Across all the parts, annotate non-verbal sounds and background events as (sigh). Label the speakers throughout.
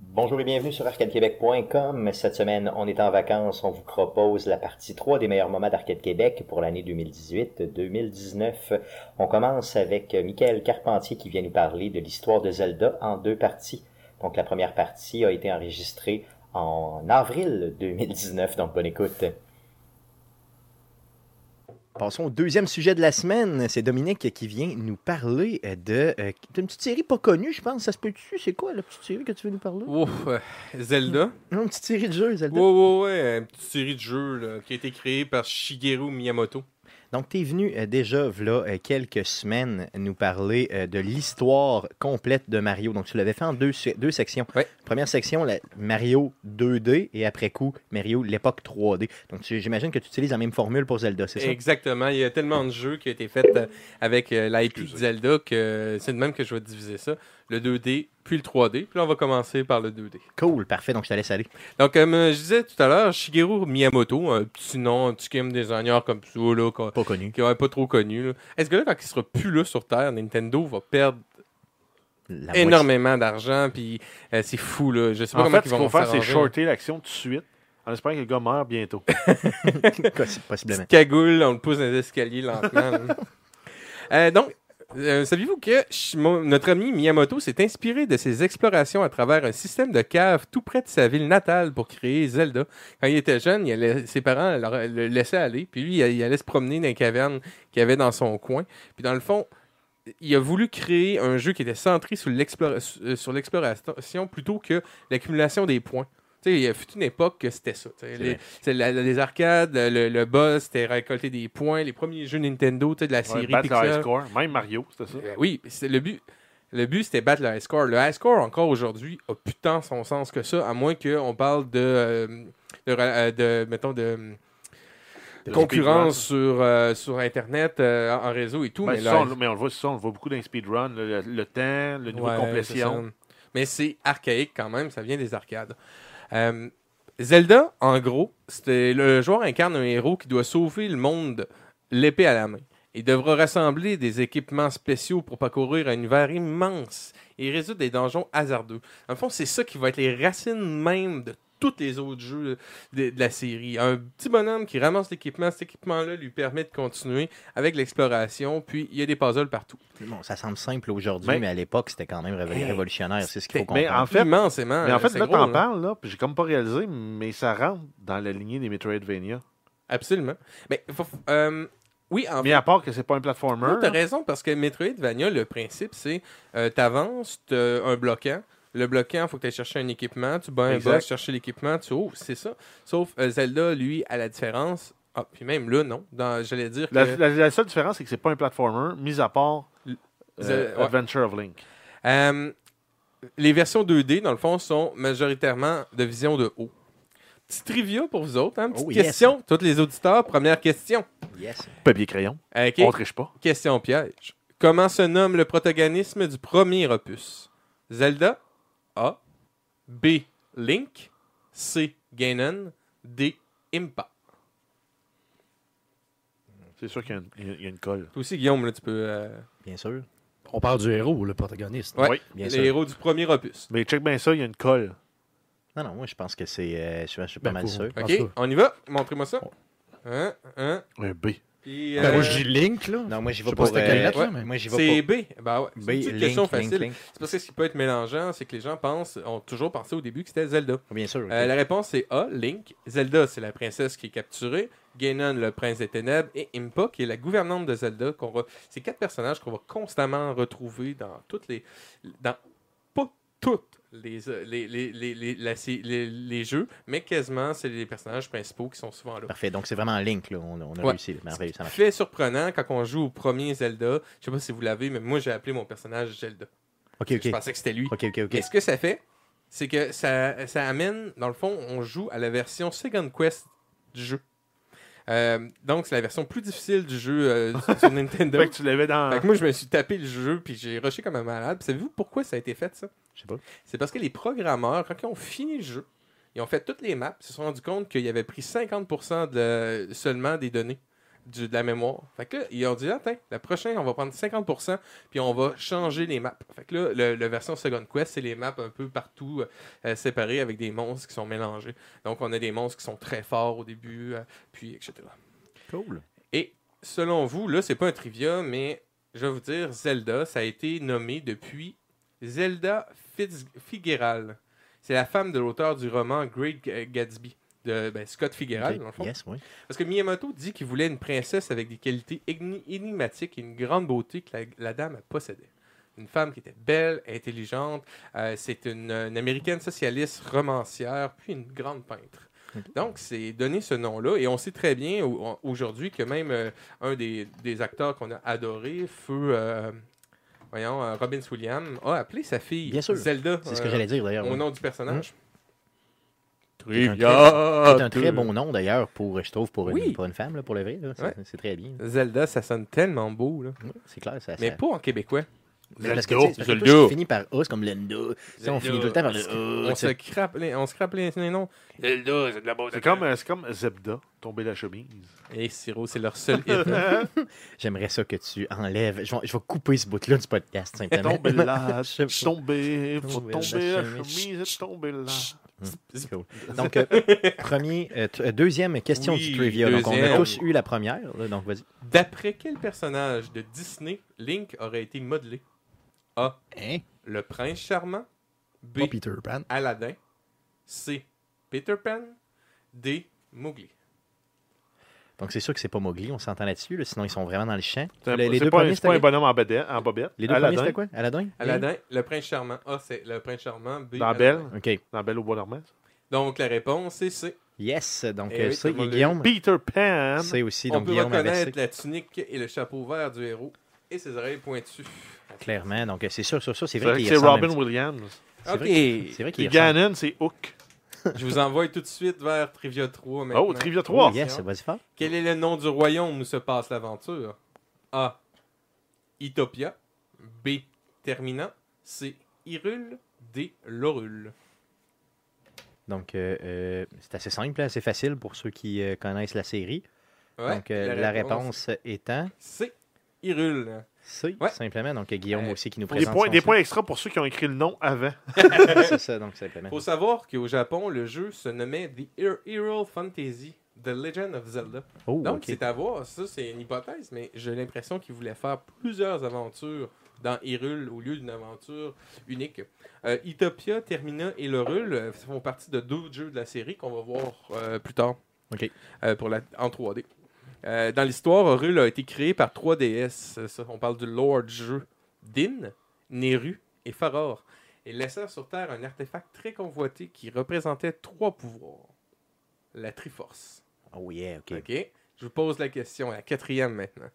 Speaker 1: bonjour et bienvenue sur arcadequebec.com. Cette semaine, on est en vacances. On vous propose la partie 3 des meilleurs moments d'Arcade Québec pour l'année 2018-2019. On commence avec euh, Michael Carpentier qui vient nous parler de l'histoire de Zelda en deux parties. Donc, la première partie a été enregistrée en avril 2019. Donc, bonne écoute.
Speaker 2: Passons au deuxième sujet de la semaine. C'est Dominique qui vient nous parler de euh, d'une petite série pas connue, je pense. Ça se peut-tu? C'est quoi la petite série que tu veux nous parler?
Speaker 3: Ouf, euh,
Speaker 4: Hmm.
Speaker 3: Zelda.
Speaker 2: Non, une petite série de jeux, Zelda.
Speaker 3: Ouais, ouais, ouais. Une petite série de jeux là, qui a été créée par Shigeru Miyamoto.
Speaker 2: Donc, tu es venu euh, déjà, là, quelques semaines, nous parler euh, de l'histoire complète de Mario. Donc, tu l'avais fait en deux, se- deux sections.
Speaker 3: Ouais.
Speaker 2: Première section, la Mario 2D et après coup, Mario l'époque 3D. Donc, tu- j'imagine que tu utilises la même formule pour Zelda, c'est ça?
Speaker 3: Exactement. Il y a tellement de jeux qui ont été faits euh, avec euh, l'IP de Zelda que euh, c'est de même que je vais diviser ça. Le 2D, puis le 3D. Puis là, on va commencer par le 2D.
Speaker 2: Cool, parfait. Donc, je te laisse aller.
Speaker 3: Donc, comme euh, je disais tout à l'heure, Shigeru Miyamoto, un petit nom, un petit game designer comme ça, là, qu'on-
Speaker 2: Pas connu.
Speaker 3: qui n'est pas trop connu. là. Est-ce que là, quand il sera plus là sur Terre, Nintendo va perdre
Speaker 2: La moitié. (laughs)
Speaker 3: énormément d'argent, puis euh, c'est fou, là. Je sais pas
Speaker 4: En
Speaker 3: comment
Speaker 4: fait,
Speaker 3: ils
Speaker 4: ce qu'on
Speaker 3: vont
Speaker 4: va faire, c'est
Speaker 3: s'arranger.
Speaker 4: shorter l'action tout de suite, en espérant que le gars meurt bientôt.
Speaker 3: (laughs)
Speaker 2: Possi- Possiblement.
Speaker 3: Petite cagoule, on le pousse dans les escaliers lentement. là. Euh, donc, euh, saviez-vous que Sh- mon- notre ami Miyamoto s'est inspiré de ses explorations à travers un système de cave tout près de sa ville natale pour créer Zelda? Quand il était jeune, il allait- ses parents leur- le laissaient aller, puis lui, il, il allait se promener dans les cavernes qu'il avait dans son coin. Puis dans le fond, il a voulu créer un jeu qui était centré sur l'explora- euh, sur sur l'exploration plutôt que l'accumulation des points. Tu sais, il y a fut une époque que c'était ça. tu sais. Les,
Speaker 2: vrai.
Speaker 3: c'est la- la- les arcades, le, le boss, c'était récolter des points. Les premiers jeux Nintendo, tu sais, de la série
Speaker 4: Ouais, battre le high
Speaker 3: Pixel.
Speaker 4: score. Même Mario, c'était ça.
Speaker 3: Euh, oui, c'est le but. Le but, c'était battre le high score. Le high score, encore aujourd'hui, a putain son sens que ça, à moins qu'on parle de, euh, de, euh, de, mettons, de,
Speaker 4: De
Speaker 3: concurrence sur, euh, sur Internet, euh, en en réseau et tout.
Speaker 4: Ben,
Speaker 3: mais le
Speaker 4: ça,
Speaker 3: high-
Speaker 4: on- mais on le voit, ça, on le voit beaucoup dans les speedruns, le, le temps, le niveau
Speaker 3: Ouais,
Speaker 4: de complétion.
Speaker 3: c'est ça. Mais c'est archaïque quand même, ça vient des arcades. Euh, Zelda, en gros, c'était le joueur incarne un héros qui doit sauver le monde l'épée à la main. Il devra rassembler des équipements spéciaux pour parcourir un univers immense et résoudre des donjons hasardeux. En fond, c'est ça qui va être les racines même de tous les autres jeux de, de la série. Un petit bonhomme qui ramasse l'équipement, cet équipement-là lui permet de continuer avec l'exploration, puis il y a des puzzles partout.
Speaker 2: Bon, ça semble simple aujourd'hui, mais,
Speaker 4: Mais-
Speaker 2: à l'époque, c'était quand même révé-
Speaker 3: Hey,
Speaker 2: révolutionnaire. C'est ce qu'il faut
Speaker 4: Mais
Speaker 2: comprendre.
Speaker 4: en fait,
Speaker 3: Immensément.
Speaker 4: mais en
Speaker 3: euh,
Speaker 4: fait
Speaker 3: c'est
Speaker 4: là,
Speaker 3: gros,
Speaker 4: t'en
Speaker 3: là.
Speaker 4: parles, là, puis j'ai comme pas réalisé, mais ça rentre dans la lignée des Metroidvania.
Speaker 3: Absolument. Mais faut- euh, oui, en
Speaker 4: Mais à part que c'est pas un platformer.
Speaker 3: Non, t'as raison, parce que Metroidvania, le principe, c'est euh, t'avances, t'as un bloquant. Le bloquant, faut que tu chercher un équipement, tu bats un
Speaker 4: Exact.
Speaker 3: boss, chercher l'équipement, tu ouvres, c'est ça. Sauf euh, Zelda, lui, à la différence. Ah, puis même là, non. Dans, j'allais dire que.
Speaker 4: la, la- la seule différence, c'est que c'est pas un platformer, mis à part
Speaker 3: Le-
Speaker 4: euh,
Speaker 3: The- ouais.
Speaker 4: Adventure of Link.
Speaker 3: Euh, les versions 2D, dans le fond, sont majoritairement de vision de haut. Petite trivia pour vous autres, hein, petite
Speaker 2: Oh, yes.
Speaker 3: question. Tous les auditeurs, première question.
Speaker 2: Yes.
Speaker 4: Papier-crayon,
Speaker 3: Ok.
Speaker 4: on triche pas.
Speaker 3: Question piège. Comment se nomme le protagonisme du premier opus Zelda A. B. Link. C. Ganon. D. Impa.
Speaker 4: C'est sûr qu'il y a une- il y, a- il y a une colle.
Speaker 3: Toi aussi, Guillaume, là, tu peux. euh,
Speaker 2: Bien sûr.
Speaker 5: On parle du héros, le protagoniste.
Speaker 3: Ouais,
Speaker 4: Oui,
Speaker 2: bien
Speaker 3: les
Speaker 2: sûr.
Speaker 3: héros du premier opus.
Speaker 4: Mais check bien ça, il y a une colle.
Speaker 2: Non, non, moi, je pense que c'est. euh, je, je suis pas
Speaker 5: Ben,
Speaker 2: mal
Speaker 5: pour-
Speaker 2: sûr.
Speaker 5: En
Speaker 3: Ok,
Speaker 5: tout cas.
Speaker 3: on y va. Montrez-moi ça. Hein, hein.
Speaker 4: Un B.
Speaker 3: Puis,
Speaker 5: Ben,
Speaker 3: euh,
Speaker 5: moi, je dis Link, là.
Speaker 2: Non, moi, j'y
Speaker 5: Je
Speaker 2: vais
Speaker 5: sais
Speaker 2: pour.
Speaker 5: pas c'était quelle
Speaker 2: euh,
Speaker 5: lettre, là,
Speaker 3: ouais.
Speaker 5: mais...
Speaker 2: Moi, j'y vais
Speaker 3: c'est
Speaker 2: pour.
Speaker 3: B. Ben ouais,
Speaker 2: B,
Speaker 3: c'est une petite
Speaker 2: Link,
Speaker 3: question
Speaker 2: Link,
Speaker 3: facile.
Speaker 2: Link.
Speaker 3: C'est parce que ce qui peut être mélangeant, c'est que les gens pensent, ont toujours pensé au début que c'était Zelda.
Speaker 2: Oh, Bien sûr. ok.
Speaker 3: Euh, la réponse c'est A, Link. Zelda, c'est la princesse qui est capturée. Ganon, le prince des ténèbres. Et Impa, qui est la gouvernante de Zelda. Qu'on va... C'est quatre personnages qu'on va constamment retrouver dans toutes les. Dans pas toutes les, euh, les, les, les, les- la sé- les- les jeux, mais quasiment, c'est les personnages principaux qui sont souvent là.
Speaker 2: Parfait. Donc, c'est vraiment Link, là. On, on a
Speaker 3: Ouais.
Speaker 2: réussi. Merveilleux, ça marche.
Speaker 3: Fait surprenant quand on joue au premier Zelda. Je sais pas si vous l'avez, mais moi j'ai appelé mon personnage Zelda.
Speaker 2: Ok,
Speaker 3: Je
Speaker 2: ok.
Speaker 3: pensais que c'était lui.
Speaker 2: Ok, ok, ok.
Speaker 3: Et ce que ça fait, c'est que ça, ça amène, dans le fond, on joue à la version Second Quest du jeu. Euh, donc, c'est la version plus difficile du jeu euh, sur- sur Nintendo.
Speaker 4: Fait que tu l'avais
Speaker 2: Ah.
Speaker 4: dans.
Speaker 3: Fait que moi, je me suis tapé le jeu, puis j'ai rushé comme un malade. Puis Savez-vous pourquoi ça a été fait, ça?
Speaker 2: Je sais pas.
Speaker 3: C'est parce que les programmeurs, quand ils ont fini le jeu, ils ont fait toutes les maps, ils se sont rendus compte qu'ils avaient pris 50% de, seulement des données du- de la mémoire. Fait que là, ils ont dit, ah, tiens, la prochaine, on va prendre 50%, puis on va changer les maps. Fait que là, le- la version Second Quest, c'est les maps un peu partout euh, séparées avec des monstres qui sont mélangés. Donc, on a des monstres qui sont très forts au début, euh, puis etc.
Speaker 2: Cool.
Speaker 3: Selon vous, là, c'est pas un trivia, mais je vais vous dire, Zelda, ça a été nommé depuis Zelda Fitz- Fitzgerald. C'est la femme de l'auteur du roman Great Ga- Gatsby, de ben, Scott Fitzgerald, dans le fond.
Speaker 2: Yes, oui.
Speaker 3: Parce que Miyamoto dit qu'il voulait une princesse avec des qualités éni- énigmatiques et une grande beauté que la, la dame possédait. Une femme qui était belle, intelligente, euh, c'est une, une américaine socialiste, romancière, puis une grande peintre. Donc, c'est donné ce nom-là, et on sait très bien au- aujourd'hui que même euh, un des, des acteurs qu'on a adoré, Feu, euh, voyons, euh, Robin Williams, a appelé sa fille
Speaker 2: Bien sûr.
Speaker 3: Zelda
Speaker 2: C'est ce que
Speaker 3: euh,
Speaker 2: j'allais dire d'ailleurs.
Speaker 3: au
Speaker 2: oui.
Speaker 3: nom du personnage.
Speaker 2: Trivia! C'est un très bon nom d'ailleurs pour, je trouve, pour une,
Speaker 3: Oui.
Speaker 2: pour une femme, là, pour le vrai. là. C'est
Speaker 3: Ouais.
Speaker 2: c'est très bien.
Speaker 3: Zelda, ça sonne tellement beau, là.
Speaker 2: Oui, C'est clair, ça. Mhm. Ben,
Speaker 3: mais
Speaker 2: ça-
Speaker 3: pas en québécois.
Speaker 2: Mais parce que,
Speaker 4: Zelda,
Speaker 2: tu sais, parce que
Speaker 3: Zelda.
Speaker 2: toi, si tu finis par A, c'est comme Lendo. Tu sais, on
Speaker 3: Zelda.
Speaker 2: finit tout le temps par le A,
Speaker 3: On
Speaker 2: tu sais.
Speaker 3: se crappe les, on se crappe les, les noms.
Speaker 4: C'est comme, euh, c'est comme Zebda, tomber
Speaker 2: (laughs)
Speaker 4: la chemise.
Speaker 3: Et Siro, c'est leur seul hit.
Speaker 4: (laughs)
Speaker 2: J'aimerais ça que tu enlèves. Je vais, je vais couper ce bout-là du podcast, simplement.
Speaker 4: Tomber là,
Speaker 2: (laughs) Je sais pas.
Speaker 4: tomber, faut
Speaker 2: Tomber
Speaker 4: tomber
Speaker 2: la
Speaker 4: la
Speaker 2: chemise.
Speaker 4: chemise, tomber là.
Speaker 2: Cool. (laughs) Donc, euh, premier, euh, t- euh, deuxième question
Speaker 3: Oui,
Speaker 2: du trivia. Donc, on a
Speaker 3: deuxième.
Speaker 2: tous eu la première. là, donc, vas-y.
Speaker 3: D'après quel personnage de Disney Link aurait été modelé A.
Speaker 5: Hein?
Speaker 3: Le prince charmant. B.
Speaker 5: Pas Peter Pan.
Speaker 3: Aladdin. C. Peter Pan. D. Mowgli.
Speaker 2: Donc, c'est sûr que c'est pas Mowgli, on s'entend là-dessus. là, sinon, ils sont vraiment dans le champ.
Speaker 4: C'est un-
Speaker 2: Les- les
Speaker 4: c'est
Speaker 2: deux
Speaker 4: pas, un-
Speaker 2: premiers,
Speaker 4: c'est pas
Speaker 2: c'était-
Speaker 4: un bonhomme en, badette- en bobette.
Speaker 2: Les deux premiers,
Speaker 4: Aladdin,
Speaker 2: c'était quoi Aladdin
Speaker 3: Aladdin, le prince charmant. A, c'est le prince charmant. B.
Speaker 4: Dans
Speaker 3: Aladdin.
Speaker 4: Belle,
Speaker 2: OK.
Speaker 4: dans Belle au bois dormant.
Speaker 3: Donc la réponse c'est C.
Speaker 2: Yes. Donc,
Speaker 3: Eh
Speaker 2: euh,
Speaker 3: oui,
Speaker 2: ça,
Speaker 3: tout le
Speaker 2: et
Speaker 3: monde
Speaker 2: Guillaume,
Speaker 4: Peter Pan.
Speaker 2: c'est aussi.
Speaker 3: On
Speaker 2: Donc,
Speaker 3: peut
Speaker 2: Guillaume avait ça,
Speaker 3: reconnaître la tunique et le chapeau vert du héros et ses oreilles pointues.
Speaker 2: clairement. Donc, euh, c'est sûr, sur ça, c'est
Speaker 4: C'est
Speaker 2: vrai
Speaker 4: vrai que
Speaker 2: qu'il
Speaker 4: c'est
Speaker 2: ressemble un
Speaker 4: Robin
Speaker 2: petit-
Speaker 4: Williams.
Speaker 2: C'est vrai
Speaker 3: Ok.
Speaker 2: C'est vrai qu'il
Speaker 4: Puis
Speaker 2: ressemble.
Speaker 4: Ganon, c'est Hook.
Speaker 3: Je vous envoie tout de suite vers Trivia 3 maintenant.
Speaker 4: Oh, Trivia
Speaker 2: Oh,
Speaker 4: 3.
Speaker 2: yes, vas-y fort.
Speaker 3: Quel est le nom du royaume où se passe l'aventure A. Itopia. B. Terminant. C. Irule. D. Lorule.
Speaker 2: Donc, euh, euh, c'est assez simple, assez facile pour ceux qui euh, connaissent la série.
Speaker 3: Ouais,
Speaker 2: Donc, euh, la réponse étant
Speaker 3: C. Irule.
Speaker 2: C,
Speaker 3: Ouais.
Speaker 2: simplement. Donc, Guillaume
Speaker 3: Euh,
Speaker 2: aussi qui nous
Speaker 4: Des
Speaker 2: présente.
Speaker 4: points,
Speaker 2: son
Speaker 4: des
Speaker 2: C.
Speaker 4: points extra pour ceux qui ont écrit le nom avant.
Speaker 2: c'est
Speaker 3: (laughs)
Speaker 2: ça, donc, simplement.
Speaker 3: Faut savoir qu'au Japon, le jeu se nommait The Hero- Hero Fantasy. The Legend of Zelda.
Speaker 2: Oh,
Speaker 3: Donc,
Speaker 2: OK.
Speaker 3: c'est à voir. Ça, c'est une hypothèse, mais j'ai l'impression qu'il voulait faire plusieurs aventures dans Hyrule au lieu d'une aventure unique. Euh, Itopia, Termina et Lorule euh, font partie de deux jeux de la série qu'on va voir euh, plus tard
Speaker 2: Ok.
Speaker 3: Euh, pour la, en 3D. Euh, dans l'histoire, Orul a été créé par 3DS. Euh, ça, on parle du lore du jeu. Din, Neru et Faror. Et laissant sur Terre un artefact très convoité qui représentait trois pouvoirs. La Triforce.
Speaker 2: Oh, yeah, OK.
Speaker 3: OK. Je vous pose la question, la quatrième maintenant.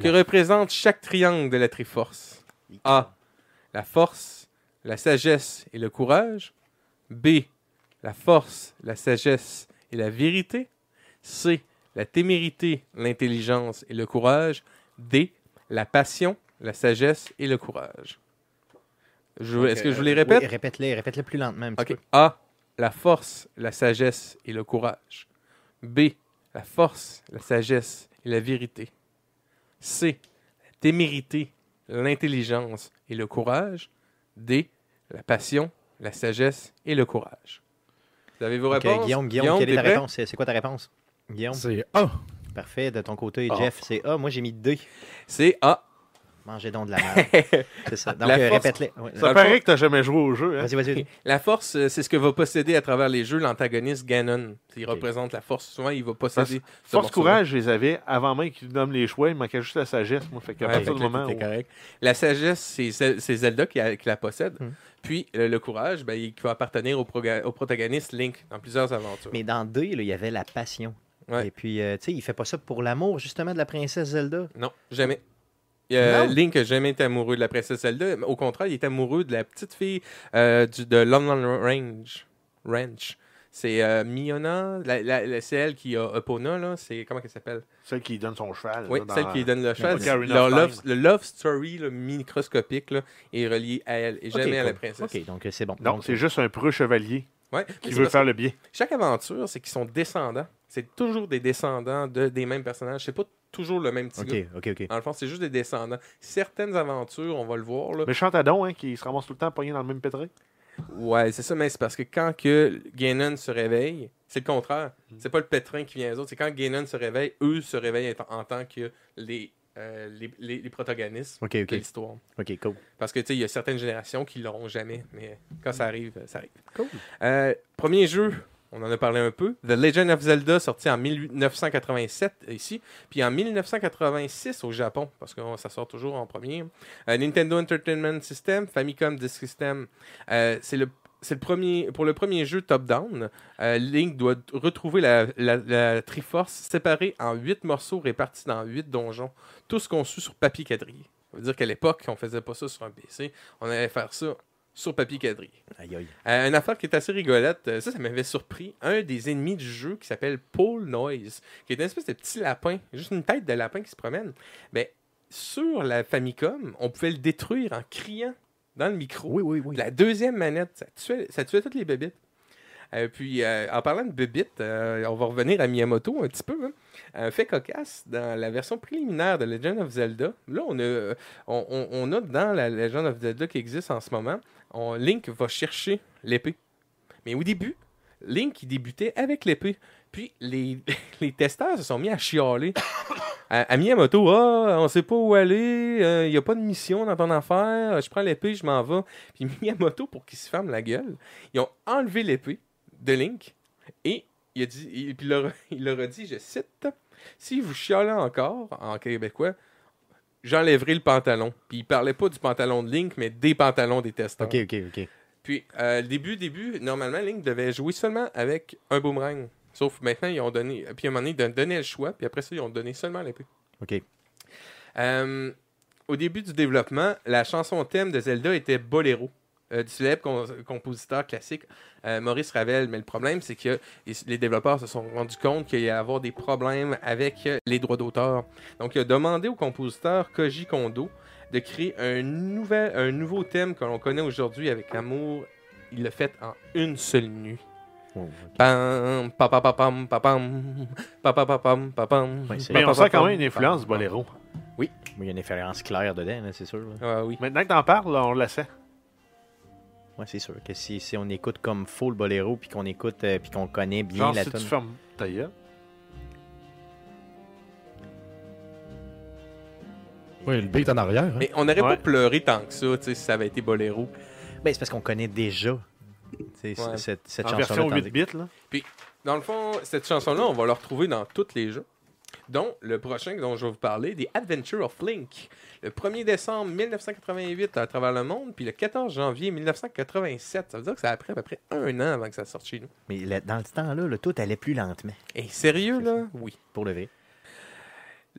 Speaker 3: Que représente chaque triangle de la Triforce A. La force, la sagesse et le courage. B. La force, la sagesse et la vérité. C. La témérité, l'intelligence et le courage. D. La passion, la sagesse et le courage. Je- Est-ce que je vous les
Speaker 2: Euh,
Speaker 3: répète
Speaker 2: oui, répète-les, répète-les plus lentement un petit
Speaker 3: Ok. A. La force, la sagesse et le courage. B. La force, la sagesse et la vérité. C. La témérité, l'intelligence et le courage. D. La passion, la sagesse et le courage. Vous avez vos
Speaker 2: peu. OK,
Speaker 3: réponses?
Speaker 2: Guillaume, Guillaume, quelle est
Speaker 3: t'es
Speaker 2: ta
Speaker 3: prêt?
Speaker 2: réponse? C'est c'est quoi ta réponse? Guillaume,
Speaker 5: C'est A.
Speaker 2: parfait. De ton côté,
Speaker 5: Ah.
Speaker 2: Jeff, c'est A. Moi, j'ai mis D.
Speaker 3: C'est A.
Speaker 2: (laughs)
Speaker 3: (laughs)
Speaker 2: Mangez donc de la merde. C'est ça. Donc,
Speaker 3: La
Speaker 2: euh,
Speaker 3: force-
Speaker 2: répète-les. Ouais,
Speaker 4: Ça
Speaker 3: le
Speaker 4: paraît
Speaker 3: fond-
Speaker 4: que t'as jamais joué au jeu. Hein?
Speaker 2: Vas-y, vas-y. vas-y.
Speaker 3: La force, euh, c'est ce que va posséder à travers les jeux l'antagoniste Ganon. Il représente la force. Souvent, il va posséder. ce
Speaker 4: Force
Speaker 3: morceau-là.
Speaker 4: Courage, je les avais avant même qu'ils nomment les choix. Il manquait juste la sagesse. Moi, fait qu'à
Speaker 3: Ouais,
Speaker 4: partir
Speaker 3: fait
Speaker 4: du
Speaker 3: que là,
Speaker 4: moment
Speaker 3: t'es
Speaker 4: où.
Speaker 3: correct. La sagesse, c'est Zel- c'est Zelda qui, a- qui la possède.
Speaker 2: Mm.
Speaker 3: Puis le, le courage, ben, il- qui va appartenir au, proga- au protagoniste Link dans plusieurs aventures.
Speaker 2: Mais dans D, là, il y avait la passion.
Speaker 3: Ouais.
Speaker 2: Et puis, euh, tu sais, il fait pas ça pour l'amour, justement, de la princesse Zelda.
Speaker 3: Non, jamais. Euh,
Speaker 2: Non.
Speaker 3: Link n'a jamais été amoureux de la princesse Zelda. Au contraire, il est amoureux de la petite fille euh, du, de London Range. Ranch. C'est euh, Miona, la- la- la- c'est elle qui a Epona, là. C'est comment qu'elle s'appelle?
Speaker 4: Celle qui donne son cheval.
Speaker 3: Oui,
Speaker 4: là, dans-
Speaker 3: celle qui donne le cheval.
Speaker 4: Ocarina
Speaker 3: Leur
Speaker 4: of
Speaker 3: love-
Speaker 4: Time.
Speaker 3: le love story là, microscopique là, est relié à elle et jamais
Speaker 2: Ok,
Speaker 3: à la
Speaker 2: cool.
Speaker 3: princesse.
Speaker 2: OK, donc euh, c'est bon.
Speaker 4: Non,
Speaker 2: Donc,
Speaker 4: c'est juste un preux chevalier
Speaker 3: Ouais. Mais
Speaker 4: qui
Speaker 3: c'est
Speaker 4: veut
Speaker 3: parce
Speaker 4: faire le bien.
Speaker 3: Chaque aventure, c'est qu'ils sont descendants. C'est toujours des descendants de, des mêmes personnages. C'est pas toujours le même petit
Speaker 2: Ok,
Speaker 3: gars.
Speaker 2: ok, ok.
Speaker 3: Dans le fond, c'est juste des descendants. Certaines aventures, on va le voir. Là.
Speaker 4: Mais Chantadon, hein, qui se ramasse tout le temps pogné dans le même pétrin.
Speaker 3: Ouais, c'est ça, mais c'est parce que quand que Ganon se réveille, c'est le contraire.
Speaker 2: Hmm.
Speaker 3: C'est pas le pétrin qui vient aux autres. C'est quand Ganon se réveille, eux se réveillent en, en tant que les, euh, les, les- les protagonistes
Speaker 2: Ok, ok.
Speaker 3: de l'histoire.
Speaker 2: Ok, cool.
Speaker 3: Parce que, tu sais, il y a certaines générations qui l'auront jamais, mais quand ça arrive, ça arrive.
Speaker 2: Cool.
Speaker 3: Euh, premier jeu, on en a parlé un peu. The Legend of Zelda, sorti en 1987 euh, ici, puis en 1986 au Japon, parce que on- ça sort toujours en premier. Euh, Nintendo Entertainment System, Famicom Disk System. Euh, c'est le c'est le premier, pour le premier jeu top-down, euh, Link doit t- retrouver la, la- la Triforce séparée en huit morceaux répartis dans huit donjons, tous conçus sur papier quadrillé. Ça veut dire qu'à l'époque, on faisait pas ça sur un PC, on allait faire ça sur papier quadrillé.
Speaker 2: Aïe, aïe.
Speaker 3: Euh, une affaire qui est assez rigolote, euh, ça, ça m'avait surpris. Un des ennemis du jeu qui s'appelle Paul Noise, qui est une espèce de petit lapin, juste une tête de lapin qui se promène. Mais sur la Famicom, on pouvait le détruire en criant dans le micro.
Speaker 2: Oui, oui, oui.
Speaker 3: La deuxième manette, ça tuait, ça tuait toutes les bébites. Euh, puis, euh, en parlant de bébites, euh, on va revenir à Miyamoto un petit peu. hein. Un fait cocasse, dans la version préliminaire de Legend of Zelda, là, on a, euh, on, on- on a dans la Legend of Zelda qui existe en ce moment, on, Link va chercher l'épée. Mais au début, Link, il débutait avec l'épée. Puis, les, (laughs) les testeurs se sont mis à chialer. (coughs) À, à Miyamoto, ah, on sait pas où aller, il n'y a pas de mission dans ton affaire, je prends l'épée, je m'en vais. Puis (laughs) Miyamoto, pour qu'il se ferme la gueule, ils ont enlevé l'épée de Link et il a dit, il, puis il leur, (laughs) il leur a dit, je cite, si vous chialez encore en québécois, j'enlèverai le pantalon. Puis il parlait pas du pantalon de Link, mais des pantalons des testeurs.
Speaker 2: Ok, ok, ok.
Speaker 3: Puis euh, début, début, normalement, Link devait jouer seulement avec un boomerang. Sauf maintenant, ils ont donné. Puis à un moment donné, ils ont donné le choix, puis après ça, ils ont donné seulement l'épée.
Speaker 2: Ok.
Speaker 3: Euh, au début du développement, la chanson thème de Zelda était Boléro, euh, du célèbre com- compositeur classique euh, Maurice Ravel. Mais le problème, c'est que ils- les développeurs se sont rendus compte qu'il y allait avoir des problèmes avec euh, les droits d'auteur. Donc, il a demandé au compositeur Koji Kondo de créer un, nouvel, un nouveau thème que l'on connaît aujourd'hui avec amour. Il l'a fait en une seule nuit.
Speaker 2: Oh,
Speaker 3: Pam, pa pa pa pam, pa pam, pa pa pa pam, pa pam.
Speaker 2: Ouais, c'est-
Speaker 4: Mais
Speaker 3: pa,
Speaker 4: on
Speaker 3: pa,
Speaker 4: sent quand
Speaker 3: pam,
Speaker 4: même une influence du
Speaker 3: pam, pam.
Speaker 4: boléro.
Speaker 2: Oui, Il y a une influence claire dedans, là, c'est sûr. là.
Speaker 3: Ah oui.
Speaker 4: Maintenant que t'en parles, là, on la sent.
Speaker 2: Ouais, c'est sûr que si, si on écoute comme faux le boléro, puis qu'on écoute, euh, puis qu'on connaît bien
Speaker 4: Genre,
Speaker 2: la
Speaker 4: si tu
Speaker 2: tune.
Speaker 4: fermes ta gueule.
Speaker 5: Oui, le beat en arrière. hein.
Speaker 3: Mais on n'aurait
Speaker 4: Ouais.
Speaker 3: pas pleuré tant que ça, tu sais, si ça avait été Boléro.
Speaker 2: Ben, c'est parce qu'on connaît déjà tu sais,
Speaker 3: Ouais.
Speaker 2: cette, cette
Speaker 4: En
Speaker 2: chanson-là.
Speaker 4: version
Speaker 2: tandis-
Speaker 4: 8 bits, là.
Speaker 3: Dans le fond, cette chanson-là, on va la retrouver dans tous les jeux, dont le prochain dont je vais vous parler, des Adventures of Link, le 1er décembre 1988 à travers le monde, puis le 14 janvier 1987. Ça veut dire que ça a pris à peu près un an avant que ça sorte chez nous.
Speaker 2: Mais là, dans le temps-là, là, tout allait plus lentement,
Speaker 3: Et sérieux, là? Oui.
Speaker 2: pour le vrai.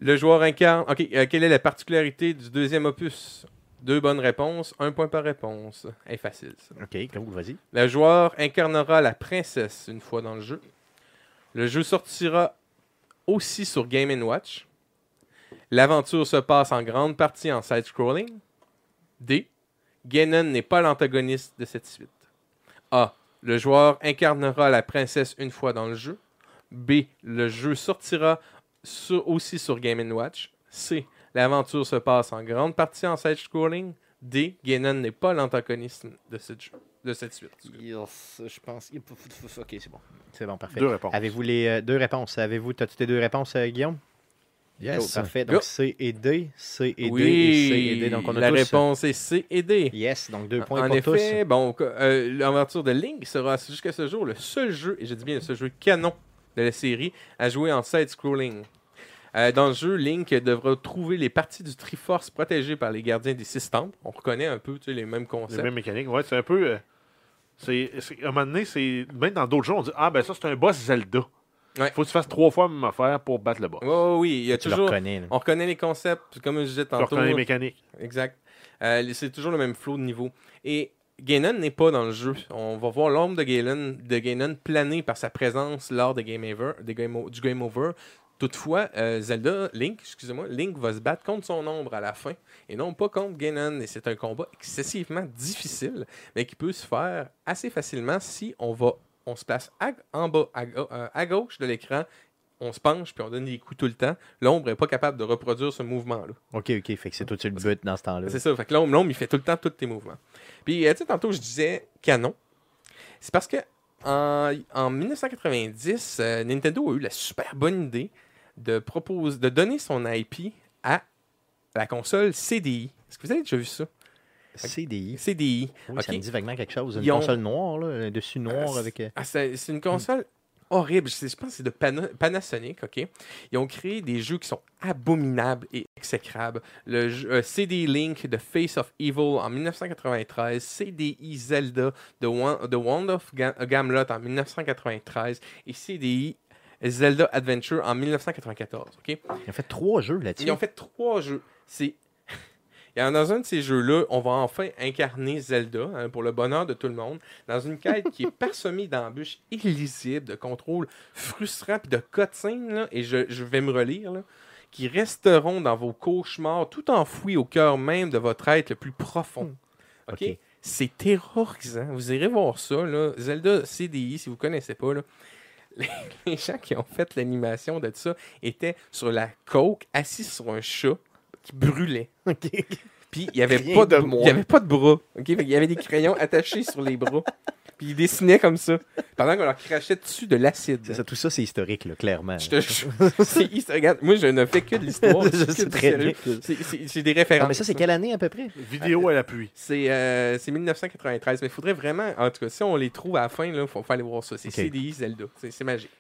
Speaker 3: Le joueur incarne. Ok, euh, quelle est la particularité du deuxième opus Deux bonnes réponses, un point par réponse. Et facile, ça.
Speaker 2: Ok, cool, vas-y.
Speaker 3: Le joueur incarnera la princesse une fois dans le jeu. Le jeu sortira aussi sur Game Watch. L'aventure se passe en grande partie en side-scrolling. D. Ganon n'est pas l'antagoniste de cette suite. A. Le joueur incarnera la princesse une fois dans le jeu. B. Le jeu sortira sur- aussi sur Game Watch. C. L'aventure se passe en grande partie en side-scrolling. D. Ganon n'est pas l'antagoniste de ce jeu de cette suite.
Speaker 5: Je pense. Ok, c'est bon.
Speaker 2: C'est bon, parfait.
Speaker 4: Deux réponses.
Speaker 3: Ah,
Speaker 2: Avez-vous les euh, deux réponses? Avez-vous, t'as-tu tes deux réponses, euh, Guillaume? Cool,
Speaker 5: Yes.
Speaker 2: parfait.
Speaker 3: Go.
Speaker 2: Donc, C et D, C et
Speaker 3: oui,
Speaker 2: D et C et D. Donc, on a
Speaker 3: la
Speaker 2: tous,
Speaker 3: réponse est C et D.
Speaker 2: Yes, donc deux points
Speaker 3: en
Speaker 2: pour
Speaker 3: effet, bon, co- euh, l'aventure de Link sera jusqu'à ce jour le seul jeu, et je dis bien le seul jeu canon de la série, à jouer en side-scrolling. Euh, dans le jeu, Link devra trouver les parties du Triforce protégées par les gardiens des six temples. On reconnaît un peu tu sais, les mêmes
Speaker 4: Les
Speaker 3: concepts.
Speaker 4: mêmes mécaniques. Ouais, c'est un peu. euh, c'est, c'est- à un moment donné, c'est. Même dans d'autres jeux, on dit Ah, ben ça, c'est un boss Zelda.
Speaker 3: Ouais.
Speaker 4: Faut que tu fasses trois fois la même affaire pour battre le boss.
Speaker 3: Ouais, ouais, oui, il y a
Speaker 2: tous. Tu le
Speaker 3: toujours.
Speaker 2: reconnais, là.
Speaker 3: On reconnaît les concepts, comme je disais
Speaker 4: Tu
Speaker 3: tantôt.
Speaker 4: reconnais les mécaniques.
Speaker 3: Exact. Euh, c'est toujours le même flot de niveau. Et Ganon n'est pas dans le jeu. On va voir l'ombre de Ganon, de Ganon planer par sa présence lors des game over, des game o- du Game Over. Toutefois, euh, Zelda, Link, excusez-moi, Link va se battre contre son ombre à la fin et non pas contre Ganon. Et c'est un combat excessivement difficile, mais qui peut se faire assez facilement si on va, on se place à- en bas à, ga- euh, à gauche de l'écran on se penche puis on donne des coups tout le temps. L'ombre n'est pas capable de reproduire ce mouvement-là.
Speaker 2: OK, OK. Fait que c'est tout de suite le but dans ce temps-là.
Speaker 3: C'est ça. Fait que l'ombre, l'ombre, il fait tout le temps tous tes mouvements. Puis, euh, tu sais, tantôt, je disais canon. C'est parce que en, en 1990, euh, Nintendo a eu la super bonne idée de, propose, de donner son IP à la console CDI. Est-ce que vous avez déjà vu ça?
Speaker 2: CDI.
Speaker 3: CDI.
Speaker 2: Oui, Ça
Speaker 3: Ok.
Speaker 2: me dit vaguement quelque chose. Une
Speaker 3: Ils ont-
Speaker 2: console noire, là, un dessus noir avec. euh,
Speaker 3: Ah, c'est c'est une console horrible. C'est- Je pense que c'est de Pana- Panasonic, OK? Ils ont créé des jeux qui sont abominables et exécrables. Le jeu- euh, CD Link de Face of Evil en 1993, CDI Zelda de Wan- de Wand of Ga- Gamlot en 1993 et CDI Zelda Adventure en 1994, OK?
Speaker 2: Ils ont fait trois jeux là-dessus.
Speaker 3: Ils ont fait trois jeux. C'est. (laughs) Et en- dans un de ces jeux-là, on va enfin incarner Zelda, hein, pour le bonheur de tout le monde, dans une quête qui est parsemée d'embûches illisibles, de contrôles frustrants, puis de cutscenes, là, et je, je vais me relire, là, qui resteront dans vos cauchemars, tout enfouis au cœur même de votre être le plus profond. OK?
Speaker 2: Hmm. Ok.
Speaker 3: C'est terrorisant. Vous irez voir ça, là. Zelda CDI, si vous connaissez pas, là. (laughs) Les- les gens qui ont fait l'animation de ça étaient sur la coke, assis sur un chat qui brûlait.
Speaker 2: (laughs) OK.
Speaker 3: Puis il n'y avait,
Speaker 2: Rien
Speaker 3: pas de
Speaker 2: de
Speaker 3: br-
Speaker 2: moi.
Speaker 3: il y avait pas de bras. ok? Fait qu'il y avait des crayons attachés sur les bras. Puis ils dessinaient comme ça. Pendant qu'on leur crachait dessus de l'acide.
Speaker 2: C'est ça, tout ça, c'est historique, là, clairement.
Speaker 3: Je te jure. C'est- il se regarde. Moi, je ne fais que
Speaker 2: (laughs)
Speaker 3: de l'histoire.
Speaker 2: Je
Speaker 3: je fais que
Speaker 2: sais
Speaker 3: du
Speaker 2: très
Speaker 3: sérieux.
Speaker 2: bien.
Speaker 3: C'est- c'est- J'ai des
Speaker 2: Non,
Speaker 3: références.
Speaker 2: mais ça, c'est quelle année à peu près?
Speaker 4: Vidéo à la pluie.
Speaker 3: C'est euh, c'est 1993, mais il faudrait vraiment, en tout cas, si on les trouve à la fin, il faut, faut aller voir ça. C'est
Speaker 2: Ok.
Speaker 3: CDI Zelda, c'est c'est magique.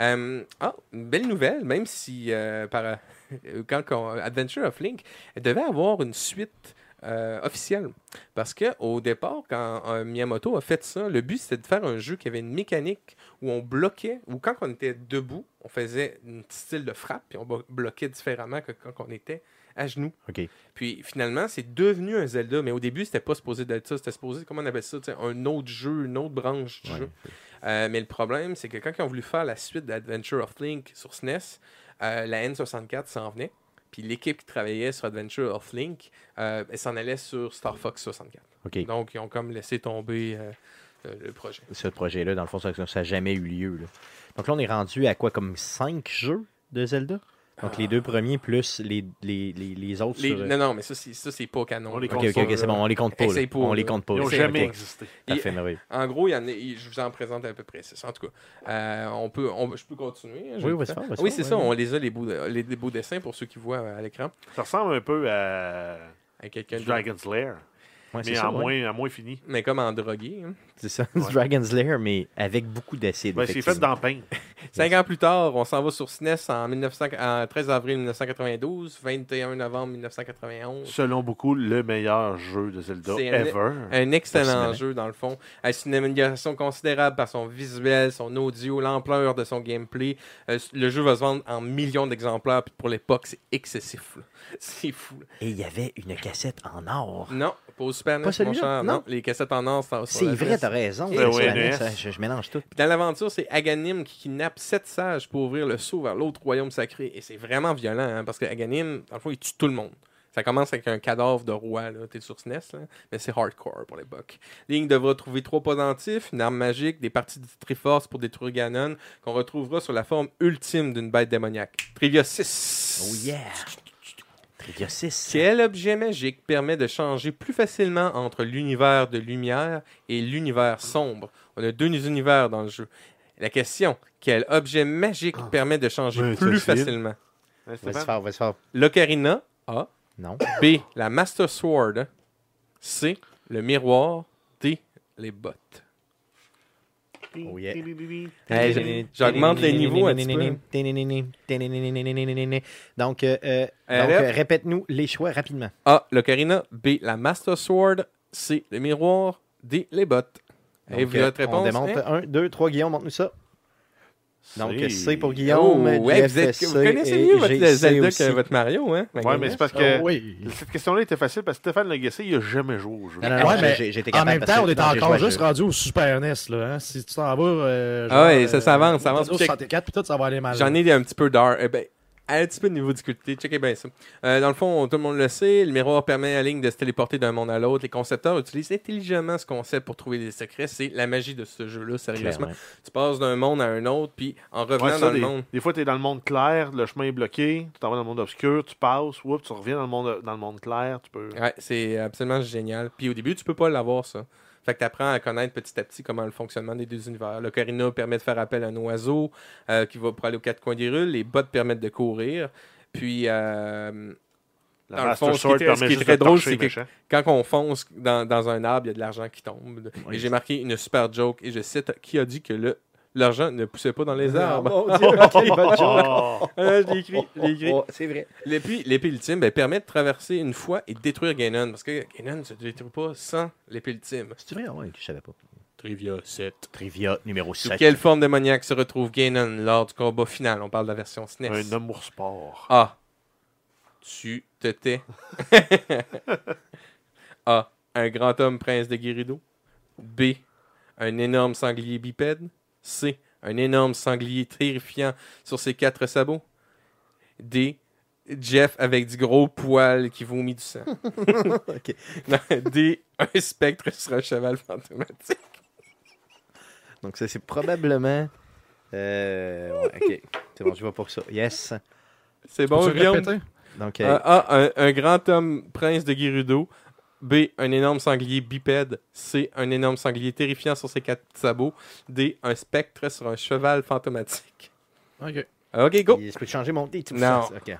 Speaker 3: Euh, ah, une belle nouvelle, même si euh, par, euh, quand qu'on- Adventure of Link devait avoir une suite euh, officielle. Parce que au départ, quand euh, Miyamoto a fait ça, le but c'était de faire un jeu qui avait une mécanique où on bloquait, ou quand on était debout, on faisait un petit style de frappe, puis on bo- bloquait différemment que quand on était à genoux.
Speaker 2: Ok.
Speaker 3: Puis finalement, c'est devenu un Zelda, mais au début, c'était pas supposé d'être ça. C'était supposé, comment on appelle ça, tu sais, un autre jeu, une autre branche du
Speaker 2: Ouais.
Speaker 3: jeu. Euh, mais le problème, c'est que quand ils ont voulu faire la suite d'Adventure of Link sur SNES, euh, la N64 s'en venait. Puis l'équipe qui travaillait sur Adventure of Link, euh, elle s'en allait sur Star Fox 64.
Speaker 2: OK.
Speaker 3: Donc, ils ont comme laissé tomber euh, euh, le projet.
Speaker 2: Ce projet-là, dans le fond, ça n'a jamais eu lieu. là. Donc là, on est rendu à quoi, comme cinq jeux de Zelda? Donc les deux premiers plus les, les, les, les autres
Speaker 3: Ah. Les-
Speaker 2: sur... euh,
Speaker 3: Non, non, mais ça, c'est- ça, c'est pas canon.
Speaker 4: On les
Speaker 3: là.
Speaker 2: Ok, ok, ok, c'est bon, on les compte pas. là.
Speaker 3: Essaye pas,
Speaker 2: on
Speaker 3: là.
Speaker 2: les compte pas.
Speaker 4: Ils n'ont
Speaker 2: ok,
Speaker 4: jamais
Speaker 2: ok.
Speaker 4: existé.
Speaker 2: Parfait, merveilleux.
Speaker 3: En gros, il y en a- il- je vous en présente à peu près. C'est ça, en tout cas. Euh, on peut, on- je peux continuer. hein, j'ai
Speaker 2: Oui,
Speaker 3: le
Speaker 2: on va
Speaker 3: temps.
Speaker 2: se faire, on va se
Speaker 3: Oui,
Speaker 2: faire,
Speaker 3: c'est
Speaker 2: ouais.
Speaker 3: ça. On les a, les beaux, les, les beaux dessins, pour ceux qui voient euh, à l'écran.
Speaker 4: Ça ressemble un peu à
Speaker 3: À quelqu'un de-
Speaker 4: Dragon's Lair,
Speaker 2: Ouais, c'est
Speaker 4: mais
Speaker 2: ça,
Speaker 4: en
Speaker 2: ouais.
Speaker 4: moins, à moins fini.
Speaker 3: Mais comme en drogué. hein.
Speaker 2: C'est ça,
Speaker 4: Ouais.
Speaker 2: Dragon's Lair, mais avec beaucoup d'acide.
Speaker 4: Ben, c'est fait
Speaker 2: effectivement.
Speaker 4: dans Paint.
Speaker 3: Cinq ans plus tard, on s'en va sur SNES en, 1900 en 13 avril 1992, 21 novembre 1991.
Speaker 4: Selon beaucoup, le meilleur jeu de Zelda
Speaker 3: C'est un-
Speaker 4: ever.
Speaker 3: Un excellent
Speaker 2: Fascinant.
Speaker 3: jeu, dans le fond. Euh, C'est une amélioration considérable par son visuel, son audio, l'ampleur de son gameplay. Euh, Le jeu va se vendre en millions d'exemplaires, puis pour l'époque, c'est excessif. là. (laughs) C'est fou. là.
Speaker 2: Et il y avait une cassette en or.
Speaker 3: Non, pas au Super NES, mon
Speaker 2: celui-là?
Speaker 3: cher,
Speaker 2: Non.
Speaker 3: Non, les cassettes en or, c'est
Speaker 2: C'est vrai, t'as raison.
Speaker 4: Ben
Speaker 2: c'est
Speaker 4: ouais,
Speaker 2: sur la NES,
Speaker 4: NES.
Speaker 2: hein, je, je mélange tout.
Speaker 3: Puis dans l'aventure, c'est Aganim qui kidnappe sept sages pour ouvrir le saut vers l'autre royaume sacré. Et c'est vraiment violent, hein, parce que Aganim, dans le fond, il tue tout le monde. Ça commence avec un cadavre de roi, là. T'es sur SNES, là. Mais c'est hardcore pour l'époque. Link devra trouver trois pendentifs, une arme magique, des parties de Triforce pour détruire Ganon, qu'on retrouvera sur la forme ultime d'une bête démoniaque. Trivia 6.
Speaker 2: Oh yeah! Trigger 6.
Speaker 3: Quel objet magique permet de changer plus facilement entre l'univers de lumière et l'univers sombre On a deux univers dans le jeu. La question, quel objet magique
Speaker 2: Ah.
Speaker 3: permet de changer
Speaker 4: Ouais,
Speaker 3: plus
Speaker 4: facile.
Speaker 3: facilement
Speaker 4: Hein,
Speaker 2: On va se
Speaker 4: Stéphane?
Speaker 2: faire, on va se faire.
Speaker 3: L'ocarina A,
Speaker 2: Non.
Speaker 3: B, la Master Sword, C, le miroir, D, les bottes.
Speaker 2: Oh yeah.
Speaker 3: (laughs) Hey, j- j'augmente les niveaux un petit peu.
Speaker 2: Donc, euh, euh,
Speaker 3: Euh,
Speaker 2: donc, euh,
Speaker 3: rep.
Speaker 2: répète-nous les choix rapidement.
Speaker 3: A, l'ocarina, B, la Master Sword, C, le miroir, D, les bottes. Et
Speaker 2: Donc,
Speaker 3: vous
Speaker 2: euh,
Speaker 3: votre
Speaker 2: on
Speaker 3: réponse
Speaker 2: démonte
Speaker 3: hein?
Speaker 2: 1, 2, 3, Guillaume, montre-nous ça. Donc,
Speaker 4: C'est-
Speaker 2: c'est pour Guillaume.
Speaker 3: Oh, ouais, vous, êtes-
Speaker 2: JFSC,
Speaker 3: vous connaissez
Speaker 2: et
Speaker 3: mieux votre
Speaker 2: GC
Speaker 3: Zelda
Speaker 2: aussi.
Speaker 3: que votre Mario, hein?
Speaker 4: Ouais, mais c'est parce que
Speaker 5: Ah
Speaker 4: Oh,
Speaker 5: oui.
Speaker 4: cette question-là était facile parce que Stéphane Legacy, il n'a jamais joué au jeu.
Speaker 2: Non, non, non,
Speaker 5: Ouais, mais
Speaker 2: j'ai- j'étais
Speaker 5: En
Speaker 2: capable
Speaker 5: même
Speaker 2: parce
Speaker 5: temps,
Speaker 2: que-
Speaker 5: on est
Speaker 2: non, j'ai joué
Speaker 5: encore
Speaker 2: à ce
Speaker 5: juste
Speaker 2: jeu.
Speaker 5: rendu au Super NES. Là, hein. Si tu t'en vas. euh,
Speaker 3: Ah ouais,
Speaker 5: genre,
Speaker 3: ça, ça avance, ça avance.
Speaker 5: Nintendo 64, puis tout, ça va aller mal.
Speaker 3: J'en ai un petit peu d'art. Eh ben, un petit peu de niveau de difficulté. Checkez bien ça. Euh, dans le fond, tout le monde le sait, le miroir permet à Link de se téléporter d'un monde à l'autre. Les concepteurs utilisent intelligemment ce concept pour trouver des secrets. C'est la magie de ce jeu-là, sérieusement.
Speaker 2: Clairement.
Speaker 3: Tu passes d'un monde à un autre, puis en revenant
Speaker 4: Ouais, ça,
Speaker 3: dans
Speaker 4: des,
Speaker 3: le monde.
Speaker 4: des fois, tu es dans le monde clair, le chemin est bloqué, tu t'en vas dans le monde obscur, tu passes, whoop, tu reviens dans le monde, dans le monde clair, tu peux.
Speaker 3: Ouais, c'est absolument génial. Puis au début, tu peux pas l'avoir, ça. Fait que tu apprends à connaître petit à petit comment le fonctionnement des deux univers. Le Corina permet de faire appel à un oiseau euh, qui va pour aller aux quatre coins des rues. Les bottes permettent de courir. Puis euh,
Speaker 4: La
Speaker 3: Dans le
Speaker 4: Master
Speaker 3: fond, ce qui
Speaker 4: Sword
Speaker 3: était-
Speaker 4: permet
Speaker 3: ce qui est
Speaker 4: juste
Speaker 3: très
Speaker 4: de
Speaker 3: drôle,
Speaker 4: torcher
Speaker 3: c'est que-
Speaker 4: les méchants.
Speaker 3: quand on fonce dans, dans un arbre, il y a de l'argent qui tombe. et j'ai marqué une super joke. Et je cite qui a dit que le l'argent ne poussait pas dans les arbres. (laughs)
Speaker 2: Mon Dieu, ok, bonne job.
Speaker 4: Oh!
Speaker 3: Ah, je l'ai écrit, je l'ai écrit.
Speaker 2: Oh, c'est vrai.
Speaker 3: Et puis, l'épée ultime ben, permet de traverser une fois et de détruire Ganon. Parce que Ganon ne se détruit pas sans l'épée ultime.
Speaker 2: C'est vrai, ouais, je savais pas.
Speaker 3: Trivia 7.
Speaker 2: Trivia numéro
Speaker 3: Sous
Speaker 2: 7.
Speaker 3: quelle forme démoniaque se retrouve Ganon lors du combat final On parle de la version SNES.
Speaker 4: Un amour sport.
Speaker 3: A. Tu te tais. (laughs) A. Un grand homme prince de Guérido. B. Un énorme sanglier bipède. C. Un énorme sanglier terrifiant sur ses quatre sabots. D. Jeff avec du gros poil qui vomit du sang.
Speaker 2: Ok.
Speaker 3: Non, (laughs) D. Un spectre sur un cheval fantomatique.
Speaker 2: Donc, ça, c'est probablement. Euh, ouais, ok. C'est bon, je vais pour ça. Yes.
Speaker 3: C'est bon, Guillaume?
Speaker 2: Donc,
Speaker 3: Euh,
Speaker 2: euh,
Speaker 3: A, un, un grand homme prince de Gerudo. B, un énorme sanglier bipède. C, un énorme sanglier terrifiant sur ses quatre sabots. D, un spectre sur un cheval fantomatique.
Speaker 5: Ok.
Speaker 3: Ok, go!
Speaker 2: il- je peux changer mon dé. tout
Speaker 3: Non.
Speaker 2: ça. Ok.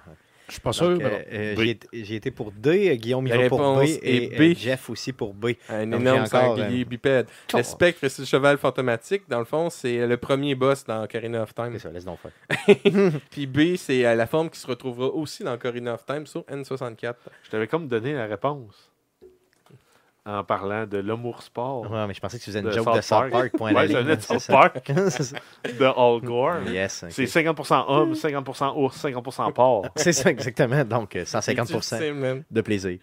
Speaker 5: Je suis pas sûr,
Speaker 2: Donc,
Speaker 5: mais
Speaker 2: euh, euh,
Speaker 4: B.
Speaker 2: j'ai été- J'ai été pour D, euh, Guillaume
Speaker 3: La
Speaker 2: il va pour B
Speaker 3: réponse
Speaker 2: et
Speaker 3: est
Speaker 2: euh,
Speaker 3: B.
Speaker 2: Jeff aussi pour B.
Speaker 3: Un
Speaker 2: Donc,
Speaker 3: énorme
Speaker 2: j'ai encore,
Speaker 3: sanglier
Speaker 2: euh,
Speaker 3: bipède. Le
Speaker 2: oh.
Speaker 3: spectre sur le cheval fantomatique, dans le fond, c'est euh, le premier boss dans Ocarina of Time.
Speaker 2: C'est ça, laisse donc faire.
Speaker 3: Puis B, c'est euh, la forme qui se retrouvera aussi dans Ocarina of Time sur N64.
Speaker 4: Je t'avais comme donné la réponse en parlant de l'amour sport
Speaker 2: Ouais, mais je pensais que tu faisais une
Speaker 4: De
Speaker 2: joke
Speaker 4: South
Speaker 2: de South
Speaker 4: Park.
Speaker 2: Park. Point à la
Speaker 4: Ouais, c'est un
Speaker 2: ligne,
Speaker 4: net
Speaker 2: c'est
Speaker 4: South
Speaker 2: ça.
Speaker 4: Park
Speaker 2: (laughs) C'est ça.
Speaker 4: de All Gore.
Speaker 2: Yes. ok.
Speaker 4: C'est 50% homme, 50% ours, 50% porc.
Speaker 2: C'est ça, exactement. Donc, euh,
Speaker 3: Tu
Speaker 2: 150%
Speaker 3: sais, man.
Speaker 2: de plaisir.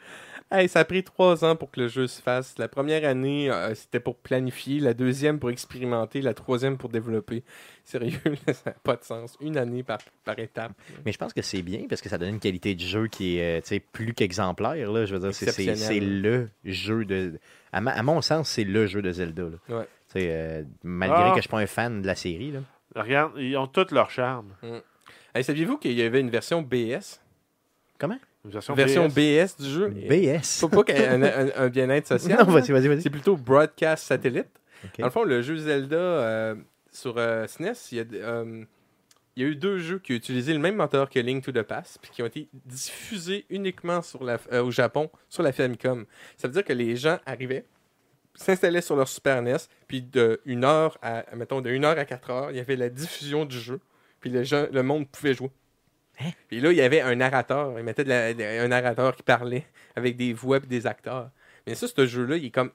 Speaker 3: Hey, ça a pris trois ans pour que le jeu se fasse. La première année, euh, c'était pour planifier, la deuxième pour expérimenter, la troisième pour développer. Sérieux, (laughs) là, ça n'a pas de sens. Une année par, par étape.
Speaker 2: Mais je pense que c'est bien parce que ça donne une qualité de jeu qui est euh, tu sais, plus qu'exemplaire. là. Je veux dire, c'est- c'est
Speaker 3: Exceptionnel.
Speaker 2: c'est le jeu de. À, ma- à mon sens, c'est le jeu de Zelda. là.
Speaker 3: Ouais.
Speaker 2: Tu sais, euh, malgré
Speaker 4: Ah.
Speaker 2: que je ne suis pas un fan de la série. Là.
Speaker 4: Regarde, ils ont tous leur charme.
Speaker 3: Hey, saviez-vous qu'il y avait une version BS
Speaker 4: Une version,
Speaker 3: Version
Speaker 4: BS.
Speaker 3: BS du jeu
Speaker 2: BS.
Speaker 3: Faut pas qu'il y ait un, un-
Speaker 2: (laughs)
Speaker 3: un bien-être social.
Speaker 2: Non,
Speaker 3: là.
Speaker 2: vas-y, vas-y, vas-y.
Speaker 3: C'est plutôt broadcast satellite.
Speaker 2: Ok.
Speaker 3: Dans le fond, le jeu Zelda euh, sur euh, SNES, il y, a, euh, il y a eu deux jeux qui ont utilisé le même moteur que Link to the Past, puis qui ont été diffusés uniquement sur la, euh, au Japon sur la Famicom. Ça veut dire que les gens arrivaient, s'installaient sur leur Super NES, puis de 1 heure à, mettons, de 1 heure à 4 heures, il y avait la diffusion du jeu, puis les gens, le monde pouvait jouer.
Speaker 2: Hein?
Speaker 3: Puis là, il y avait un narrateur. Il mettait de la- de- un narrateur qui parlait avec des voix et des acteurs. Mais ça, ce jeu-là, il est comme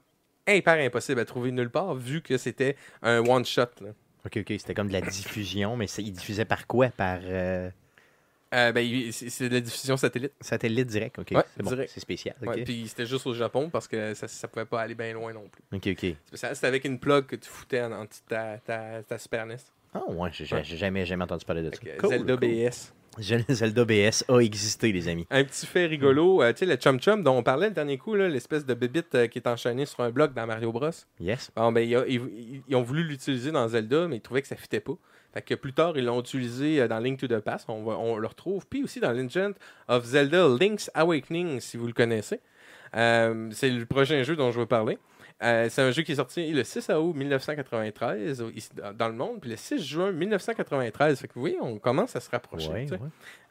Speaker 3: hyper impossible à trouver nulle part vu que c'était un one-shot. là.
Speaker 2: Ok, ok, c'était comme de la diffusion, mais c'est- il diffusait par quoi Par euh,
Speaker 3: Euh, ben, il- c'est c'est de la diffusion satellite.
Speaker 2: satellite direct, ok.
Speaker 3: Ouais,
Speaker 2: c'est bon,
Speaker 3: direct.
Speaker 2: c'est spécial. Ok,
Speaker 3: Ouais, puis c'était juste au Japon parce que ça, ça pouvait pas aller bien loin non plus.
Speaker 2: ok. ok.
Speaker 3: C'est ça, C'était avec une plug que tu foutais en, en dessous de ta, ta- ta Super NES.
Speaker 2: Ah ouais, j'ai j'ai- j'ai jamais, jamais entendu parler de ça.
Speaker 3: Fait que
Speaker 2: Cool,
Speaker 3: Zelda
Speaker 2: cool.
Speaker 3: BS.
Speaker 2: Je- (laughs) Zelda BS a existé, les amis.
Speaker 3: Un petit fait rigolo, euh, tu sais, le Chum Chum dont on parlait le dernier coup, là, l'espèce de bébite euh, qui est enchaînée sur un bloc dans Mario Bros.
Speaker 2: Yes.
Speaker 3: Bon, ben, il a- il- il- ils ont voulu l'utiliser dans Zelda, mais ils trouvaient que ça fitait pas. Fait que plus tard, ils l'ont utilisé euh, dans Link to the Past, on, va- on le retrouve. Puis aussi dans Legend of Zelda Link's Awakening, si vous le connaissez. Euh, c'est le prochain jeu dont je veux parler. Euh, c'est un jeu qui est sorti le 6 août 1993 au- ici, dans- dans le monde, puis le 6 juin 1993. Fait que vous voyez, on commence à se rapprocher.
Speaker 2: Ouais,
Speaker 3: tu sais.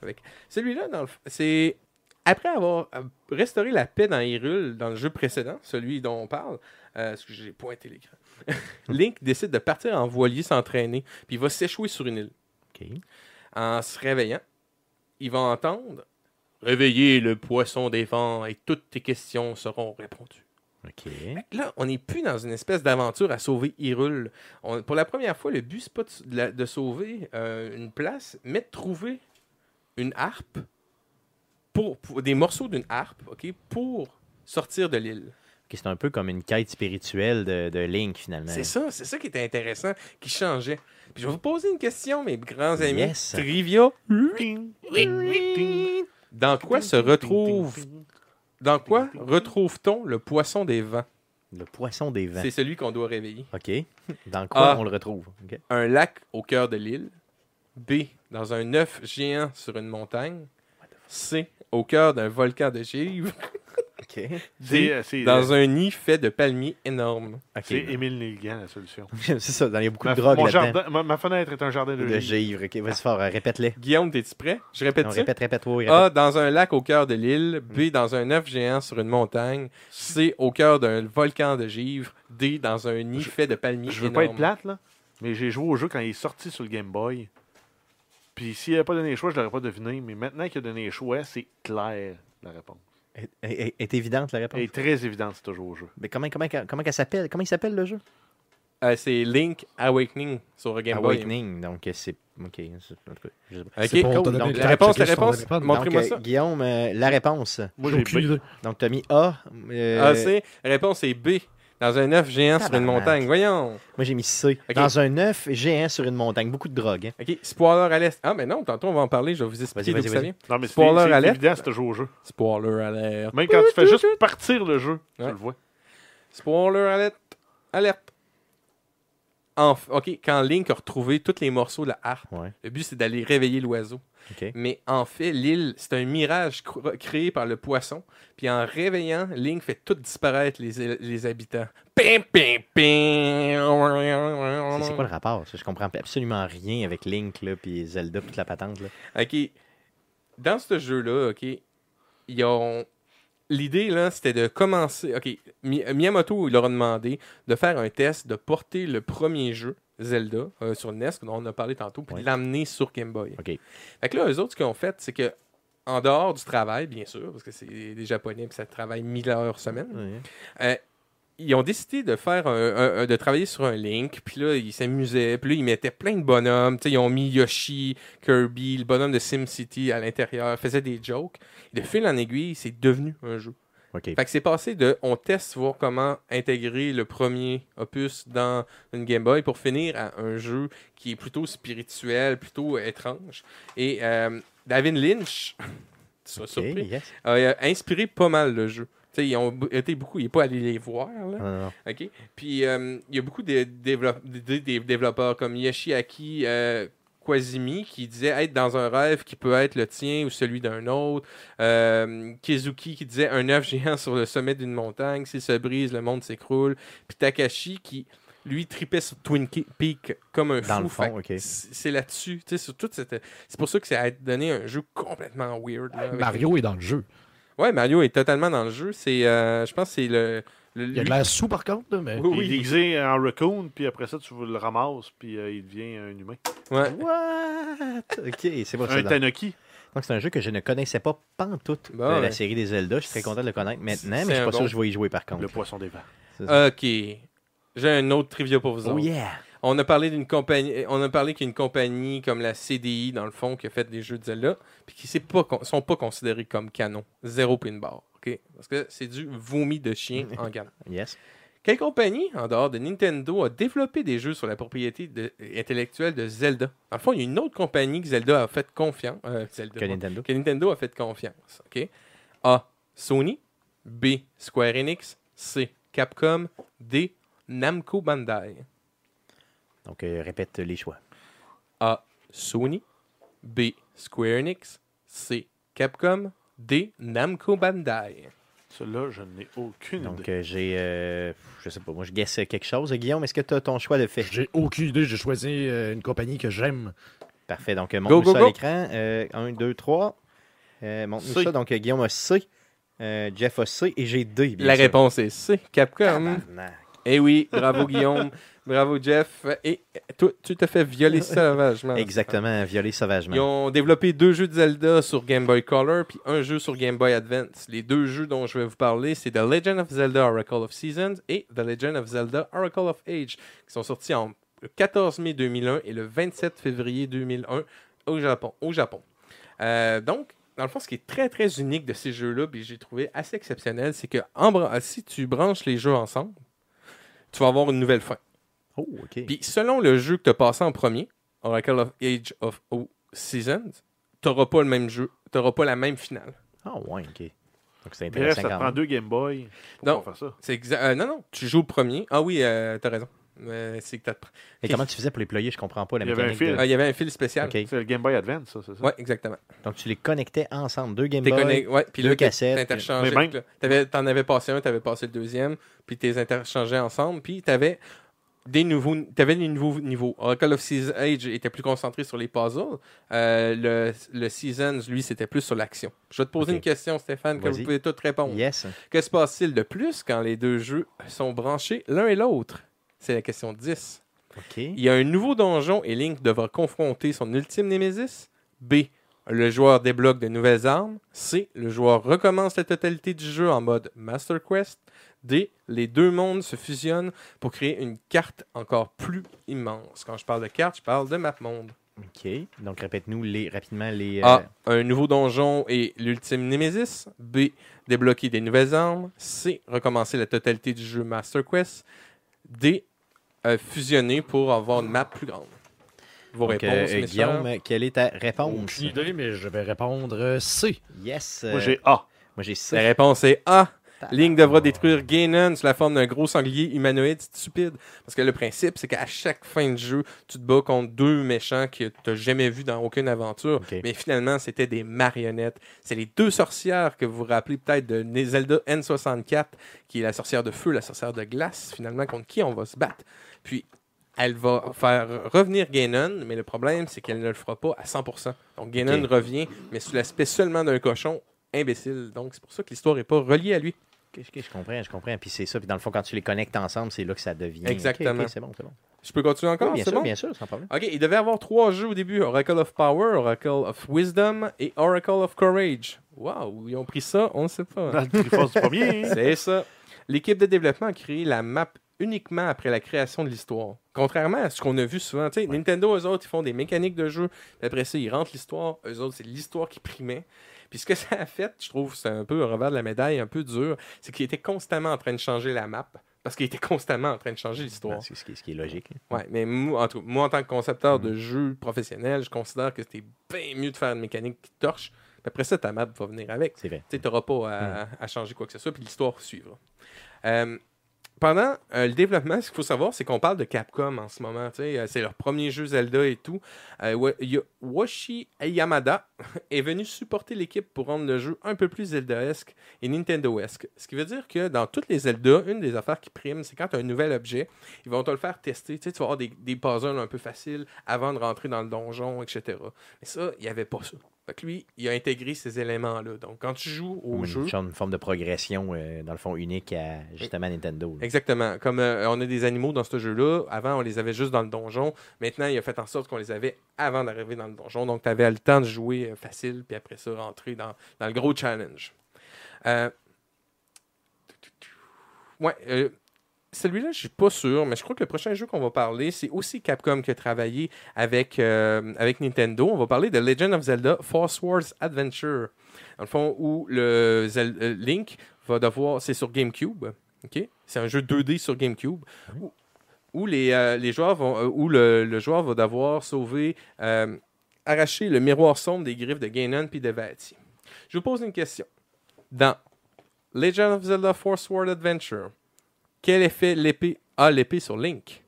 Speaker 2: ouais.
Speaker 3: Celui-là, dans le f- c'est après avoir euh, restauré la paix dans Hyrule dans le jeu précédent, celui dont on parle, euh, parce que j'ai pointé l'écran. (laughs) Link décide de partir en voilier s'entraîner, puis il va s'échouer sur une île.
Speaker 2: Ok.
Speaker 3: En se réveillant, il va entendre Réveillez le poisson des vents et toutes tes questions seront répondues.
Speaker 2: Ok.
Speaker 3: Là, on n'est plus dans une espèce d'aventure à sauver Hyrule. On- pour la première fois, le but, c'est pas de, de la- de sauver euh, une place, mais de trouver une harpe, pour, pour- des morceaux d'une harpe, ok, pour sortir de l'île.
Speaker 2: Ok, que c'est un peu comme une quête spirituelle de, de Link, finalement.
Speaker 3: C'est ça, c'est ça qui était intéressant, qui changeait. Puis je vais vous poser une question, mes grands amis.
Speaker 2: Yes.
Speaker 3: Trivia.
Speaker 4: Ting, ting, ting.
Speaker 3: Dans quoi se retrouve dans quoi retrouve-t-on le poisson des vents?
Speaker 2: Le poisson des vents.
Speaker 3: C'est celui qu'on doit réveiller.
Speaker 2: OK. Dans quoi
Speaker 3: Ah.
Speaker 2: on le retrouve? OK.
Speaker 3: Un lac au cœur de l'île. B. Dans un œuf géant sur une montagne. C. Au cœur d'un volcan de givre.
Speaker 4: C'est euh, c'est-
Speaker 3: Dans un nid fait de palmiers énormes.
Speaker 2: OK.
Speaker 4: c'est Émile Nelligan, la solution.
Speaker 2: (laughs) C'est ça, dans- il y a beaucoup
Speaker 4: Ma,
Speaker 2: de drogue
Speaker 4: mon
Speaker 2: là-dedans.
Speaker 4: jardin- ma- ma fenêtre est un jardin de,
Speaker 2: De
Speaker 4: génie.
Speaker 2: givre. OK, vas-y fort, euh, répète-les.
Speaker 3: Guillaume, t'es-tu prêt? Je
Speaker 2: Non,
Speaker 3: répète ça. Ah.
Speaker 2: Répète, répète, oui, répète.
Speaker 3: A. Dans un lac au cœur de l'île. B. Dans un œuf géant sur une montagne. C. Au cœur d'un volcan de givre. D. Dans un nid fait de palmiers
Speaker 4: Je veux pas être
Speaker 3: énormes.
Speaker 4: plate, là, mais j'ai joué au jeu quand il est sorti sur le Game Boy. Puis s'il n'avait pas donné les choix, je l'aurais pas deviné. Mais maintenant qu'il a donné les choix, c'est clair, la réponse.
Speaker 2: Est, est- est évidente la réponse.
Speaker 4: Elle est très évidente, c'est toujours au jeu.
Speaker 2: Mais comment, comment, comment, qu'elle s'appelle? Comment il s'appelle le jeu?
Speaker 3: Euh, C'est Link Awakening sur Game Boy.
Speaker 2: Awakening. Donc, euh, c'est. OK. c'est- en tout cas, je sais pas.
Speaker 3: Ok,
Speaker 5: C'est pour
Speaker 3: cool.
Speaker 5: te donner
Speaker 3: Donc,
Speaker 5: le
Speaker 3: la
Speaker 5: temps de
Speaker 3: réponse, la
Speaker 5: checker sur ton
Speaker 3: réponse.
Speaker 5: téléphone.
Speaker 2: Donc,
Speaker 3: Montrez-moi
Speaker 2: euh,
Speaker 3: ça.
Speaker 2: Guillaume, euh, la réponse.
Speaker 4: Moi,
Speaker 5: J'ai
Speaker 4: j'ai
Speaker 5: aucune
Speaker 4: B.
Speaker 5: idée.
Speaker 2: Donc, tu as mis A. euh,
Speaker 3: Ah, c'est. Réponse est B. Dans un œuf géant sur une
Speaker 2: Tabarnak.
Speaker 3: montagne. Voyons.
Speaker 2: Moi, j'ai mis C.
Speaker 3: Ok.
Speaker 2: Dans un œuf géant sur une montagne. Beaucoup de drogue. hein.
Speaker 3: Ok, spoiler alert. Ah, mais non, tantôt on va en parler. Je vais vous expliquer
Speaker 2: Vas-y,
Speaker 3: d'où
Speaker 2: vas-y,
Speaker 3: ça
Speaker 2: vas-y.
Speaker 3: vient.
Speaker 4: Non, mais c'est
Speaker 3: Spoiler
Speaker 4: c'est
Speaker 3: alert.
Speaker 4: évident, c'est toujours au jeu.
Speaker 3: Spoiler alert.
Speaker 4: Même quand tu fais juste partir le jeu, tu
Speaker 3: Ouais.
Speaker 4: le vois.
Speaker 3: Spoiler alert. Alerte. Enf- ok, quand Link a retrouvé tous les morceaux de la harpe,
Speaker 2: Ouais.
Speaker 3: le but c'est d'aller réveiller l'oiseau.
Speaker 2: OK.
Speaker 3: Mais en fait, l'île, c'est un mirage cr- créé par le poisson. Puis en réveillant, Link fait tout disparaître les, les habitants. Pim, pim, pim.
Speaker 2: C'est c'est quoi le rapport? ça? Je comprends absolument rien avec Link, là, puis Zelda, puis toute la patente. Là.
Speaker 3: OK. Dans ce jeu-là, OK, ils ont. L'idée, là, c'était de commencer. OK, Mi- Miyamoto, il leur a demandé de faire un test, de porter le premier jeu, Zelda, euh, sur NES, dont on a parlé tantôt, puis
Speaker 2: Ouais.
Speaker 3: de l'amener sur Game Boy.
Speaker 2: OK.
Speaker 3: Fait que là, eux autres, ce qu'ils ont fait, c'est que. En dehors du travail, bien sûr, parce que c'est des Japonais puis ça travaille 1000 heures semaine
Speaker 2: Ouais. hein.
Speaker 3: Euh, ils ont décidé de faire un- un- un- de travailler sur un Link, puis là ils s'amusaient, puis là ils mettaient plein de bonhommes, tu sais, ils ont mis Yoshi, Kirby, le bonhomme de SimCity à l'intérieur, faisaient des jokes. Et de fil en aiguille, c'est devenu un jeu.
Speaker 2: OK.
Speaker 3: Fait que c'est passé de on teste voir comment intégrer le premier opus dans une Game Boy pour finir à un jeu qui est plutôt spirituel, plutôt étrange. Et euh, David Lynch, (laughs) tu seras
Speaker 2: OK,
Speaker 3: surpris,
Speaker 2: yes.
Speaker 3: a euh, inspiré pas mal le jeu. Tu sais, ils ont b- été beaucoup, il n'est pas allé les voir. Là.
Speaker 2: Non, non, non.
Speaker 3: OK? Puis euh, il y a beaucoup de, développe- de- de- développeurs comme Yoshiaki euh, Kwazimi qui disait être dans un rêve qui peut être le tien ou celui d'un autre. Euh, Kizuki qui disait un œuf géant sur le sommet d'une montagne, s'il se brise, le monde s'écroule. Puis Takashi qui lui tripait sur Twin Ki- Peak comme un
Speaker 2: Dans
Speaker 3: fou.
Speaker 2: le fond,
Speaker 3: Fait que
Speaker 2: OK.
Speaker 3: c- C'est là-dessus, tu sais, sur toute cette. C'est pour ça que ça a donné un jeu complètement weird. là, avec-
Speaker 5: Mario est dans le jeu.
Speaker 3: Ouais, Mario est totalement dans le jeu. C'est, euh, je pense, que c'est le. le-
Speaker 5: Il a de l'air sous, par contre, là, mais.
Speaker 3: Oui,
Speaker 4: Puis
Speaker 3: oui.
Speaker 4: Il est déguisé en raccoon, puis après ça, tu le ramasses, puis euh, il devient un humain.
Speaker 3: Ouais.
Speaker 2: What? OK, c'est bon. ça,
Speaker 4: Un
Speaker 2: donc.
Speaker 4: Tanuki.
Speaker 2: Donc, c'est un jeu que je ne connaissais pas pantoute
Speaker 3: Bah
Speaker 2: de la
Speaker 3: ouais.
Speaker 2: série des Zelda. Je suis très content de le connaître maintenant, mais
Speaker 3: C'est
Speaker 2: je suis
Speaker 3: un
Speaker 2: pas sûr
Speaker 3: bon.
Speaker 2: que je vais y jouer par contre.
Speaker 4: Le poisson des vents.
Speaker 3: Ok. J'ai un autre trivia pour vous.
Speaker 2: Oh
Speaker 3: autres.
Speaker 2: yeah!
Speaker 3: On a parlé d'une compagnie, on a parlé qu'une compagnie comme la CDI dans le fond qui a fait des jeux de Zelda, puis qui c'est pas con- sont pas considérés comme canon, zéro point de barre, ok Parce que c'est du vomi de chien
Speaker 5: (laughs)
Speaker 3: en gamme.
Speaker 2: Yes.
Speaker 3: Quelle compagnie en dehors de Nintendo a développé des jeux sur la propriété de- intellectuelle de Zelda Dans le fond, il y a une autre compagnie que Zelda a fait confiance, euh, Zelda,
Speaker 2: Que Nintendo.
Speaker 3: que Nintendo a fait confiance. ok? A. Sony. B. Square Enix. C. Capcom. D. Namco Bandai.
Speaker 2: Donc, euh, répète les choix.
Speaker 3: A. Sony. B. Square Enix. C. Capcom. D. Namco Bandai.
Speaker 4: Celui-là, je n'ai aucune
Speaker 2: Donc,
Speaker 4: idée.
Speaker 2: euh, j'ai. euh, je sais pas, moi, je guesse quelque chose. Guillaume, est-ce que tu as ton choix de
Speaker 4: (laughs)
Speaker 2: fait?
Speaker 5: J'ai aucune idée. J'ai choisi euh, une compagnie que j'aime.
Speaker 2: Parfait. Donc, euh, montre-nous
Speaker 3: go,
Speaker 2: ça à
Speaker 3: go.
Speaker 2: l'écran. Euh, un, deux, trois. Euh, montre-nous
Speaker 4: C.
Speaker 2: ça. Donc, euh, Guillaume a C. euh, Jeff a C. Et j'ai D. bien
Speaker 3: La
Speaker 2: sûr.
Speaker 3: réponse est C. Capcom.
Speaker 2: Tabarnak.
Speaker 3: Eh oui, bravo Guillaume. Bravo Jeff. Et toi, tu te
Speaker 2: (laughs)
Speaker 3: fais violer sauvagement.
Speaker 2: Exactement, violé sauvagement.
Speaker 3: Ils ont développé deux jeux de Zelda sur Game Boy Color puis un jeu sur Game Boy Advance. Les deux jeux dont je vais vous parler, c'est The Legend of Zelda Oracle of Seasons et The Legend of Zelda Oracle of Age, qui sont sortis en le 14 mai 2001 et le 27 février 2001 au Japon. Au Japon. Euh, donc, dans le fond, ce qui est très, très unique de ces jeux-là, puis j'ai trouvé assez exceptionnel, c'est que en bran- si tu branches les jeux ensemble, tu vas avoir une nouvelle fin.
Speaker 2: Oh, OK.
Speaker 3: Puis selon le jeu que tu as passé en premier, Oracle of Age of O Seasons, tu n'auras pas le même jeu, tu n'auras pas la même finale.
Speaker 2: Ah, ouais, OK. Donc, c'est
Speaker 4: Bref,
Speaker 2: euh, intéressant
Speaker 4: ça te
Speaker 2: quand
Speaker 4: prend
Speaker 2: même.
Speaker 4: deux Game Boy pour
Speaker 3: Non.
Speaker 4: faire ça.
Speaker 3: C'est exa- euh, non, non, tu joues au premier. Ah oui, euh, t'as raison. Euh, c'est que t'as- Ah,
Speaker 2: Et comment tu faisais pour les ployer Je comprends pas la
Speaker 4: Il y avait un
Speaker 2: mécanique. de-
Speaker 3: Il y avait un fil spécial.
Speaker 2: OK.
Speaker 4: C'est le Game Boy Advance, ça, c'est ça?
Speaker 3: Ouais, exactement.
Speaker 2: Donc, tu les connectais ensemble, deux Game
Speaker 3: T'es
Speaker 2: Boy.
Speaker 3: conne- ouais, puis
Speaker 2: deux
Speaker 3: là, t'es-
Speaker 2: cassettes.
Speaker 3: t'interchangeais.
Speaker 4: Mais même-
Speaker 3: Là, t'avais- T'en avais passé un, t'avais passé le deuxième, puis t'es interchangé ensemble, puis t'avais des nouveaux, t'avais des nouveaux niveaux. Oracle of Seasons Age était plus concentré sur les puzzles. Euh, le, le Seasons, lui, c'était plus sur l'action. Je vais te poser
Speaker 2: Ok.
Speaker 3: une question, Stéphane, que
Speaker 2: Vas-y.
Speaker 3: vous pouvez toutes répondre.
Speaker 2: Yes.
Speaker 3: Que se passe-t-il de plus quand les deux jeux sont branchés l'un et l'autre? C'est la question 10.
Speaker 2: OK.
Speaker 3: Il y a un nouveau donjon et Link devra confronter son ultime némésis. B. Le joueur débloque de nouvelles armes. C. Le joueur recommence la totalité du jeu en mode Master Quest. D. Les deux mondes se fusionnent pour créer une carte encore plus immense. Quand je parle de carte, je parle de map monde.
Speaker 2: OK. Donc, répète-nous les, rapidement les.
Speaker 4: Ah.
Speaker 2: euh,
Speaker 3: A. Ah, Un nouveau donjon et l'ultime Némésis. B. Débloquer des nouvelles armes. C. Recommencer la totalité du jeu Master Quest. D. euh, fusionner pour avoir une map plus grande. Vos
Speaker 2: donc,
Speaker 3: réponses,
Speaker 2: euh,
Speaker 3: mes
Speaker 2: Guillaume,
Speaker 3: sœurs?
Speaker 2: quelle est ta réponse
Speaker 5: Aucune idée, mais je vais répondre euh, C.
Speaker 2: Yes.
Speaker 4: Moi,
Speaker 2: euh,
Speaker 4: j'ai A. (laughs)
Speaker 2: Moi, j'ai
Speaker 3: La
Speaker 2: ça.
Speaker 3: réponse est A.
Speaker 2: Tabarnak.
Speaker 3: Link devra détruire Ganon sous la forme d'un gros sanglier humanoïde stupide. Parce que le principe, c'est qu'à chaque fin de jeu, tu te bats contre deux méchants que tu n'as jamais vus dans aucune aventure.
Speaker 2: Ok.
Speaker 3: Mais finalement, c'était des marionnettes. C'est les deux sorcières que vous vous rappelez peut-être de N- Zelda N64, qui est la sorcière de feu, la sorcière de glace, finalement, contre qui on va se battre. Puis, elle va faire revenir Ganon, mais le problème, c'est qu'elle ne le fera pas à 100%. Donc, Ganon
Speaker 2: Ok.
Speaker 3: revient, mais sous l'aspect seulement d'un cochon imbécile. Donc, c'est pour ça que l'histoire n'est pas reliée à lui.
Speaker 2: Ok, ok, je comprends, je comprends. Puis c'est ça. Puis dans le fond, quand tu les connectes ensemble, c'est là que ça devient.
Speaker 3: Exactement.
Speaker 2: Ok, ok, c'est bon, c'est bon.
Speaker 3: Je peux continuer encore?
Speaker 2: Oui, bien
Speaker 3: c'est
Speaker 2: sûr,
Speaker 3: bon?
Speaker 2: bien sûr, sans problème.
Speaker 3: OK, il devait avoir trois jeux au début. Oracle of Power, Oracle of Wisdom et Oracle of Courage. Waouh, ils ont pris ça? On ne sait pas.
Speaker 4: Dans le Triforce du premier. hein.
Speaker 3: C'est ça. L'équipe de développement a créé la map uniquement après la création de l'histoire. Contrairement à ce qu'on a vu souvent, tu sais, Nintendo, eux autres, ils font des mécaniques de jeu, puis après ça, ils rentrent l'histoire, eux autres, c'est l'histoire qui primait. Puis ce que (laughs) ça a fait, je trouve, c'est un peu un revers de la médaille, un peu dur, c'est qu'ils étaient constamment en train de changer la map, parce qu'ils étaient constamment en train de changer l'histoire.
Speaker 2: Ah, C'est ce qui, ce qui est logique. là.
Speaker 3: Ouais, mais moi en, tout cas, moi, en tant que concepteur de jeux professionnel, je considère que c'était bien mieux de faire une mécanique qui torche. puis après ça, ta map va venir avec.
Speaker 2: C'est vrai.
Speaker 3: Tu n'auras pas à, à changer quoi que ce soit, puis l'histoire suivra. Euh, pendant euh, le développement, ce qu'il faut savoir, c'est qu'on parle de Capcom en ce moment. tu sais, euh, c'est leur premier jeu Zelda et tout. Euh, Wa- Ya- Washi Yamada (laughs) est venu supporter l'équipe pour rendre le jeu un peu plus Zelda-esque et Nintendo-esque. Ce qui veut dire que dans toutes les Zelda, une des affaires qui prime, c'est quand tu as un nouvel objet, ils vont te le faire tester. Tu, sais, tu vas avoir des, des puzzles un peu faciles avant de rentrer dans le donjon, etc. Mais ça, il n'y avait pas ça. Fait que lui, il a intégré ces éléments-là. Donc, quand tu joues au
Speaker 2: Comme
Speaker 3: jeu,
Speaker 2: une, genre, une forme de progression, euh, dans le fond, unique à justement Nintendo. là.
Speaker 3: Exactement. Comme euh, on a des animaux dans ce jeu-là, avant on les avait juste dans le donjon. Maintenant, il a fait en sorte qu'on les avait avant d'arriver dans le donjon. Donc, tu avais le temps de jouer euh, facile, puis après ça, rentrer dans, dans le gros challenge. Euh, Ouais, euh, celui-là, je suis pas sûr, mais je crois que le prochain jeu qu'on va parler, c'est aussi Capcom qui a travaillé avec, euh, avec Nintendo. On va parler de Legend of Zelda Force Wars Adventure. Dans le fond, où le Zel- euh, Link va devoir. C'est sur GameCube. ok C'est un jeu 2D sur GameCube. Où, où les, euh, les joueurs vont, euh, où le, le joueur va devoir sauver. euh, arracher le miroir sombre des griffes de Ganon puis de Vati. Je vous pose une question. Dans Legend of Zelda Force Word Adventure, quel effet l'épée a l'épée sur Link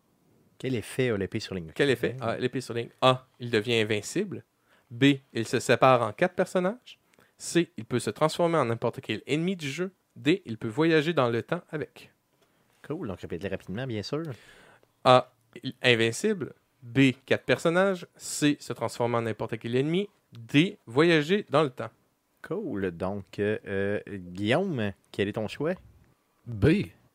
Speaker 2: Quel effet a l'épée sur Ben, l'inglet
Speaker 3: Quel effet
Speaker 2: Ah.
Speaker 3: Ah. a l'épée sur Link A. Il devient invincible. B. Il se sépare en quatre personnages. C. Il peut se transformer en n'importe quel ennemi du jeu. D. Il peut voyager dans le temps avec.
Speaker 2: Cool, donc répète-le rapidement, bien sûr.
Speaker 3: A. il- Invincible. B. Quatre personnages. C. Se transformer en n'importe quel ennemi. D. Voyager dans le temps.
Speaker 2: Cool, donc euh, euh, Guillaume, quel est ton choix
Speaker 5: B.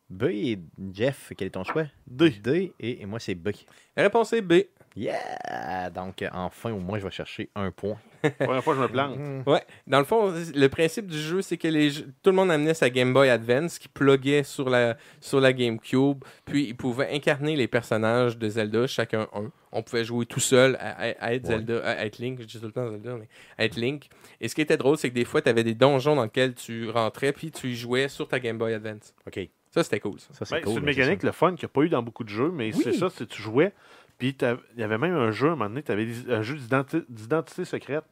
Speaker 2: B et Jeff, quel est ton choix
Speaker 4: D.
Speaker 2: D et, et moi, c'est B.
Speaker 3: La réponse est B.
Speaker 2: Yeah! Donc, euh, enfin, au moins, je vais chercher un
Speaker 3: (laughs)
Speaker 2: point.
Speaker 4: Première fois, je me plante.
Speaker 3: Ouais. Dans le fond, le principe du jeu, c'est que les jeux- tout le monde amenait sa Game Boy Advance qui pluguait sur la, sur la GameCube. Puis, ils pouvaient incarner les personnages de Zelda, chacun un. On pouvait jouer tout seul à, à- à être
Speaker 2: Ouais.
Speaker 3: Zelda, à être Link. Je dis tout le temps Zelda, mais à être Link. Et ce qui était drôle, c'est que des fois, tu avais des donjons dans lesquels tu rentrais, puis tu y jouais sur ta Game Boy Advance.
Speaker 2: OK.
Speaker 3: Ça, c'était cool. ça.
Speaker 2: Ça, c'est
Speaker 4: Ben,
Speaker 2: cool.
Speaker 4: C'est
Speaker 2: hein,
Speaker 4: une
Speaker 2: là, ça.
Speaker 4: mécanique, le fun, qu'il n'y a pas eu dans beaucoup de jeux, mais
Speaker 3: Oui.
Speaker 4: c'est ça, c'est tu jouais, puis t'av- il y avait même un jeu, à un moment donné, tu avais un jeu d'identi- d'identité secrète.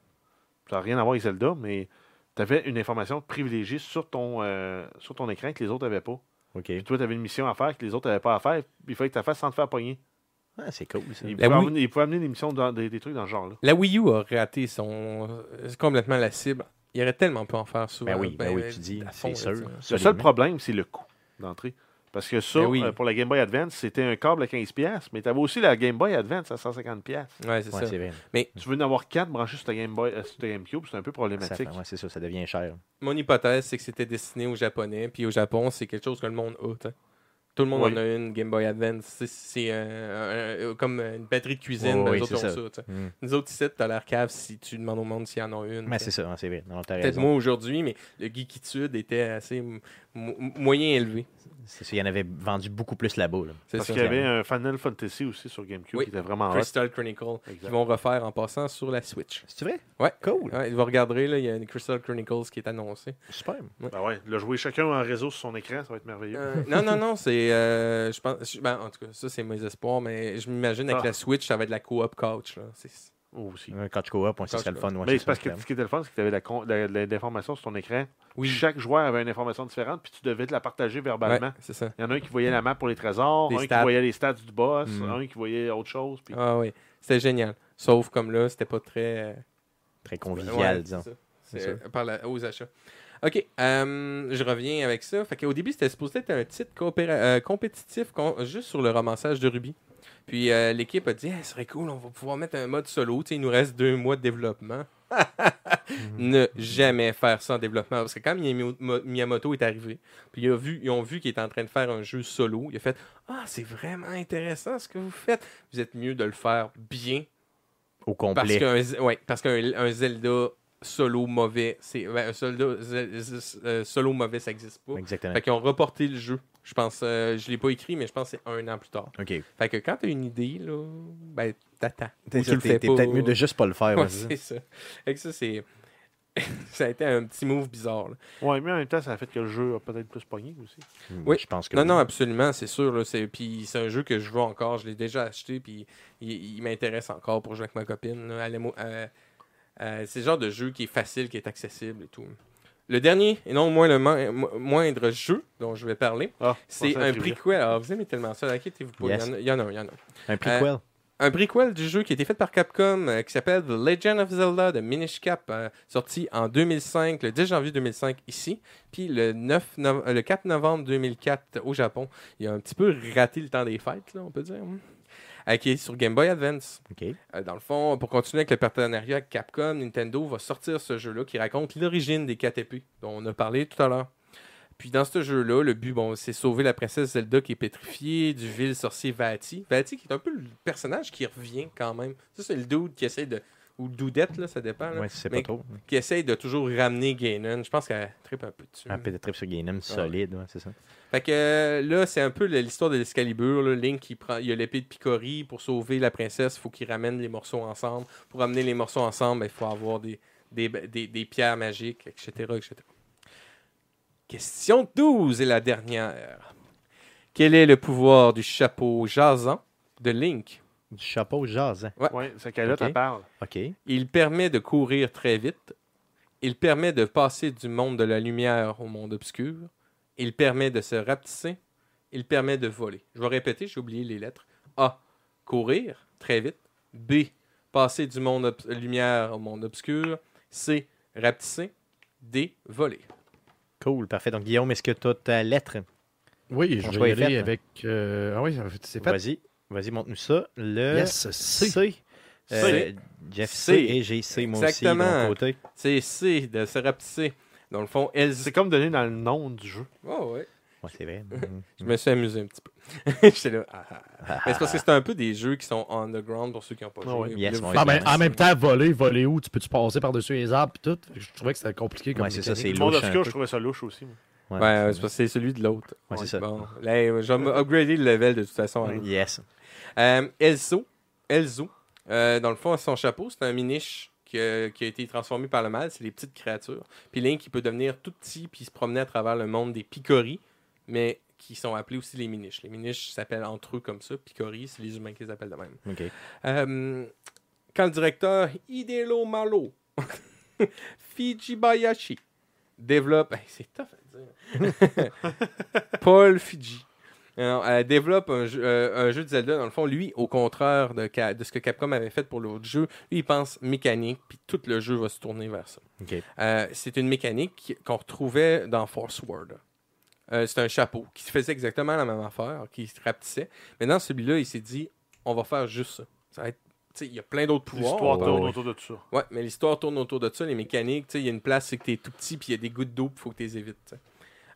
Speaker 4: Ça n'a rien à voir avec Zelda, mais tu avais une information privilégiée sur ton, euh, sur ton écran que les autres n'avaient pas.
Speaker 2: OK.
Speaker 4: Puis toi, tu avais une mission à faire que les autres n'avaient pas à faire, puis il fallait que tu la fasses sans te faire pogner.
Speaker 2: Ah, c'est cool, ça.
Speaker 4: Ils
Speaker 3: La
Speaker 4: pouvaient
Speaker 3: Wii-
Speaker 4: amener, ils pouvaient amener des missions, dans, des, des trucs dans ce genre-là.
Speaker 3: La Wii U a raté son euh, complètement la cible. Il aurait tellement pu en faire souvent.
Speaker 2: Ben oui, ben oui,
Speaker 3: ben,
Speaker 2: tu dis,
Speaker 3: à fond,
Speaker 2: c'est
Speaker 3: là,
Speaker 2: sûr.
Speaker 3: tu
Speaker 4: Le seul problème, c'est le coût d'entrée. Parce que ça,
Speaker 3: Ben oui.
Speaker 4: euh, pour la Game Boy Advance, c'était un câble à 15$, mais tu avais aussi la Game Boy Advance à 150$.
Speaker 3: vois. Ouais, c'est
Speaker 2: Ouais,
Speaker 3: ça.
Speaker 2: c'est vrai.
Speaker 4: Tu veux en avoir 4 branchés sur ta Game Boy, euh, sur ta GameCube, c'est un peu
Speaker 2: Ça
Speaker 4: problématique.
Speaker 2: fait- ouais, c'est ça, ça devient cher.
Speaker 3: Mon hypothèse, c'est que c'était destiné aux Japonais, puis au Japon, c'est quelque chose que le monde a. t'sais. Tout le monde
Speaker 4: Oui.
Speaker 3: en a une Game Boy Advance. C'est- C'est euh, un- un- comme une batterie de cuisine.
Speaker 2: Oui,
Speaker 3: eux
Speaker 2: c'est
Speaker 3: autres
Speaker 2: ça.
Speaker 3: ont ça, t'sais. Nous autres ici, t'as l'air cave si tu demandes au monde s'il y en a
Speaker 2: Mais
Speaker 3: une. t'sais.
Speaker 2: Ben, c'est ça, ouais, c'est vrai. Non, t'as
Speaker 3: Peut-être
Speaker 2: raison.
Speaker 3: moi aujourd'hui, mais le geekitude était assez m- mo- moyen élevé.
Speaker 2: C'est ça, il y en avait vendu beaucoup plus là-bas. là.
Speaker 3: C'est
Speaker 4: Parce
Speaker 3: ça.
Speaker 4: qu'il y avait un Final Fantasy aussi sur GameCube
Speaker 3: Oui.
Speaker 4: qui était vraiment hot.
Speaker 3: Crystal Chronicle,
Speaker 4: Exact.
Speaker 3: qu'ils vont refaire en passant sur la Switch.
Speaker 2: C'est vrai?
Speaker 3: Ouais.
Speaker 2: Cool.
Speaker 3: Ouais, vous regarderez, là, Ah, il y a une Crystal Chronicles qui est annoncée.
Speaker 2: Super.
Speaker 4: Ben ouais, le jouer chacun en réseau sur son écran, ça va être merveilleux.
Speaker 3: Euh, non, non, non, c'est. euh, je pense, je- ben, en tout cas, ça, c'est mes espoirs, mais je m'imagine avec
Speaker 4: Ah.
Speaker 3: la Switch, ça va être la co-op couch. Là. C'est-
Speaker 4: Moi aussi.
Speaker 2: Un Couch Co-op, ouais, ça
Speaker 3: Couch
Speaker 2: serait le fun. ouais,
Speaker 4: Mais
Speaker 2: c'est
Speaker 4: c'est
Speaker 2: ça,
Speaker 4: parce que
Speaker 2: clairement.
Speaker 4: ce qui était le fun, c'est que tu avais l'information sur ton écran.
Speaker 3: Oui.
Speaker 4: Chaque joueur avait une information différente, puis tu devais te la partager verbalement.
Speaker 3: Ouais, c'est ça.
Speaker 4: Il y en a un qui voyait la map pour les trésors,
Speaker 3: Les
Speaker 4: un
Speaker 3: stats.
Speaker 4: qui voyait les stats du boss,
Speaker 2: Mm.
Speaker 4: un qui voyait autre chose. Puis...
Speaker 3: Ah oui, c'était génial. Sauf comme là, c'était pas très. euh,
Speaker 2: Très
Speaker 3: ouais,
Speaker 2: convivial,
Speaker 3: c'est
Speaker 2: disons.
Speaker 3: ça.
Speaker 2: C'est
Speaker 3: C'est euh, par la- aux achats. Ok, euh, je reviens avec ça. Fait au début, c'était supposé être un titre coopéra- euh, compétitif con- juste sur le romançage de Ruby. Puis euh, l'équipe a dit, Eh, ce serait cool, on va pouvoir mettre un mode solo. Tu sais, il nous reste deux mois
Speaker 2: (laughs)
Speaker 3: de développement. ne jamais faire ça en développement. Parce que quand Miyamo- Mo- Miyamoto est arrivé, puis il a vu, ils ont vu qu'il était en train de faire un jeu solo, il a fait Ah, c'est vraiment intéressant ce que vous faites. Vous êtes mieux de le faire bien.
Speaker 2: Au
Speaker 3: Parce
Speaker 2: complet.
Speaker 3: qu'un Z- ouais, parce qu'un un Zelda solo mauvais, c'est ben, un Zelda- Zel- Z- euh, solo mauvais, ça n'existe pas.
Speaker 2: Exactement.
Speaker 3: Fait qu'ils ont reporté le jeu. Je pense, euh, je l'ai pas écrit, mais je pense que c'est un an plus tard.
Speaker 2: OK.
Speaker 3: Fait que quand t'as une idée, là, ben t'attends.
Speaker 2: T'es
Speaker 3: Ou tu le
Speaker 2: t'es-
Speaker 3: fais
Speaker 2: t'es
Speaker 3: pas.
Speaker 2: peut-être mieux de juste pas le faire.
Speaker 3: (laughs) Ouais,
Speaker 2: ouais, c'est ça.
Speaker 3: c'est ça. Fait que ça, c'est. (laughs) ça a été un petit move bizarre. là.
Speaker 4: Ouais, mais en même temps, ça a fait que le jeu a peut-être plus pogné aussi.
Speaker 2: Hmm,
Speaker 3: Oui.
Speaker 2: Je pense que
Speaker 3: Non,
Speaker 2: oui.
Speaker 3: non, absolument, c'est sûr. là, c'est- Puis c'est un jeu que je vois encore. Je l'ai déjà acheté. Puis il, il m'intéresse encore pour jouer avec ma copine. là. Allez, moi, euh, euh, c'est le genre de jeu qui est facile, qui est accessible et tout. Le dernier, et non moins le mo- mo- moindre jeu dont je vais parler,
Speaker 4: Ah,
Speaker 3: c'est
Speaker 4: on
Speaker 3: un
Speaker 4: s'attribue.
Speaker 3: prequel. Ah, vous aimez tellement ça. Inquiétez-vous pas.
Speaker 2: Yes.
Speaker 3: Il y en a- il y en a un, il y en a un
Speaker 2: Un prequel.
Speaker 3: un prequel du jeu qui a été fait par Capcom euh, qui s'appelle The Legend of Zelda de Minish Cap, euh, sorti en 2005, le 10 janvier 2005 ici, puis le, 9 nov- euh, le 4 novembre 2004 au Japon. Il a un petit peu raté le temps des fêtes, là, on peut dire. hein. Euh, qui est sur Game Boy Advance.
Speaker 2: OK.
Speaker 3: Euh, dans le fond, pour continuer avec le partenariat avec Capcom, Nintendo va sortir ce jeu-là qui raconte l'origine des 4 épées, dont on a parlé tout à l'heure. Puis dans ce jeu-là, le but, bon, c'est sauver la princesse Zelda qui est pétrifiée, du vil sorcier Vati. Vati qui est un peu le personnage qui revient quand même. Ça, c'est le dude qui essaie de. Ou le doudette, là, ça dépend. là,
Speaker 2: Ouais, c'est
Speaker 3: Euh, Mais-
Speaker 2: pas trop.
Speaker 3: Qui essaie de toujours ramener Ganon. Je pense qu'elle tripe un peu dessus.
Speaker 2: Un peu de trip sur
Speaker 3: Ah
Speaker 2: Gainem, solide, ouais, c'est ça.
Speaker 3: Fait que euh, là, c'est un peu le- l'histoire de l'Escalibur. là. Link, il, prend, il a l'épée de Picori. Pour sauver la princesse, il faut qu'il ramène les morceaux ensemble. Pour ramener les morceaux ensemble, ben, il faut avoir des, des, des- des pierres magiques, etc., etc. Question 12 et la dernière. Quel est le pouvoir du chapeau jasant de Link
Speaker 2: Du chapeau jasant.
Speaker 4: Ouais, sa calotte,
Speaker 3: Ok.
Speaker 4: elle parle.
Speaker 2: OK.
Speaker 3: Il permet de courir très vite. Il permet de passer du monde de la lumière au monde obscur. Il permet de se rapetisser. Il permet de voler. Je vais répéter, j'ai oublié les lettres. A. Courir très vite. B. Passer du monde obs- lumière au monde obscur. C. Rapetisser. D. Voler.
Speaker 2: Cool, parfait. Donc, Guillaume, est-ce que tu as ta lettre?
Speaker 5: Oui,
Speaker 2: Ton
Speaker 5: je
Speaker 2: choix
Speaker 5: vais
Speaker 2: est
Speaker 5: y aller
Speaker 2: fait, hein.
Speaker 5: avec. euh, Ah oui, c'est fait.
Speaker 2: Vas-y, vas-y, montre-nous ça. Le
Speaker 5: Yes, C.
Speaker 2: Euh,
Speaker 3: C.
Speaker 2: Jeff C.
Speaker 3: C.
Speaker 2: et j'ai C, moi aussi, de
Speaker 3: Exactement.
Speaker 2: mon côté.
Speaker 3: C'est C. De se rapetisser. Dans le fond, elles.
Speaker 4: C'est comme donné dans le nom du jeu.
Speaker 3: Oh, ouais.
Speaker 2: Ouais, c'est
Speaker 3: (laughs)
Speaker 2: vrai. Mhm.
Speaker 3: Je me suis amusé un petit peu. (laughs) J'étais là. ah, ah. Mais c'est parce que c'est un peu des jeux qui sont underground pour ceux qui n'ont pas
Speaker 4: Ah
Speaker 3: joué.
Speaker 4: ouais.
Speaker 3: Puis
Speaker 2: Oh, Yes,
Speaker 3: là,
Speaker 2: mon
Speaker 3: vous
Speaker 2: gars.
Speaker 5: Ah,
Speaker 3: faites-
Speaker 5: ben, en même temps, voler, voler où Tu peux-tu passer par-dessus les arbres et tout Je trouvais que c'était compliqué comme
Speaker 2: Ouais, c'est ça, c'est
Speaker 5: mécanique.
Speaker 4: Monde
Speaker 2: louche. un
Speaker 4: obscur,
Speaker 2: peu.
Speaker 4: je trouvais ça louche aussi. moi.
Speaker 2: Ouais,
Speaker 3: Ouais, ouais, ben, euh, c'est parce que c'est celui de l'autre.
Speaker 2: Ouais, c'est ça. Mm.
Speaker 3: Bon, là, je vais me upgrader le level de toute façon. hein.
Speaker 2: Yes.
Speaker 3: Euh, Elzo, Elzo euh, dans le fond, son chapeau, c'est un miniche qui a, qui a été transformé par le mal. C'est les petites créatures. Puis Link, il peut devenir tout petit puis se promener à travers le monde des picoris, mais qui sont appelés aussi les miniches. Les miniches s'appellent entre eux comme ça. Picoris, c'est les humains qui les appellent de même.
Speaker 2: OK.
Speaker 3: Euh, quand le directeur Hidelo Malo Fijibayashi développe. Hey, c'est tough à dire. (laughs) Paul Fiji. Alors, euh, développe un jeu, euh, un jeu de Zelda, dans le fond, lui, au contraire de, Ca- de ce que Capcom avait fait pour l'autre jeu, lui, il pense mécanique, puis tout le jeu va se tourner vers ça.
Speaker 2: OK.
Speaker 3: Euh, c'est une mécanique qui- qu'on retrouvait dans Force Word. Euh, c'est un chapeau qui faisait exactement la même affaire, qui se rapetissait. Mais dans celui-là, il s'est dit on va faire juste ça. Ça va être- tu sais, Il y a plein d'autres pouvoirs.
Speaker 4: L'histoire
Speaker 2: ouais,
Speaker 4: tourne
Speaker 2: ouais.
Speaker 4: autour de tout ça.
Speaker 3: Ouais, mais l'histoire tourne autour de ça, les mécaniques. tu sais, Il y a une place, c'est que tu es tout petit, puis il y a des gouttes d'eau, puis il faut que tu les évites. tu sais.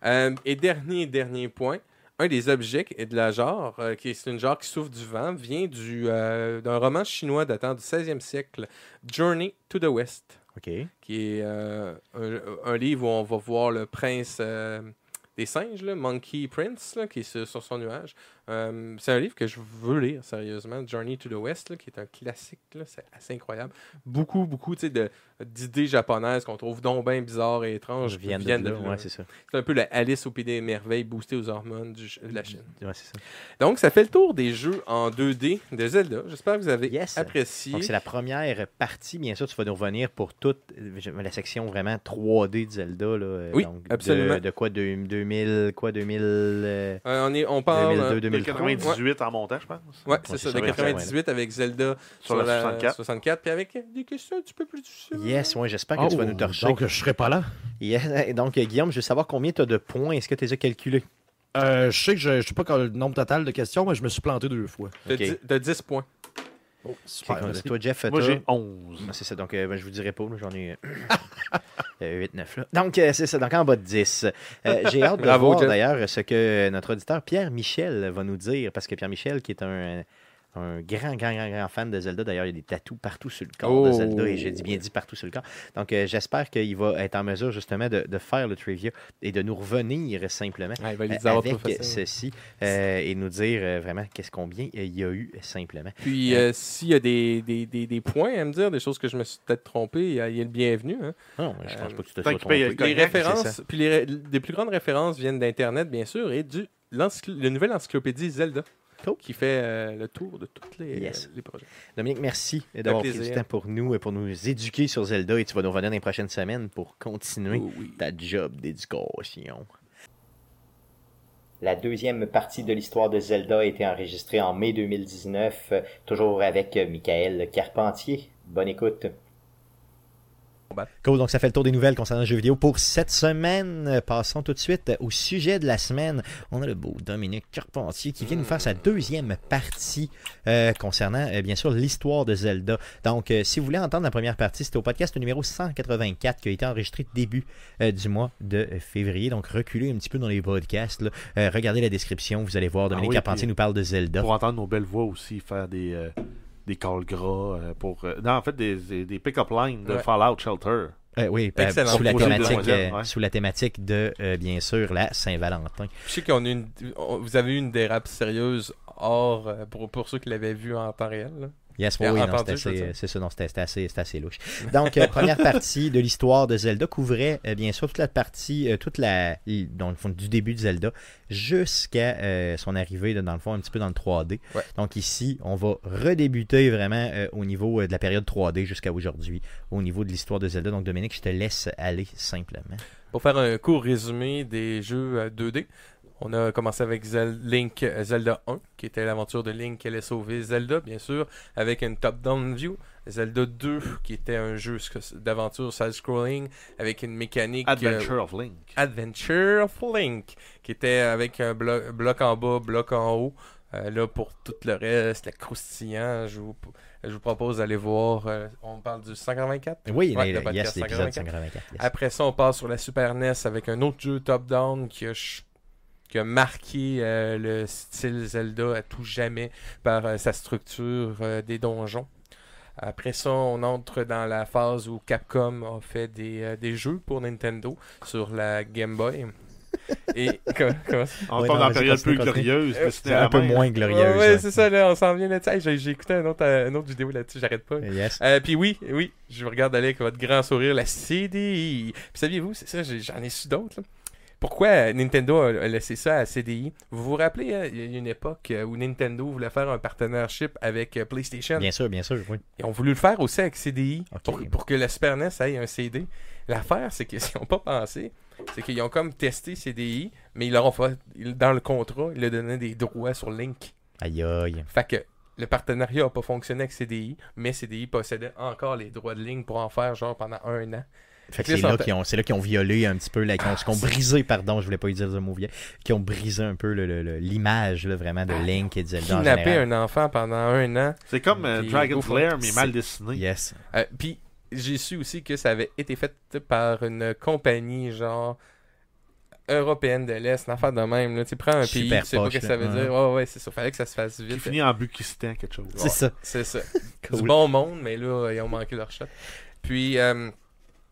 Speaker 3: Euh, et dernier, dernier point, un des objets qui est de la genre, euh, qui est c'est une genre qui souffre du vent, vient du, euh, d'un roman chinois datant du 16e siècle, Journey to the West,
Speaker 2: OK.
Speaker 3: qui est euh, un, un livre où on va voir le prince euh, des singes, là, Monkey Prince, là, qui est sur, sur son nuage. Euh, c'est un livre que je veux lire, sérieusement, Journey to the West, là, qui est un classique, là, c'est assez incroyable beaucoup, beaucoup tu sais, de- d'idées japonaises qu'on trouve donc bien bizarres et étranges.
Speaker 2: Je viens de,
Speaker 3: viennent
Speaker 2: là.
Speaker 3: là.
Speaker 2: Ouais, c'est ça.
Speaker 3: c'est un peu la Alice au pays des merveilles boostée aux hormones du ch- de la Chine.
Speaker 2: Ouais, c'est ça.
Speaker 3: Donc, ça fait le tour des jeux en 2D de Zelda. J'espère que vous avez
Speaker 2: Yes.
Speaker 3: apprécié.
Speaker 2: Donc, c'est la première partie. Bien sûr, tu vas nous revenir pour toute euh, la section vraiment 3D de Zelda. Là, euh,
Speaker 3: Oui,
Speaker 2: donc,
Speaker 3: absolument.
Speaker 2: De, de quoi deux- 2000, quoi 2000, euh,
Speaker 3: Euh, on, est, on parle. euh,
Speaker 2: 2002,
Speaker 4: De
Speaker 2: 2003.
Speaker 4: 98 en montant, je pense.
Speaker 3: Ouais, c'est
Speaker 2: Ouais,
Speaker 3: ça,
Speaker 2: c'est
Speaker 3: de
Speaker 2: ça,
Speaker 3: 98 avec Zelda
Speaker 4: Sur la 64.
Speaker 3: 64, puis avec des questions un petit peu plus difficiles.
Speaker 2: Yes, ouais, j'espère que
Speaker 5: Oh,
Speaker 2: tu vas nous torcher.
Speaker 5: donc, je serais pas là.
Speaker 2: Yes. Donc, euh, Guillaume, je veux savoir combien tu as de points. Est-ce que tu les as calculés?
Speaker 5: Euh, je sais que je ne sais pas quand le nombre total de questions, mais je me suis planté deux fois.
Speaker 3: T'as
Speaker 2: Ok.
Speaker 3: dix- t'as 10 points.
Speaker 2: Oh,
Speaker 5: Super,
Speaker 2: Quelqu'un-
Speaker 5: merci.
Speaker 2: Toi, Jeff,
Speaker 4: Moi,
Speaker 2: t'as-
Speaker 4: j'ai 11.
Speaker 2: Ah, C'est ça, donc euh, ben, je vous dirai pas, là, j'en (coughs) ai 8-9 là. Donc euh, c'est ça, donc en bas de 10. Euh, J'ai hâte de
Speaker 3: Bravo,
Speaker 2: voir
Speaker 3: Jeff.
Speaker 2: d'ailleurs ce que notre auditeur Pierre Michel va nous dire, parce que Pierre Michel qui est un, un grand, grand, grand, grand fan de Zelda, d'ailleurs il y a des tatous partout sur le corps de
Speaker 3: Oh.
Speaker 2: Zelda, et j'ai dit bien dit partout sur le corps. Donc euh, j'espère qu'il va être en mesure justement de, de faire le trivia et de nous revenir simplement.
Speaker 3: Ah, il va les
Speaker 2: euh,
Speaker 3: avoir trop
Speaker 2: avec
Speaker 3: faciles.
Speaker 2: ceci euh, et nous dire euh, vraiment qu'est-ce combien euh, il y a eu simplement.
Speaker 3: Puis, euh, s'il y a des, des, des, des points à me dire, des choses que je me suis peut-être trompé, euh, il est le bienvenu. hein.
Speaker 2: Ah, Non, je pense
Speaker 3: Euh,
Speaker 2: pas que tu te
Speaker 4: tant
Speaker 2: sois
Speaker 4: qu'il
Speaker 2: trompé.
Speaker 4: paye le
Speaker 3: Les
Speaker 4: Correct,
Speaker 3: références, puis les, ré- les plus grandes références viennent d'Internet, bien sûr, et du l'encycl- le nouvel encyclopédie Zelda,
Speaker 2: Cool.
Speaker 3: qui fait euh, le tour de tous les,
Speaker 2: Yes.
Speaker 3: les projets.
Speaker 2: Dominique, merci d'avoir pris du
Speaker 3: plaisir.
Speaker 2: temps pour nous et pour nous éduquer sur Zelda et tu vas nous revenir dans les prochaines semaines pour continuer
Speaker 3: Oh oui.
Speaker 2: ta job d'éducation.
Speaker 1: La deuxième partie de l'histoire de Zelda a été enregistrée en mai 2019, euh, toujours avec euh, Michael Carpentier. Bonne écoute.
Speaker 2: Cool, donc ça fait le tour des nouvelles concernant le jeu vidéo pour cette semaine. Passons tout de suite au sujet de la semaine. On a le beau Dominique Carpentier qui vient nous faire
Speaker 4: Hmm.
Speaker 2: sa deuxième partie euh, concernant, euh, bien sûr, l'histoire de Zelda. Donc, euh, si vous voulez entendre la première partie, c'était au podcast numéro 184 qui a été enregistré début euh, du mois de février. Donc, reculez un petit peu dans les podcasts. là. Euh, regardez la description, vous allez voir, Dominique
Speaker 4: Ah oui,
Speaker 2: Carpentier
Speaker 4: puis-
Speaker 2: nous parle de Zelda.
Speaker 4: Pour entendre nos belles voix aussi, faire des, euh, des calls gras. euh, pour, euh, non, en fait, des, des, des pick-up lines de
Speaker 3: Ouais.
Speaker 4: Fallout Shelter.
Speaker 2: Euh, oui, euh,
Speaker 3: Excellent.
Speaker 2: sous la
Speaker 4: Projet de
Speaker 2: thématique, euh,
Speaker 4: demoiselle, ouais.
Speaker 2: sous la thématique de, euh, bien sûr, la Saint-Valentin.
Speaker 3: Je sais qu'on a une, on- vous avez eu une dérape sérieuse hors, euh, pour, pour ceux qui l'avaient vu en temps réel. là.
Speaker 2: Yes, oui,
Speaker 3: Bien
Speaker 2: oui, non,
Speaker 3: entendu,
Speaker 2: c'est
Speaker 3: je veux
Speaker 2: assez,
Speaker 3: dire.
Speaker 2: c'est ça, non, c'était c'était assez, c'était assez louche. Donc, euh, première partie de l'histoire de Zelda couvrait, euh, bien sûr, toute la partie, euh, toute la, dans le fond, du début de Zelda jusqu'à euh, son arrivée, de- dans le fond, un petit peu dans le 3D.
Speaker 3: Ouais.
Speaker 2: Donc ici, on va redébuter vraiment euh, au niveau euh, de la période 3D jusqu'à aujourd'hui, au niveau de l'histoire de Zelda. Donc, Dominique, je te laisse aller simplement.
Speaker 3: Pour faire un court résumé des jeux euh, 2D, on a commencé avec Zel- Link euh, Zelda 1, qui était l'aventure de Link qui allait sauver Zelda, bien sûr, avec une top-down view. Zelda 2, qui était un jeu sc- d'aventure side-scrolling, avec une mécanique... euh,
Speaker 4: Adventure of Link.
Speaker 3: Adventure of Link, qui était avec un blo- bloc en bas, bloc en haut. Euh, là, pour tout le reste, le croustillant, je vous, je vous propose d'aller voir. euh, on parle du 184.
Speaker 2: Oui,
Speaker 3: Ouais,
Speaker 2: les-
Speaker 3: le
Speaker 2: yes,
Speaker 3: podcast
Speaker 2: l'épisode
Speaker 3: 184.
Speaker 2: 184. yes.
Speaker 3: E Après ça, on passe sur la Super NES avec un autre jeu top-down qui a, ch- qui a marqué euh, le style Zelda à tout jamais par euh, sa structure euh, des donjons. Après ça, on entre dans la phase où Capcom a fait des, euh, des jeux pour Nintendo sur la Game Boy. Et comment- comment ça?
Speaker 4: On
Speaker 2: Ouais,
Speaker 4: tombe
Speaker 2: non,
Speaker 4: dans
Speaker 2: vas-y,
Speaker 4: la période
Speaker 2: continue,
Speaker 4: plus
Speaker 2: continue.
Speaker 4: glorieuse. mais c'était
Speaker 2: C'est un
Speaker 4: la
Speaker 2: peu
Speaker 4: même.
Speaker 2: moins glorieuse.
Speaker 3: Ouais, ouais, c'est ça, là, on s'en vient là-dessus. Hey, J'ai j'ai écouté un autre, euh, une autre vidéo là-dessus, j'arrête pas.
Speaker 2: Yes.
Speaker 3: Euh, puis oui, oui, je vous regarde aller avec votre grand sourire, la CDI. Puis saviez-vous, c'est ça, j'ai- j'en ai su d'autres. là. Pourquoi euh, Nintendo a a laissé ça à CDI Vous vous rappelez, hein, il y a une époque euh, où Nintendo voulait faire un partnership avec euh, PlayStation.
Speaker 2: Bien sûr, bien sûr, oui.
Speaker 3: Ils ont voulu le faire aussi avec CDI
Speaker 2: Ok.
Speaker 3: pour, pour que la Super NES aille un CD. L'affaire, c'est (laughs) qu'ils n'ont pas pensé. C'est qu'ils ont comme testé CDI, mais ils leur ont fait, ils- dans le contrat, ils leur donnaient des droits sur Link.
Speaker 2: Aïe aïe.
Speaker 3: Fait que le partenariat n'a pas fonctionné avec CDI, mais CDI possédait encore les droits de ligne pour en faire genre pendant un an.
Speaker 2: Fait que
Speaker 3: Là,
Speaker 2: c'est
Speaker 3: ça
Speaker 2: là
Speaker 3: fait-
Speaker 2: qu'ils ont, c'est là qu'ils ont violé un petit peu, là, qui ont, qui ont brisé, pardon, je voulais pas y dire le mot violé, qui ont brisé un peu le- le- le- l'image là, vraiment de Link et de Zelda en
Speaker 3: Kidnapper
Speaker 2: général.
Speaker 3: un enfant pendant un an.
Speaker 4: C'est comme euh,
Speaker 3: Puis,
Speaker 4: Dragon's
Speaker 3: au fond,
Speaker 4: Lair, mais
Speaker 2: c'est-
Speaker 4: mal dessiné.
Speaker 2: Yes.
Speaker 3: Euh, Puis j'ai su aussi que ça avait été fait par une compagnie genre européenne de l'Est, une affaire de même. Là. Tu prends un pays,
Speaker 2: Super
Speaker 3: tu sais pas
Speaker 2: poche,
Speaker 3: ce que ça
Speaker 2: là.
Speaker 3: veut dire. Ouais, ouais, c'est ça. Fallait que ça se fasse
Speaker 4: Qui
Speaker 3: vite.
Speaker 4: finit en Bukistan, quelque chose.
Speaker 2: C'est ça.
Speaker 3: C'est ça.
Speaker 2: Cool.
Speaker 3: Du bon monde, mais là, ils ont manqué leur shot. Puis, euh,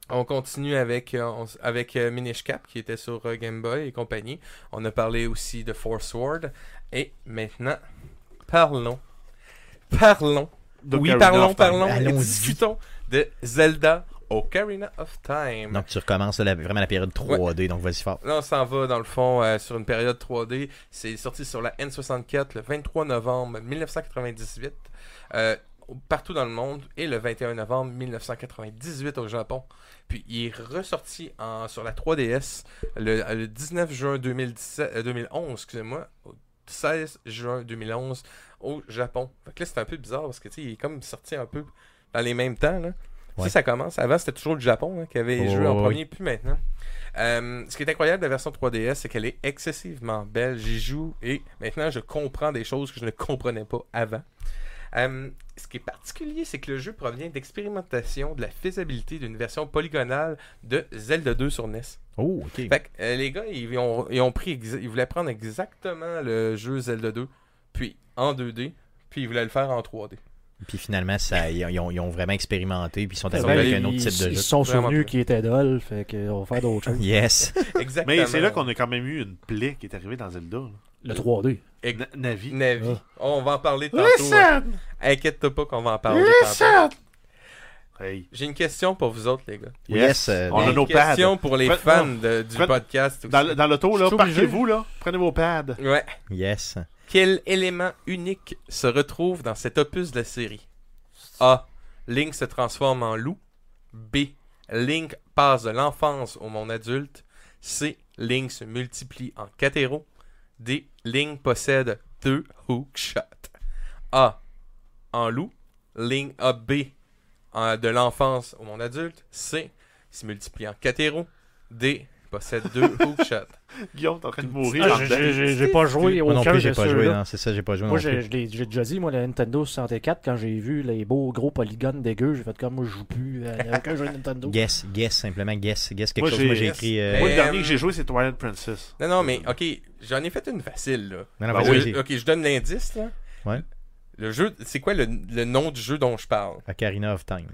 Speaker 3: on continue avec, euh, on s- avec euh, Minish Cap, qui était sur euh, Game Boy et compagnie. On a parlé aussi de Force Word. Et maintenant, parlons. Parlons.
Speaker 4: Donc,
Speaker 3: oui,
Speaker 4: Ocarina
Speaker 3: parlons,
Speaker 4: of Time.
Speaker 3: parlons. Et
Speaker 2: Allons-y.
Speaker 3: discutons de Zelda Ocarina of Time.
Speaker 2: Donc tu recommences là, la- vraiment la période 3D, donc vas-y fort.
Speaker 3: Là, on s'en va, dans le fond, euh, sur une période 3D. C'est sorti sur la N64 le 23 novembre 1998 euh, partout dans le monde et le 21 novembre 1998 au Japon. Puis il est ressorti en- sur la 3DS le, le 19 juin 2017, euh, 2011, excusez-moi, au 16 juin 2011 au Japon. Fait que là, c'est un peu bizarre parce que tu sais, il est comme sorti un peu dans les mêmes temps. Là.
Speaker 2: Ouais.
Speaker 3: Tu sais, ça commence. Avant, c'était toujours le Japon hein, qui avait
Speaker 2: Oh,
Speaker 3: joué en
Speaker 2: oui.
Speaker 3: premier, puis maintenant. Euh, ce qui est incroyable de la version 3DS, c'est qu'elle est excessivement belle. J'y joue et maintenant je comprends des choses que je ne comprenais pas avant. Euh, ce qui est particulier, c'est que le jeu provient d'expérimentation de la faisabilité d'une version polygonale de Zelda 2 sur E NES.
Speaker 2: Oh, ok.
Speaker 3: Fait que, euh, les gars, ils ont, ils ont pris, exa- ils voulaient prendre exactement le jeu Zelda 2, puis en 2D, puis ils voulaient le faire en 3D.
Speaker 2: Puis finalement, ça, ils, ont- ils ont, ils ont vraiment expérimenté, puis ils sont
Speaker 3: Ben,
Speaker 2: arrivés avec
Speaker 3: ils-
Speaker 2: un autre type de
Speaker 6: Eh Ils
Speaker 2: jeu.
Speaker 6: se sont
Speaker 3: Vraiment
Speaker 6: souvenus
Speaker 3: plus.
Speaker 6: qu'il était dol, fait qu'on va faire d'autres choses.
Speaker 2: Yes.
Speaker 3: Exactement.
Speaker 4: (laughs) Mais c'est là qu'on a quand même eu une plaie qui est arrivée dans Zelda. là.
Speaker 6: Le 3D.
Speaker 3: Et-
Speaker 4: Na- Navi.
Speaker 3: Navi.
Speaker 6: Ah.
Speaker 3: On va en parler tantôt. Inquiète-toi pas qu'on va en parler tantôt.
Speaker 4: euh, Hey.
Speaker 3: J'ai une question pour vous autres, les gars.
Speaker 2: Yes. euh,
Speaker 4: On a
Speaker 3: Une
Speaker 4: nos pads.
Speaker 3: ben, question pour les
Speaker 4: Faites-
Speaker 3: fans de- du
Speaker 4: Faites-
Speaker 3: podcast.
Speaker 4: Dans,
Speaker 3: aussi.
Speaker 4: le- dans l'auto,
Speaker 6: Je
Speaker 4: là,
Speaker 6: suis obligé.
Speaker 4: parquez-vous, là. Prenez vos pads.
Speaker 3: Ouais.
Speaker 2: Yes.
Speaker 3: Quel élément unique se retrouve dans cet opus de la série A. Link se transforme en loup. B. Link passe de l'enfance au monde adulte. C. Link se multiplie en catéro. D. Link possède deux hookshots. A. En loup. Link A. B. en- de l'enfance au monde adulte. C. Se multiplie en catéro. D. Possède deux hookshots.
Speaker 4: Guillaume, t'es en train de mourir.
Speaker 6: Ah,
Speaker 4: en
Speaker 6: j'ai-
Speaker 4: dedans.
Speaker 6: j'ai- J'ai j'ai pas joué
Speaker 2: Moi non
Speaker 6: aucun
Speaker 2: plus,
Speaker 6: de
Speaker 2: j'ai pas joué.
Speaker 6: ceux-là.
Speaker 2: Non, c'est ça, j'ai pas joué.
Speaker 6: Moi,
Speaker 2: non
Speaker 6: j'ai-
Speaker 2: plus.
Speaker 6: je l'ai j'ai déjà dit, moi, la Nintendo 64, quand j'ai vu les beaux gros polygones dégueux, j'ai fait comme moi, je joue plus
Speaker 2: (laughs)
Speaker 6: à aucun jeu Nintendo.
Speaker 2: Guess, guess, simplement guess, guess quelque
Speaker 4: Moi,
Speaker 2: chose.
Speaker 4: j'ai-
Speaker 2: Moi, j'ai écrit. euh,
Speaker 4: Moi,
Speaker 3: Mais,
Speaker 4: le dernier
Speaker 3: euh,
Speaker 4: que j'ai joué, c'est Twilight Princess.
Speaker 3: Non, non, mais ok, j'en ai fait une facile là.
Speaker 2: Non, non,
Speaker 4: Bah
Speaker 2: vas-y,
Speaker 4: oui.
Speaker 2: vas-y.
Speaker 3: Ok, je donne l'indice là.
Speaker 2: Ah Ouais.
Speaker 3: Le jeu, c'est quoi le, le nom du jeu dont je parle
Speaker 2: Ocarina of Time.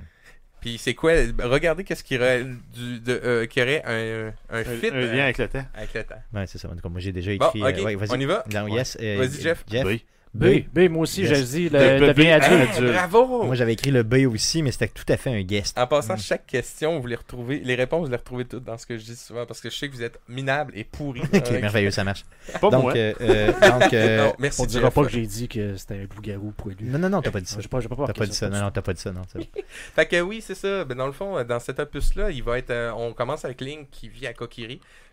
Speaker 3: Puis c'est quoi Regardez qu'est-ce qui aurait du de, euh, qui aurait un, un
Speaker 4: Un,
Speaker 3: fit
Speaker 4: un lien avec le temps.
Speaker 3: euh, avec le temps.
Speaker 2: Ouais, c'est ça. En tout cas, moi, j'ai déjà
Speaker 3: Bon,
Speaker 2: écrit.
Speaker 3: ok,
Speaker 2: euh, ouais, vas-y.
Speaker 3: on y va.
Speaker 2: Non, yes, euh,
Speaker 3: Vas-y, Jeff.
Speaker 4: Oui.
Speaker 6: B, B, moi aussi,
Speaker 2: Yes. Ah,
Speaker 6: j'ai dit,
Speaker 4: Le-
Speaker 6: le,
Speaker 4: le
Speaker 6: devient
Speaker 4: B,
Speaker 6: adulte.
Speaker 4: adulte.
Speaker 3: Bravo.
Speaker 2: Moi, j'avais écrit le B aussi, mais c'était tout à fait un guess.
Speaker 3: En passant, chaque question, vous les retrouvez, les réponses, vous les retrouvez toutes dans ce que je dis souvent parce que je sais que vous êtes minables et pourris.
Speaker 2: Ok, merveilleux, ça marche. (laughs)
Speaker 4: Pas
Speaker 2: donc,
Speaker 4: moi.
Speaker 2: euh, euh, donc, euh,
Speaker 3: Ah (laughs) Non, merci.
Speaker 6: On dira
Speaker 3: Jeff.
Speaker 6: pas que j'ai dit que c'était un loup-garou poilu.
Speaker 2: non, non, non, t'as pas dit ça.
Speaker 6: J'ai pas, j'ai pas,
Speaker 2: T'as
Speaker 6: marqué
Speaker 2: pas dit ça. Non,
Speaker 6: comme
Speaker 2: non, t'as pas dit ça. Non, c'est bon.
Speaker 3: Fait que oui, c'est ça. Ben, dans le fond, euh, dans cet opus-là, il va être. euh, on commence avec Link qui vit à Kokiri,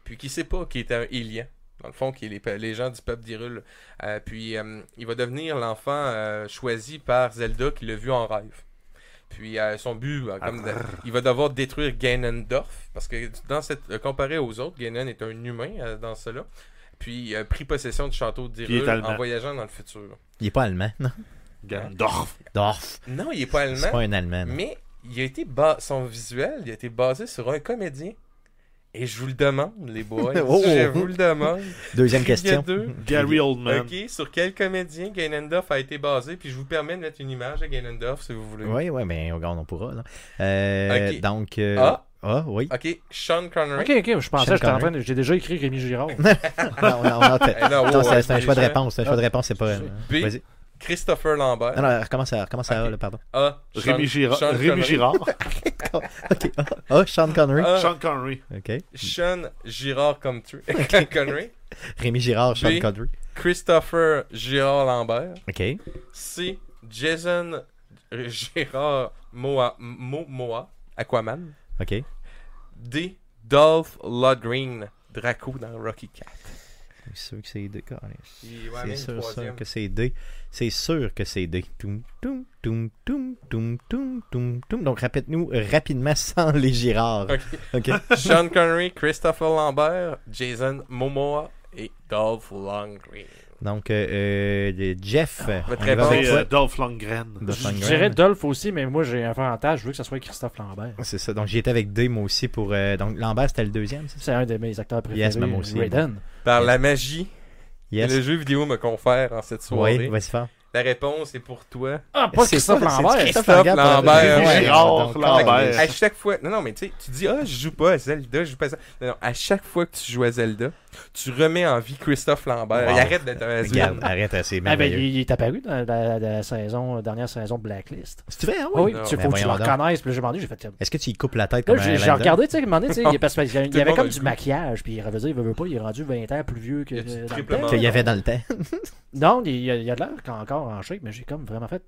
Speaker 3: puis qui sait pas qui est un Ilien. Dans le fond, qui est les, pe- les gens du peuple d'Irul. Euh, puis euh, il va devenir l'enfant euh, choisi par Zelda qui l'a vu en rêve. Puis euh, son but, ben, comme de- il va devoir détruire Ganondorf, parce que dans cette, euh, comparé aux autres, Ganon est un humain euh, dans cela. Puis euh, pris possession du château
Speaker 4: Puis il
Speaker 3: d'Irul
Speaker 4: est allemand.
Speaker 3: en voyageant dans le futur.
Speaker 2: Il est pas allemand, non?
Speaker 4: Gandorf.
Speaker 2: Dorf.
Speaker 3: Non, il est pas allemand.
Speaker 2: C'est pas un allemand. non.
Speaker 3: Mais il a été bas... son visuel, il a été basé sur un comédien. Et je vous le demande,
Speaker 2: (laughs)
Speaker 3: les boys.
Speaker 2: Oh!
Speaker 3: Je vous le demande.
Speaker 2: Deuxième
Speaker 3: Trivia
Speaker 2: question.
Speaker 3: deux.
Speaker 4: Gary Oldman.
Speaker 3: Ok, sur quel comédien Ganondorf a été basé Puis je vous permets de mettre une image de Ganondorf si vous voulez.
Speaker 2: Oui, oui, mais regarde, on pourra. Là. Euh,
Speaker 3: Ok.
Speaker 2: Donc, euh,
Speaker 3: Ah.
Speaker 2: ah,
Speaker 3: (laughs)
Speaker 2: oui.
Speaker 3: Ok, Sean Connery.
Speaker 6: Ok, ok, je pensais que j'étais en train de- J'ai déjà écrit Rémi Girard.
Speaker 2: Ah, Non, non, non, t'as-
Speaker 3: Eh non,
Speaker 2: non,
Speaker 3: ouais,
Speaker 2: c'est c'est un
Speaker 3: ouais,
Speaker 2: choix de
Speaker 3: déjà. Ah,
Speaker 2: réponse. C'est un choix de réponse, c'est pas. euh,
Speaker 3: B.
Speaker 2: Vas-y.
Speaker 3: Christopher Lambert.
Speaker 2: Non, non, recommence à, recommence à
Speaker 3: Ok.
Speaker 2: A, là, pardon. (laughs)
Speaker 3: A. Sean-
Speaker 4: Rémi Girard.
Speaker 3: Sean
Speaker 4: Rémi
Speaker 3: Connery.
Speaker 4: Girard.
Speaker 3: (laughs)
Speaker 2: Ok. Ah, ah, Sean Connery.
Speaker 3: A.
Speaker 4: Sean Connery.
Speaker 2: Ok.
Speaker 3: Sean Girard comme tu. (laughs) Connery.
Speaker 2: Rémi Girard, Sean
Speaker 3: B.
Speaker 2: Connery.
Speaker 3: Christopher Girard Lambert.
Speaker 2: Ok.
Speaker 3: C. Jason Girard Moa, Mo- Moa Aquaman.
Speaker 2: Ok.
Speaker 3: D. Dolph Lundgren Draco dans Rocky 4.
Speaker 2: C'est sûr que c'est D. Carlis.
Speaker 3: Il va amener
Speaker 2: C'est
Speaker 3: une
Speaker 2: sûr, sûr
Speaker 3: troisième.
Speaker 2: que c'est D. C'est sûr que c'est D. Toum, toum, toum, toum, toum, toum, toum, toum. Donc, répète-nous rapidement (laughs) sans les girards.
Speaker 3: Ok.
Speaker 2: Ok.
Speaker 3: Sean Connery, Christopher Lambert, Jason Momoa et Dolph Lundgren.
Speaker 2: Donc, euh, euh, Jeff.
Speaker 3: Votre
Speaker 2: on y va
Speaker 3: réponse.
Speaker 2: avec
Speaker 4: C'est
Speaker 2: quoi?
Speaker 4: euh, Dolph Lundgren.
Speaker 2: De
Speaker 6: Je
Speaker 2: Sandgren.
Speaker 6: dirais Dolph aussi, mais moi j'ai un avantage, je veux que ce soit Christophe Lambert.
Speaker 2: C'est ça. Donc, j'y étais avec D, moi aussi, pour. euh, donc, Lambert, c'était le deuxième, c'est ça?
Speaker 6: C'est un de mes acteurs préférés.
Speaker 2: Yes, même aussi,
Speaker 6: Raiden.
Speaker 3: Par la magie que le
Speaker 2: Yes.
Speaker 3: jeu vidéo me confère en cette soirée,
Speaker 2: Oui, vas-y faire.
Speaker 3: la réponse est pour toi.
Speaker 6: Ah, pas
Speaker 2: C'est
Speaker 6: Christophe
Speaker 2: ça, c'est
Speaker 6: Lambert.
Speaker 2: Christophe
Speaker 3: Christophe Lambert.
Speaker 2: Ouais,
Speaker 4: Gérard
Speaker 2: donc,
Speaker 4: Lambert.
Speaker 3: À chaque fois, non, non, mais tu sais, tu dis, ah, je joue pas à Zelda, je joue pas à Zelda. Non, non, à chaque fois que tu joues à Zelda, tu remets en vie Christophe Lambert.
Speaker 2: Wow.
Speaker 3: Il arrête d'être un
Speaker 2: Regarde,
Speaker 3: Zelda.
Speaker 2: arrête, c'est
Speaker 6: Ah, ben, il,
Speaker 2: merveilleux.
Speaker 6: il est apparu dans la, la- la saison, la dernière saison de Blacklist.
Speaker 2: Si tu veux, ah
Speaker 6: Ah
Speaker 2: oui.
Speaker 6: oui,
Speaker 3: non,
Speaker 6: tu
Speaker 2: ben
Speaker 6: faut que tu le
Speaker 2: voyons donc.
Speaker 6: reconnaisses. Puis là, j'ai demandé, j'ai fait. tiens,
Speaker 2: Est-ce que tu y coupes la tête
Speaker 6: Là,
Speaker 2: comme euh,
Speaker 6: j'ai-
Speaker 2: un
Speaker 6: j'ai
Speaker 2: random?
Speaker 6: regardé, tu sais, à un moment donné, tu sais, il y a- parce qu'il y a- il y
Speaker 3: Tout le
Speaker 6: avait
Speaker 3: monde a
Speaker 6: comme
Speaker 3: le
Speaker 6: du
Speaker 3: goût.
Speaker 6: maquillage, puis il veut dire, il veut pas, il est rendu 20 ans plus vieux que.
Speaker 3: Il y a du
Speaker 6: dans le
Speaker 3: triple
Speaker 6: temps.
Speaker 3: mort.
Speaker 2: Qu'il y avait dans le temps. (laughs)
Speaker 6: Non, il y a, il y a de l'air qu'il est encore en shape, mais j'ai comme vraiment fait.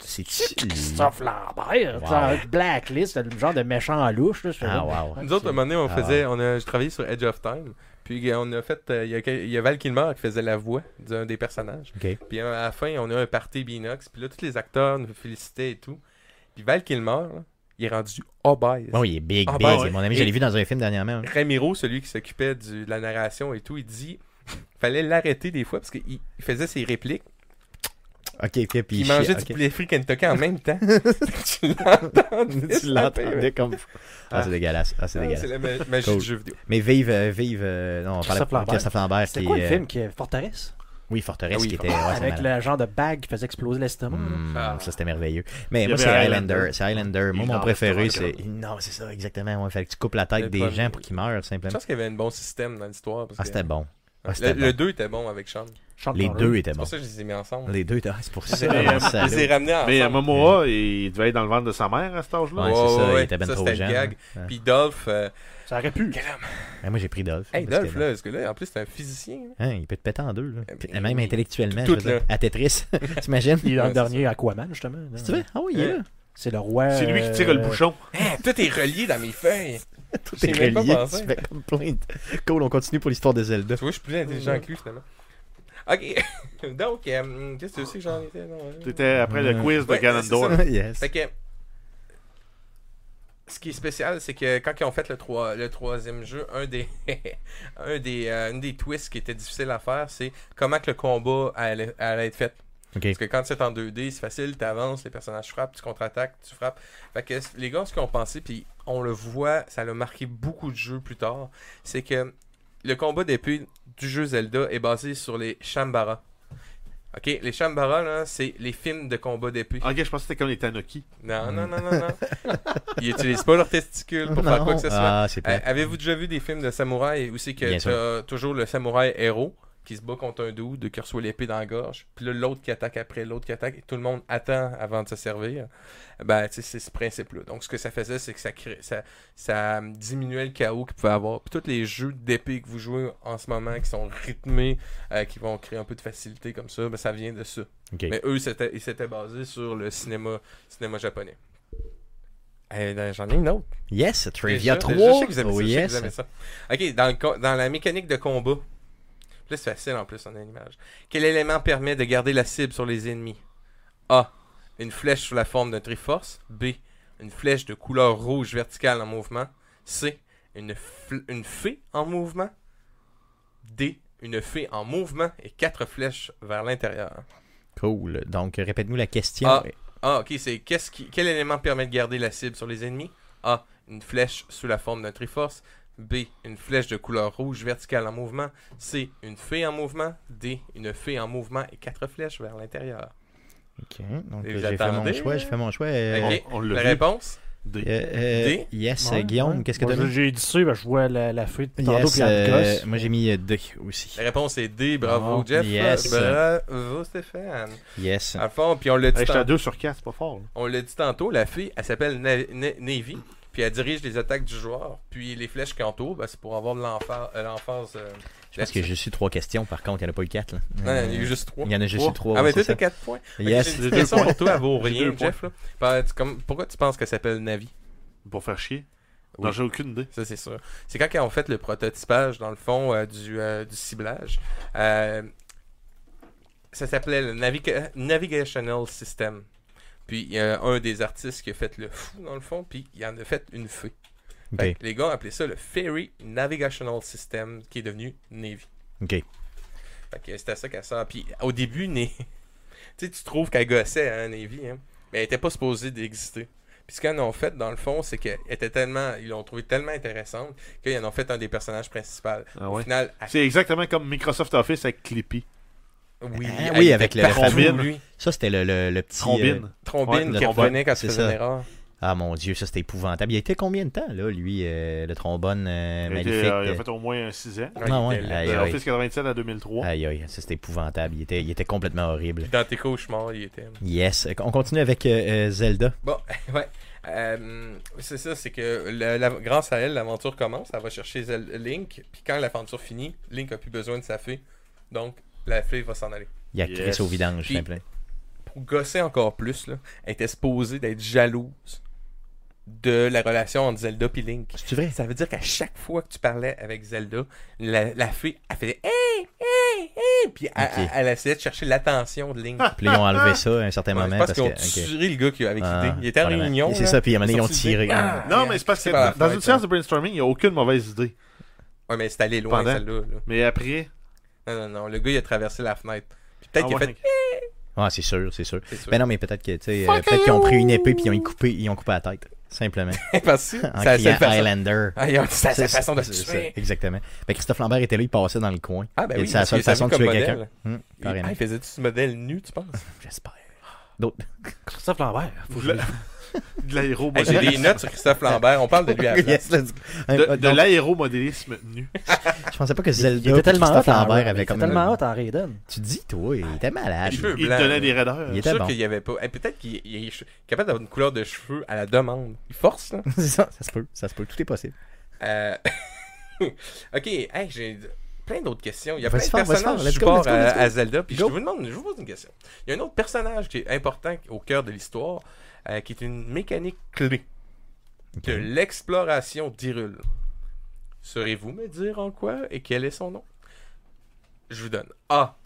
Speaker 2: C'est
Speaker 6: Christophe Lambert,
Speaker 2: Wow.
Speaker 6: genre Blacklist, le genre de méchant à louche. Là, je fais,
Speaker 2: Ah,
Speaker 6: ouais.
Speaker 2: wow.
Speaker 3: Nous autres, à un moment donné, on
Speaker 2: Ah.
Speaker 3: faisait, on a, je travaillais sur Edge of Time. Puis euh, on a fait, euh, il y a quel- il y, a Val Kilmer qui faisait la voix d'un des personnages.
Speaker 2: Ok.
Speaker 3: Puis euh, à la fin, on a un party Binox. Puis là, tous les acteurs nous félicitaient et tout. Puis Val Kilmer, là, il est rendu obèse.
Speaker 2: Bon, il est big,
Speaker 3: Ah,
Speaker 2: big.
Speaker 3: ben ouais.
Speaker 2: Mon ami, je l'ai vu dans un film dernièrement.
Speaker 3: Ramiro, celui qui s'occupait du- de la narration et tout, il dit (laughs) fallait l'arrêter des fois parce qu'il il faisait ses répliques.
Speaker 2: Ok, ok, puis
Speaker 3: Puis il
Speaker 2: chie-
Speaker 3: mangeait
Speaker 2: ok.
Speaker 3: du poulet frit Kentucky en
Speaker 2: (laughs)
Speaker 3: même temps. tu l'entends.
Speaker 2: Tu l'entendais comme. Ah, c'est dégueulasse. Ah, c'est
Speaker 3: C'est
Speaker 2: dégueulasse.
Speaker 3: la ma- magie
Speaker 2: Cool.
Speaker 3: du jeu vidéo.
Speaker 2: Mais vive, euh, vive. euh, non, on parlait
Speaker 6: Christophe
Speaker 2: de
Speaker 6: Lambert.
Speaker 2: Christophe Lambert.
Speaker 6: C'était
Speaker 2: qui,
Speaker 6: quoi le
Speaker 2: euh,
Speaker 6: film qui est Forteresse
Speaker 2: Oui, Forteresse
Speaker 3: Ah oui,
Speaker 2: qui était. ouais, c'est
Speaker 6: Avec
Speaker 2: malade.
Speaker 6: le genre de bague qui faisait exploser l'estomac. là.
Speaker 2: Hmm,
Speaker 3: Ah.
Speaker 2: Ça, c'était merveilleux. Mais
Speaker 4: Il y
Speaker 2: moi,
Speaker 4: avait
Speaker 2: c'est
Speaker 4: Highlander.
Speaker 2: Highlander. C'est Highlander. Moi,
Speaker 4: Il
Speaker 2: mon
Speaker 4: dort
Speaker 2: préféré,
Speaker 4: sur un
Speaker 2: c'est. Non, c'est ça, exactement. Ouais, fait que tu coupes la tête
Speaker 3: Le
Speaker 2: des
Speaker 3: premier.
Speaker 2: gens pour qu'ils meurent,
Speaker 3: Je
Speaker 2: simplement.
Speaker 3: pense qu'il y avait un bon système dans l'histoire.
Speaker 2: Ben-
Speaker 3: parce
Speaker 2: Ah,
Speaker 3: que-
Speaker 2: c'était bon. Ah,
Speaker 3: le,
Speaker 2: c'était
Speaker 3: le
Speaker 2: bon.
Speaker 3: 2 était bon avec Sean. C'est
Speaker 6: Sean
Speaker 2: Les
Speaker 6: Connery.
Speaker 2: deux étaient bons.
Speaker 3: pour ça que je les ai mis ensemble.
Speaker 2: Les deux, ah, c'est pour ça.
Speaker 4: Mais, euh,
Speaker 2: ça,
Speaker 3: Je les ai
Speaker 2: là.
Speaker 3: ramenés ensemble.
Speaker 4: Mais euh, Momoa, il devait être dans le ventre de sa mère à cet âge-là.
Speaker 2: Ouais, c'est ça,
Speaker 3: Ah, ouais,
Speaker 2: il était ben
Speaker 3: ça,
Speaker 2: trop
Speaker 3: c'était le
Speaker 2: jeune.
Speaker 3: gag.
Speaker 2: Ouais.
Speaker 3: Puis Dolph. euh,
Speaker 6: Ça aurait pu.
Speaker 2: Ah, moi, j'ai pris Dolph.
Speaker 3: Hey,
Speaker 2: parce
Speaker 3: Dolph,
Speaker 2: que-
Speaker 3: là, parce que là, en plus, c'est un physicien.
Speaker 2: Hein, il peut te péter en deux, là.
Speaker 6: Euh,
Speaker 3: Eh
Speaker 2: Puis,
Speaker 3: ben,
Speaker 2: Même
Speaker 3: oui.
Speaker 2: intellectuellement.
Speaker 3: Tout,
Speaker 2: je veux
Speaker 3: là.
Speaker 2: dire. À
Speaker 3: (laughs)
Speaker 2: Tetris, t'imagines?
Speaker 6: Il est dans
Speaker 3: Ouais,
Speaker 6: le dernier Aquaman, justement. là.
Speaker 2: Si tu veux? Ah oui, il est là.
Speaker 6: C'est le roi.
Speaker 4: C'est lui qui tire le
Speaker 6: euh,
Speaker 4: bouchon.
Speaker 3: hein. Hey, tout est relié dans mes feuilles.
Speaker 2: Tout
Speaker 3: J'y
Speaker 2: est
Speaker 3: ai même pas
Speaker 2: relié.
Speaker 3: pensé.
Speaker 2: Tu fais comme plein de- (laughs) Cool, on continue pour l'histoire de
Speaker 3: (laughs)
Speaker 2: Zelda. (laughs)
Speaker 3: Tu vois, je suis plus intelligent que lui, finalement. Ok. (laughs) Donc, euh, qu'est-ce que tu sais que j'en étais? non, hein?
Speaker 4: C'était après le quiz de
Speaker 3: Ouais,
Speaker 4: Ganondorf.
Speaker 3: c'est ça.
Speaker 2: yes.
Speaker 3: Fait que. Ce qui est spécial, c'est que quand ils ont fait le, trois- le troisième jeu, un des, (laughs) un des, euh, une des twists qui était difficile à faire, c'est comment que le combat allait, allait être fait.
Speaker 2: Ok.
Speaker 3: Parce que quand c'est en 2D, c'est facile, tu avances, les personnages frappent, tu contre-attaques, tu frappes. Fait que c- les gars, ce qu'ils ont pensé, puis on le voit, ça l'a marqué beaucoup de jeux plus tard, c'est que le combat d'épée du jeu Zelda est basé sur les Shambara. Ok, les Shambara, là, c'est les films de combat d'épée.
Speaker 4: Ok, je pensais que c'était comme les Tanoki.
Speaker 3: Non, non, non, non, non. Ils utilisent pas leurs testicules pour faire
Speaker 2: Non.
Speaker 3: quoi que ce soit.
Speaker 2: Ah, c'est
Speaker 3: Euh,
Speaker 2: plat.
Speaker 3: Avez-vous déjà vu des films de samouraï où c'est
Speaker 2: Bien
Speaker 3: que t'as toujours le samouraï héros qui se bat contre un dude, qui reçoit l'épée dans la gorge, puis là, l'autre qui attaque après, l'autre qui attaque, et tout le monde attend avant de se servir. Ben, tu sais, c'est ce principe-là. Donc, ce que ça faisait, c'est que ça, crée- ça, ça diminuait le chaos qu'il pouvait avoir. Puis, tous les jeux d'épée que vous jouez en ce moment, qui sont rythmés, euh, qui vont créer un peu de facilité comme ça, ben, ça vient de ça.
Speaker 2: Ok.
Speaker 3: Mais eux, c'était- ils s'étaient basés sur le cinéma, cinéma japonais. Eh, ben, J'en ai une autre.
Speaker 2: Yes, Trivia
Speaker 3: Déjà, déjà, Je
Speaker 2: 3.
Speaker 3: sais que vous aimez
Speaker 2: Oh
Speaker 3: ça, je sais que
Speaker 2: yes.
Speaker 3: vous aimez ça. Ok, dans, le co- dans la mécanique de combat. Là, c'est facile en plus, on a une image. Quel élément permet de garder la cible sur les ennemis A. Une flèche sous la forme d'un triforce. B. Une flèche de couleur rouge verticale en mouvement. C. Une, fl- une fée en mouvement. D. Une fée en mouvement et quatre flèches vers l'intérieur.
Speaker 2: Cool. Donc, répète-nous la question.
Speaker 3: Ah. Ah, ok, c'est qu'est-ce qui- quel élément permet de garder la cible sur les ennemis A. Une flèche sous la forme d'un triforce. B. Une flèche de couleur rouge verticale en mouvement. C. Une fée en mouvement. D. Une fée en mouvement et quatre flèches vers l'intérieur.
Speaker 2: OK. Donc,
Speaker 3: Et
Speaker 2: euh,
Speaker 3: vous
Speaker 2: j'ai fait mon
Speaker 3: attendez,
Speaker 2: choix.
Speaker 3: là?
Speaker 2: J'ai fait mon choix. euh,
Speaker 3: Ok.
Speaker 4: On, on
Speaker 3: La
Speaker 4: l'a vu.
Speaker 3: réponse
Speaker 4: D.
Speaker 2: euh, euh,
Speaker 3: D?
Speaker 2: yes,
Speaker 6: Ouais,
Speaker 2: Guillaume,
Speaker 6: ouais.
Speaker 2: qu'est-ce que
Speaker 6: Moi,
Speaker 2: t'as mis?
Speaker 6: J'ai dit ça, ben, je vois la, la feuille de tantôt,
Speaker 2: Yes,
Speaker 6: puis elle
Speaker 2: euh,
Speaker 6: gosse.
Speaker 2: moi j'ai mis euh, D aussi.
Speaker 3: La réponse est D. Bravo,
Speaker 6: Oh,
Speaker 3: Jeff.
Speaker 2: yes.
Speaker 3: Bravo, Stéphane.
Speaker 2: Yes.
Speaker 3: À fond, puis on l'a dit
Speaker 4: Hey, J'étais
Speaker 3: tantôt.
Speaker 4: à 2 sur 4, c'est pas fort. là.
Speaker 3: On l'a dit tantôt, la fille, elle s'appelle Na- Na- Navy, puis elle dirige les attaques du joueur, puis les flèches qui entourent, ben, c'est pour avoir de l'emphase. euh, l'emphase, euh,
Speaker 2: Je pense que j'ai su trois questions, par contre, il n'y en a pas eu quatre. Là.
Speaker 3: Non, il y a eu juste trois.
Speaker 2: Euh, Il y en a juste eu
Speaker 4: Trois.
Speaker 2: trois.
Speaker 3: ah, mais
Speaker 2: ouais,
Speaker 3: toi,
Speaker 2: c'est
Speaker 3: t'as 4 points.
Speaker 2: ça.
Speaker 3: Ok,
Speaker 2: Yes.
Speaker 3: J'ai une question pour toi, elle vaut
Speaker 4: J'ai
Speaker 3: rien,
Speaker 4: deux
Speaker 3: Jeff. là. Ben, tu- comme- pourquoi tu penses qu'elle s'appelle Navi
Speaker 4: Pour faire chier.
Speaker 3: Oui.
Speaker 4: Non, j'ai aucune idée.
Speaker 3: Ça, c'est sûr. C'est quand ils ont fait le prototypage, dans le fond, euh, du, euh, du ciblage. euh, ça s'appelait le Naviga- Navigational System. Puis, il y a un des artistes qui a fait le fou, dans le fond, puis il en a fait une fée. Fait
Speaker 2: Ok.
Speaker 3: que Les gars appelaient ça le Ferry Navigational System, qui est devenu Navy.
Speaker 2: Ok.
Speaker 3: Fait que c'était ça qu'elle sort. Puis au début, né... (laughs) tu sais, tu trouves qu'elle gossait, hein, Navy, hein? mais elle était pas supposée d'exister. Puis ce qu'ils en ont fait, dans le fond, c'est qu'elle était tellement... Ils l'ont trouvée tellement intéressante qu'ils en ont fait un des personnages principaux.
Speaker 4: Ah
Speaker 3: Au
Speaker 4: ouais.
Speaker 3: final, elle-
Speaker 4: C'est exactement comme Microsoft Office avec Clippy.
Speaker 3: oui,
Speaker 2: Ah
Speaker 3: elle
Speaker 2: oui,
Speaker 3: était
Speaker 2: avec le
Speaker 3: partout,
Speaker 4: fameux-
Speaker 3: lui.
Speaker 2: Ça, c'était le, le, le petit. euh,
Speaker 4: Trombine.
Speaker 3: Trombine
Speaker 4: Ouais, le
Speaker 3: qui
Speaker 4: trombone,
Speaker 3: revenait quand tu
Speaker 2: c'est
Speaker 3: faisais
Speaker 2: ça.
Speaker 3: une erreur.
Speaker 2: Ah mon dieu, ça c'était épouvantable. Il a été combien de temps, là, lui, euh, le trombone euh,
Speaker 4: il, a été,
Speaker 2: maléfique?
Speaker 4: euh, il a fait au moins 6 ans.
Speaker 2: Ah,
Speaker 3: Ouais, il
Speaker 2: ouais,
Speaker 3: était laid.
Speaker 2: aïe,
Speaker 4: De
Speaker 2: aïe.
Speaker 4: Office 97 à 2003.
Speaker 2: Aïe, aïe, ça c'était épouvantable. Il était, il était complètement horrible.
Speaker 3: Puis dans tes cauchemars, il était...
Speaker 2: Yes. On continue avec euh, euh, Zelda.
Speaker 3: Bon, ouais. Euh, c'est ça, c'est que le- la- grâce à elle, l'aventure commence. Elle va chercher Zel- Link. Puis quand l'aventure finit, Link a plus besoin de sa fée. Donc, la fée va s'en aller.
Speaker 2: Il y a
Speaker 4: Yes.
Speaker 2: Chris au vidange,
Speaker 3: Puis-
Speaker 2: simplement.
Speaker 3: Pour gosser encore plus, là, elle était supposée d'être jalouse de la relation entre Zelda et Link.
Speaker 2: C'est vrai?
Speaker 3: Ça veut dire qu'à chaque fois que tu parlais avec Zelda, la, la fée, elle faisait Hey! Hey! Hey! Puis elle,
Speaker 2: Ok. Ah.
Speaker 3: elle- elle essayait de chercher l'attention de Link.
Speaker 2: Puis là, ils ont enlevé ça à un certain
Speaker 3: Ouais, je
Speaker 2: moment.
Speaker 3: pense
Speaker 2: Parce que,
Speaker 3: qu'ils ont
Speaker 2: ok.
Speaker 3: tiré le gars qui, avec
Speaker 2: Ah,
Speaker 3: l'idée. Il était en
Speaker 2: probablement.
Speaker 3: réunion.
Speaker 2: C'est
Speaker 3: là.
Speaker 2: ça, puis à un moment donné, ils ont
Speaker 3: sorti
Speaker 2: tiré.
Speaker 3: l'idée. Ah!
Speaker 4: Non, mais c'est parce que
Speaker 3: C'est pas la
Speaker 4: dans, dans
Speaker 3: fête, hein.
Speaker 4: une séance de brainstorming, il n'y a aucune mauvaise idée.
Speaker 3: Ouais, mais c'est allé loin,
Speaker 4: Pendant.
Speaker 3: celle-là. là.
Speaker 4: Mais après.
Speaker 3: Non, non, non. Le gars, il a traversé la fenêtre. Puis peut-être
Speaker 4: ah
Speaker 3: qu'il a
Speaker 4: ouais,
Speaker 3: fait.
Speaker 2: Ah, c'est sûr, c'est sûr.
Speaker 3: (laughs) C'est sûr.
Speaker 2: Ben non, mais peut-être que, tu sais, euh, peut-être qu'ils ont pris une épée puis ils ont coupé, ils ont coupé la tête. Simplement.
Speaker 3: Parce que
Speaker 2: En
Speaker 3: c'est la
Speaker 2: criant
Speaker 3: seule façon.
Speaker 2: Highlander.
Speaker 3: Ah, il a dit, c'est la seule
Speaker 2: C'est-
Speaker 3: façon de
Speaker 2: c'est-
Speaker 3: se
Speaker 2: c'est-
Speaker 3: tuer.
Speaker 2: Exactement. Ben, Christophe Lambert était là, il passait dans le coin.
Speaker 3: Ah, ben
Speaker 2: Et
Speaker 3: oui,
Speaker 2: c'est la
Speaker 3: parce
Speaker 2: seule
Speaker 3: qu'il a
Speaker 2: façon de
Speaker 3: servi
Speaker 2: tuer
Speaker 3: comme
Speaker 2: quelqu'un.
Speaker 3: modèle.
Speaker 2: Hum,
Speaker 3: Ah,
Speaker 2: carrément.
Speaker 3: il faisait ce modèle nu, tu penses
Speaker 2: J'espère. D'autres.
Speaker 6: Christophe Lambert. Faut que je
Speaker 4: Le- (laughs) de l'aéro
Speaker 3: Hey, J'ai des notes sur Christophe Lambert. On parle de lui
Speaker 2: (laughs)
Speaker 3: à la place.
Speaker 2: (laughs) Yes, let's go.
Speaker 4: De,
Speaker 2: Euh,
Speaker 4: de
Speaker 2: donc,
Speaker 4: l'aéromodélisme nu.
Speaker 2: Je pensais pas que
Speaker 6: Il
Speaker 2: Zelda
Speaker 6: était
Speaker 2: et
Speaker 6: tellement hot
Speaker 2: Christophe
Speaker 6: en
Speaker 2: Lambert
Speaker 6: Raiden. Il
Speaker 2: avaient
Speaker 6: était
Speaker 2: comme
Speaker 6: tellement hot en Raiden.
Speaker 2: Tu dis, toi, il était malade.
Speaker 3: Les cheveux
Speaker 4: Il
Speaker 3: blancs,
Speaker 4: donnait
Speaker 3: là.
Speaker 4: des raideurs.
Speaker 2: Il
Speaker 3: Je suis sûr
Speaker 2: bon.
Speaker 3: qu'il y avait pas. Eh, Peut-être qu'il il est che- capable d'avoir une couleur de cheveux à la demande. Il force, là.
Speaker 2: (laughs) C'est ça, ça se peut, ça se peut, tout est possible.
Speaker 3: Euh, (laughs) ok, hey, j'ai d- plein d'autres questions. Il y a plein
Speaker 2: Vas-y
Speaker 3: de
Speaker 2: fort, vas-y
Speaker 3: personnages
Speaker 2: fort. Let's go,
Speaker 3: support
Speaker 2: let's go, let's
Speaker 3: à,
Speaker 2: go.
Speaker 3: à Zelda. Puis je
Speaker 2: Go.
Speaker 3: vous demande, je vous pose une question. Il y a un autre personnage qui est important au cœur de l'histoire, euh, qui est une mécanique clé de l'exploration d'Hyrule. Saurez-vous me dire en quoi et quel est son nom Je vous donne A.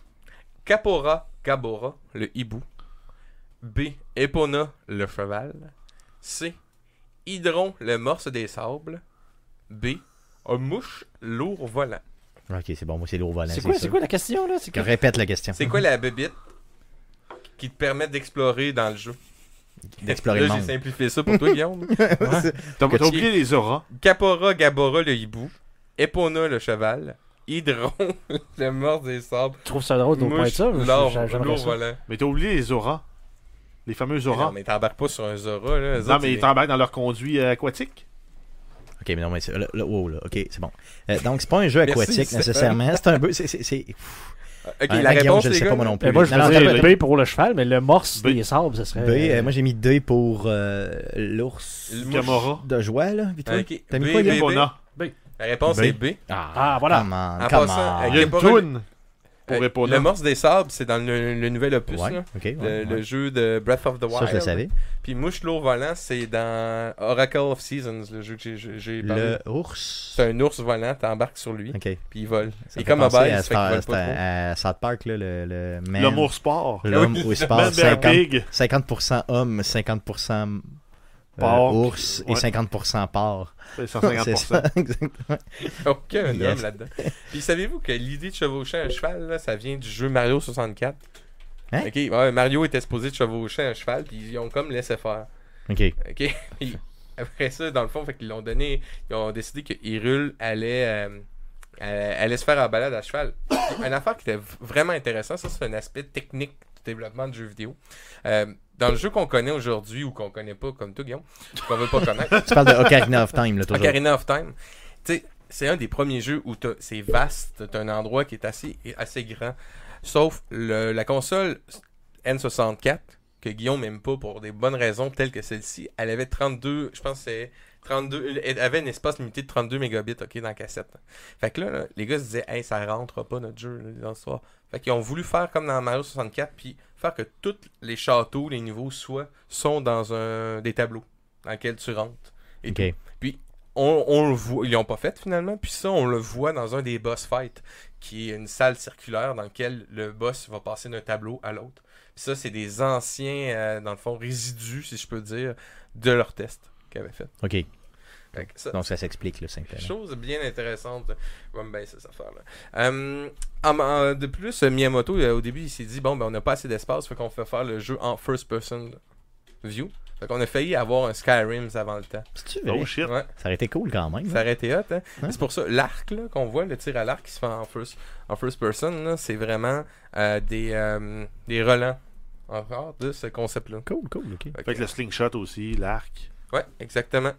Speaker 3: Capora Gabora, le hibou. B. Epona, le cheval. C. Hydron, le morse des sables. B. Un mouche lourd volant.
Speaker 2: Ok, c'est bon, moi c'est lourd volant.
Speaker 6: C'est quoi, c'est
Speaker 2: sûr.
Speaker 6: quoi la question, là? C'est
Speaker 2: Que
Speaker 6: quoi?
Speaker 2: Répète la question.
Speaker 3: C'est quoi la bébite qui te permet d'explorer dans le jeu
Speaker 2: D'explorer le
Speaker 3: Là, j'ai
Speaker 2: monde.
Speaker 3: simplifié ça pour toi,
Speaker 2: (laughs)
Speaker 3: Guillaume.
Speaker 4: T'as
Speaker 2: Que
Speaker 4: t'as oublié les auras.
Speaker 3: Capora Gabora, le hibou. Epona, le cheval. Hydron, (laughs) le morse des sables.
Speaker 6: Tu trouves ça drôle de pas être
Speaker 3: Mouche,
Speaker 6: ça? mais
Speaker 3: l'or,
Speaker 6: j'ai- j'aimerais
Speaker 3: l'eau
Speaker 6: ça.
Speaker 3: volant.
Speaker 4: Mais t'as oublié les auras. Les fameux
Speaker 3: Mais Non,
Speaker 4: auras.
Speaker 3: mais t'embarques pas sur un Zora, là. Eux
Speaker 4: Non,
Speaker 3: autres,
Speaker 4: mais ils
Speaker 3: ils-
Speaker 4: t'embarquent dans leur conduit euh, aquatique.
Speaker 2: Ok, mais non, mais c'est. Là, là, wow, là, ok, c'est bon. Euh, donc, c'est pas un jeu
Speaker 3: Merci,
Speaker 2: aquatique
Speaker 3: Stéphane.
Speaker 2: nécessairement. C'est un peu. C'est, c'est, c'est...
Speaker 3: Ok,
Speaker 2: Honnêtement,
Speaker 3: la
Speaker 2: Guillaume,
Speaker 3: réponse,
Speaker 2: je le
Speaker 3: les
Speaker 2: sais
Speaker 3: gars.
Speaker 2: pas moi non plus.
Speaker 6: Eh, moi, je
Speaker 2: Non, non,
Speaker 4: faisais-
Speaker 2: attends,
Speaker 4: le-
Speaker 6: faisais B pour le cheval, mais le morse
Speaker 4: B.
Speaker 6: des sables, ce serait.
Speaker 2: B, euh,
Speaker 6: euh,
Speaker 2: moi j'ai mis D pour euh, l'ours
Speaker 3: Le mouche.
Speaker 4: Gamora.
Speaker 2: de joie, là, vite.
Speaker 3: Ok,
Speaker 2: T'as mis
Speaker 3: B,
Speaker 2: quoi,
Speaker 3: B,
Speaker 2: Guillaume?
Speaker 3: B.
Speaker 4: Epona.
Speaker 3: La réponse
Speaker 2: B.
Speaker 3: est B.
Speaker 6: Ah, voilà.
Speaker 2: Comment,
Speaker 3: En
Speaker 2: comment.
Speaker 3: passant,
Speaker 4: Il y a une
Speaker 3: Gamora.
Speaker 4: toune pour
Speaker 3: Euh,
Speaker 4: Epona.
Speaker 3: Le morse des sables, c'est dans le, le nouvel opus,
Speaker 2: Ouais,
Speaker 3: là.
Speaker 2: ok. ouais,
Speaker 3: Le, le
Speaker 2: ouais.
Speaker 3: jeu de Breath of the Wild.
Speaker 2: Ça, je le savais.
Speaker 3: Puis Mouche l'eau volant, c'est dans Oracle of Seasons, le jeu que j'ai- j'ai j'ai parlé.
Speaker 2: Le ours.
Speaker 3: C'est un ours volant, t'embarques sur lui,
Speaker 2: Ok.
Speaker 3: puis
Speaker 2: (laughs)
Speaker 3: il vole.
Speaker 2: Ça
Speaker 3: Il est
Speaker 2: me fait
Speaker 3: comme
Speaker 2: penser
Speaker 3: obèse,
Speaker 2: à
Speaker 3: fait qu'il
Speaker 2: Star-
Speaker 3: vole pas trop.
Speaker 2: à, à South Park, là, le, le man. (laughs)
Speaker 4: L'amour sport.
Speaker 2: L'homme
Speaker 3: Ah oui,
Speaker 2: au sport,
Speaker 4: Man Bear
Speaker 2: 50,
Speaker 4: Pig.
Speaker 2: 50% homme, 50% euh,
Speaker 4: Porc.
Speaker 2: ours et
Speaker 4: Ouais.
Speaker 2: 50% porc. (laughs)
Speaker 4: C'est
Speaker 2: C'est
Speaker 4: (laughs) 150%.
Speaker 2: ça, exactement.
Speaker 3: Aucun
Speaker 2: Yes.
Speaker 3: homme là-dedans. Puis savez-vous que l'idée de chevaucher un cheval, là, ça vient du jeu Mario 64?
Speaker 2: Hein?
Speaker 3: Ok, ouais, Mario était supposé de chevaucher un cheval, puis ils ont comme laissé faire.
Speaker 2: Ok.
Speaker 3: Ok? Puis après ça, dans le fond, fait qu'ils l'ont donné. Ils ont décidé que Hyrule allait, euh, allait, allait se faire en balade à cheval. (coughs) Une affaire qui était v- vraiment intéressante, ça, c'est un aspect technique du développement de jeux vidéo. Euh, dans le jeu qu'on connaît aujourd'hui ou qu'on connaît pas, comme tout, Guillaume, qu'on veut pas connaître,
Speaker 2: Tu parles de Ocarina of Time, là, toujours.
Speaker 3: Ocarina of Time. Tu sais, c'est un des premiers jeux où t'as- c'est vaste, t'as un endroit qui est assez, assez grand. Sauf le- la console N64, que Guillaume aime pas pour des bonnes raisons telles que celle-ci, elle avait 32, je pense que c'est 32, elle avait un espace limité de 32 mégabits, ok, dans la cassette. Fait que là, là, les gars se disaient, hey, ça rentre pas notre jeu, là, dans l'histoire. Fait qu'ils ont voulu faire comme dans Mario 64, puis faire que tous les châteaux, les niveaux soient, sont dans un, des tableaux dans lesquels tu rentres. Et
Speaker 2: Ok.
Speaker 3: tout on, on le voit, ils l'ont pas fait finalement, puis ça, on le voit dans un des boss fights, qui est une salle circulaire dans laquelle le boss va passer d'un tableau à l'autre. Puis ça, c'est des anciens, euh, dans le fond, résidus, si je peux dire, de leur test qu'ils avaient fait.
Speaker 2: OK.
Speaker 3: Fait que ben ça,
Speaker 2: Donc, ça s'explique, là, simplement.
Speaker 3: Chose bien intéressante. Ouais, ben, c'est cette affaire-là. Euh, en- en- de plus, Miyamoto, euh, au début, il s'est dit bon, ben, on n'a pas assez d'espace, fait qu'on fait faire le jeu en first person view. Fait qu'on a failli avoir un Skyrim avant le temps.
Speaker 2: C'est-tu vrai?
Speaker 4: Oh shit.
Speaker 3: Ouais.
Speaker 2: Ça aurait été cool quand même.
Speaker 3: Ça aurait été hot, hein?
Speaker 2: Hein?
Speaker 3: C'est pour ça, l'arc là, qu'on voit, le tir à l'arc qui se fait en first, en first person, là, c'est vraiment euh, des, euh, des relents encore de ce concept-là.
Speaker 2: Cool, cool, OK.
Speaker 3: Fait que-
Speaker 4: Fait que le slingshot aussi, l'arc.
Speaker 3: Ouais, exactement.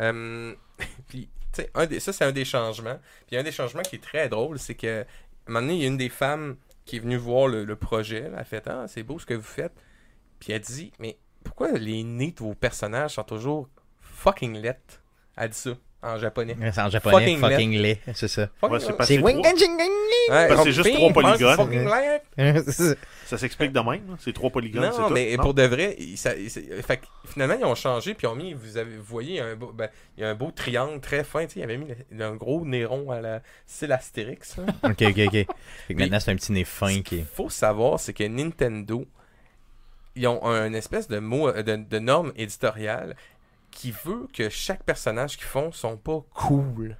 Speaker 3: Euh, (laughs) puis, tu sais, un des- ça, c'est un des changements. Puis, un des changements qui est très drôle, c'est que, à un moment donné, il y a une des femmes qui est venue voir le, le projet. là, Elle a fait Ah, c'est beau ce que vous faites. Puis, elle dit Mais pourquoi les nez de vos personnages sont toujours fucking lettres Elle dit ça en japonais.
Speaker 2: C'est en japonais,
Speaker 3: Fucking
Speaker 2: fucking laid, c'est ça.
Speaker 3: Fucking
Speaker 4: Ouais, c'est
Speaker 3: laid.
Speaker 4: parce
Speaker 2: C'est
Speaker 4: que
Speaker 2: wing
Speaker 4: trois-
Speaker 3: Ouais,
Speaker 4: Parce que
Speaker 3: donc,
Speaker 4: c'est juste
Speaker 3: ping,
Speaker 4: trois
Speaker 3: pong,
Speaker 4: polygones.
Speaker 3: fucking laid.
Speaker 4: Ça s'explique de même. hein. C'est trois polygones. c'est
Speaker 3: Non,
Speaker 4: tout.
Speaker 3: mais pour de vrai, il- ça- il- c'est- fait que finalement, ils ont changé, puis ils ont mis, vous, avez, vous voyez, un beau, ben, il y a un beau triangle très fin, tu sais, ils avaient mis le- un gros néron à la... C'est l'Astérix, ça.
Speaker 2: (laughs) OK, OK, OK. Fait que maintenant, c'est un petit nez fin
Speaker 3: Ce
Speaker 2: qui
Speaker 3: qu'il
Speaker 2: est...
Speaker 3: faut savoir, c'est que Nintendo, ils ont un espèce de, mot, euh, de, de norme éditoriale qui veut que chaque personnage qu'ils font sont pas cool.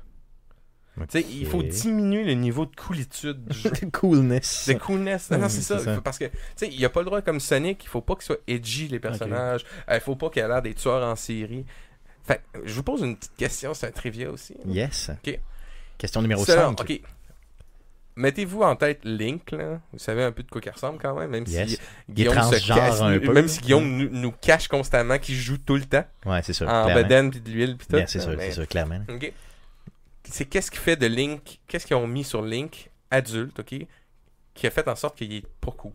Speaker 3: Tu sais, il faut
Speaker 2: Ok.
Speaker 3: diminuer le niveau de coolitude du jeu.
Speaker 2: De (laughs) coolness.
Speaker 3: De coolness. Non, non,
Speaker 2: Oui,
Speaker 3: c'est
Speaker 2: c'est
Speaker 3: ça.
Speaker 2: ça.
Speaker 3: Parce que, tu sais, il n'y a pas le droit, comme Sonic, il faut pas qu'ils soient edgy, les personnages. Euh, Il faut pas qu'il y ait l'air des tueurs en série. Fait que, je vous pose une petite question, c'est un trivia aussi.
Speaker 2: Yes.
Speaker 3: Ok.
Speaker 2: Question numéro
Speaker 3: Selon-
Speaker 2: 5.
Speaker 3: OK. Mettez-vous en tête Link, là. Vous savez un peu de quoi qu'il ressemble quand même, même
Speaker 2: Yes. Il
Speaker 3: si
Speaker 2: est
Speaker 3: Guillaume se
Speaker 2: transgenre
Speaker 3: cache,
Speaker 2: un
Speaker 3: nous-
Speaker 2: peu.
Speaker 3: même si Guillaume nous, nous cache constamment qu'il joue tout le temps
Speaker 2: Ouais, c'est sûr.
Speaker 3: en
Speaker 2: clairement.
Speaker 3: bedaine puis de l'huile puis tout.
Speaker 2: Bien, c'est sûr,
Speaker 3: Mais-
Speaker 2: c'est sûr, clairement.
Speaker 3: OK. C'est qu'est-ce qui fait de Link, qu'est-ce qu'ils ont mis sur Link adulte, OK, qui a fait en sorte qu'il est pas cool.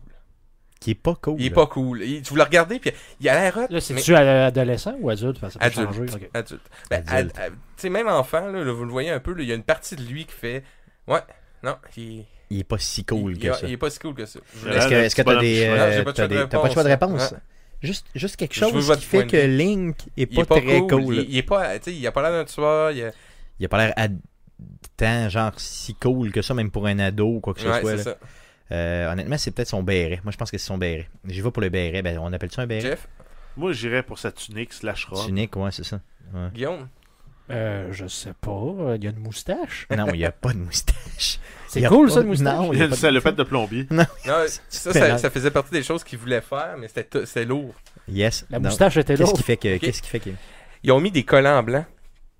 Speaker 2: Qui est pas cool.
Speaker 3: Il est pas cool. Il- tu vous le regardez, puis il a l'air hot.
Speaker 6: Là,
Speaker 3: mais-
Speaker 6: c'est-tu à- adolescent ou adulte? Enfin, ça peut
Speaker 3: Adulte.
Speaker 6: changer. ok.
Speaker 3: Adulte. Ben,
Speaker 2: Adulte.
Speaker 3: ad- ad- tu sais, même enfant, là, là, vous le voyez un peu, là, il y a une partie de lui qui fait Ouais, non, il,
Speaker 2: Il est pas si cool
Speaker 3: il-
Speaker 2: que
Speaker 3: il a-
Speaker 2: ça.
Speaker 3: il est pas si cool que ça. Je vous
Speaker 4: Il a
Speaker 3: laisse-
Speaker 2: Est-ce que
Speaker 4: le
Speaker 2: est-ce que
Speaker 4: petit
Speaker 2: t'as
Speaker 4: bonhomme
Speaker 2: des.
Speaker 4: chouette.
Speaker 3: Non, j'ai
Speaker 2: euh,
Speaker 3: pas de
Speaker 2: T'as des-
Speaker 3: réponse.
Speaker 2: t'as pas de choix de réponse.
Speaker 3: Ouais.
Speaker 2: Juste, juste quelque
Speaker 3: Je veux
Speaker 2: chose
Speaker 3: votre
Speaker 2: qui fait
Speaker 3: point de
Speaker 2: que Link est
Speaker 3: il est
Speaker 2: pas très
Speaker 3: cool.
Speaker 2: cool.
Speaker 3: Il, il est pas, tu sais, il a pas l'air d'un tueur. Il a-
Speaker 2: Il a pas l'air ad- tant genre si cool que ça, même pour un ado ou quoi que ce
Speaker 3: Ouais,
Speaker 2: soit.
Speaker 3: c'est
Speaker 2: là.
Speaker 3: ça.
Speaker 2: Euh, honnêtement, c'est peut-être son béret. Moi, je pense que c'est son béret. J'y vais pour le béret. Ben, on appelle ça un béret?
Speaker 3: Jeff,
Speaker 4: Moi, j'irais pour sa tunique slash robe.
Speaker 2: Tunique, ouais, c'est ça. Ouais.
Speaker 3: Guillaume,
Speaker 6: Euh, je sais pas. euh, Il y a une moustache.
Speaker 2: Non, il n'y a pas de
Speaker 3: (laughs)
Speaker 2: moustache. Il
Speaker 6: C'est
Speaker 2: y a
Speaker 6: cool,
Speaker 2: pas
Speaker 6: ça,
Speaker 2: de-
Speaker 6: une moustache.
Speaker 2: Non,
Speaker 4: Il y a une
Speaker 2: pas de-
Speaker 4: salopette de plombier.
Speaker 3: non,
Speaker 2: (laughs)
Speaker 3: ça, ça,
Speaker 2: pénal.
Speaker 3: ça faisait partie des choses qu'ils voulaient faire, mais c'était t- c'était lourd.
Speaker 2: Yes.
Speaker 6: La
Speaker 2: Non.
Speaker 6: moustache était là.
Speaker 2: Qu'est-ce qui fait que. Qu'est-ce qui fait que.
Speaker 3: Ils ont mis des collants blancs.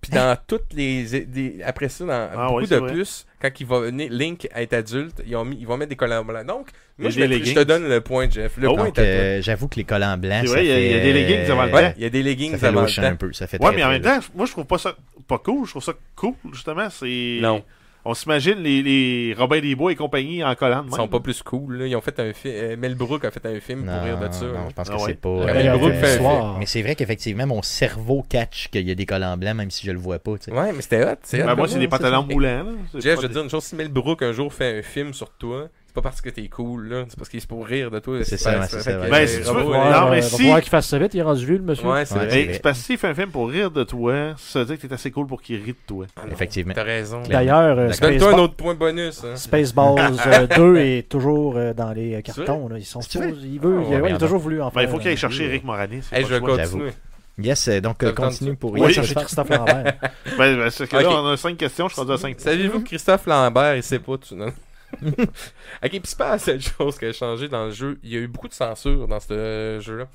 Speaker 3: Puis dans (laughs) toutes les, des- après ça, dans
Speaker 4: Ah
Speaker 3: beaucoup
Speaker 4: ouais,
Speaker 3: de
Speaker 4: c'est vrai.
Speaker 3: plus, quand il va venir- Link est adulte, ils, ont mis, ils vont mettre des collants blancs. Donc, moi,
Speaker 4: Et
Speaker 3: je,
Speaker 4: des
Speaker 3: mettrais- je te
Speaker 4: leggings.
Speaker 3: donne le point, Jeff. Le
Speaker 4: Oh,
Speaker 3: point
Speaker 2: Donc,
Speaker 3: est à toi.
Speaker 2: euh, j'avoue que les collants blancs.
Speaker 4: C'est
Speaker 2: ça
Speaker 4: vrai, il y a- il y a
Speaker 2: fait-
Speaker 4: des leggings avant le
Speaker 3: Ouais,
Speaker 4: temps.
Speaker 3: il y a des leggings
Speaker 2: Ça fait
Speaker 3: avant le
Speaker 2: louche un
Speaker 3: temps.
Speaker 2: peu. Ça fait
Speaker 4: Ouais,
Speaker 2: très
Speaker 4: mais en
Speaker 2: peu,
Speaker 4: même
Speaker 2: là.
Speaker 4: temps, moi, je trouve pas ça pas cool. Je trouve ça cool, justement. C'est.
Speaker 3: Non.
Speaker 4: On s'imagine les, les Robin des Bois et compagnie en collant de
Speaker 3: Ils
Speaker 4: même.
Speaker 3: sont pas plus cool. là. Ils ont fait un film. euh, Mel Brooke a fait un film
Speaker 2: Non,
Speaker 3: pour rire de ça.
Speaker 2: non,
Speaker 3: hein.
Speaker 2: je pense que
Speaker 4: Ah ouais.
Speaker 2: c'est pas.
Speaker 3: Ouais,
Speaker 2: euh,
Speaker 3: mais
Speaker 6: Euh,
Speaker 3: Brooke fait un
Speaker 6: soir.
Speaker 2: mais c'est vrai qu'effectivement, mon cerveau catch qu'il y a des collants blancs, même si je le vois pas. tu sais.
Speaker 3: Ouais, mais c'était hot. c'est hot,
Speaker 4: Ben, moi,
Speaker 3: là.
Speaker 4: c'est des pantalons moulants. là. C'est
Speaker 3: Jeff, je veux
Speaker 4: pas des-
Speaker 3: te dire une chose. Si Mel Brooke un jour fait un film sur toi, c'est pas parce que t'es cool, là. C'est parce qu'il est pour rire de toi.
Speaker 2: C'est ça,
Speaker 3: pas-
Speaker 2: ouais, c'est ça,
Speaker 3: fait
Speaker 2: ouais.
Speaker 3: que-
Speaker 4: Ben, si tu veux-
Speaker 3: Bravo,
Speaker 4: Ouais,
Speaker 3: ouais.
Speaker 4: non,
Speaker 6: euh,
Speaker 4: mais
Speaker 6: va
Speaker 4: si-
Speaker 6: falloir qu'il fasse ça vite, il est rendu vieux, le monsieur.
Speaker 3: Ouais, c'est
Speaker 2: Ouais,
Speaker 3: vrai.
Speaker 4: Hey,
Speaker 2: vrai.
Speaker 4: c'est parce que s'il fait un film pour rire de toi, ça veut dire que t'es assez cool pour qu'il rit de toi.
Speaker 2: Effectivement. Ben,
Speaker 3: T'as raison.
Speaker 6: D'ailleurs, euh,
Speaker 2: D'accord.
Speaker 3: Donne-toi un
Speaker 6: Spaceball-
Speaker 3: autre point bonus.
Speaker 6: (laughs)
Speaker 3: hein.
Speaker 6: Spaceballs euh, 2 est toujours euh, dans les euh,
Speaker 3: C'est
Speaker 6: cartons. Là. Ils sont
Speaker 2: C'est
Speaker 6: toujours-
Speaker 2: vrai?
Speaker 6: il, veut,
Speaker 2: Ah,
Speaker 6: il, a-
Speaker 2: ouais,
Speaker 6: il a toujours voulu en
Speaker 4: Ben,
Speaker 6: faire.
Speaker 4: il faut qu'il aille
Speaker 6: euh,
Speaker 4: chercher Rick Moranis. c'est
Speaker 3: Hey,
Speaker 4: pas
Speaker 3: je
Speaker 4: le
Speaker 3: vais
Speaker 4: choix.
Speaker 3: continuer.
Speaker 2: Yes, euh, donc euh,
Speaker 3: Ça me tente
Speaker 2: continue
Speaker 3: ça.
Speaker 2: pour.
Speaker 6: ouais,
Speaker 4: Oui,
Speaker 6: chercher Christophe Lambert.
Speaker 4: Ben, parce que là,
Speaker 3: Ok.
Speaker 4: on a 5 questions, je suis rendu à 5.
Speaker 3: Saviez-vous que Christophe Lambert, il sait pas tout, hein? (laughs) non? ok, puis c'est pas la seule chose qui a changé dans le jeu. Il y a eu beaucoup de censure dans ce euh, jeu-là.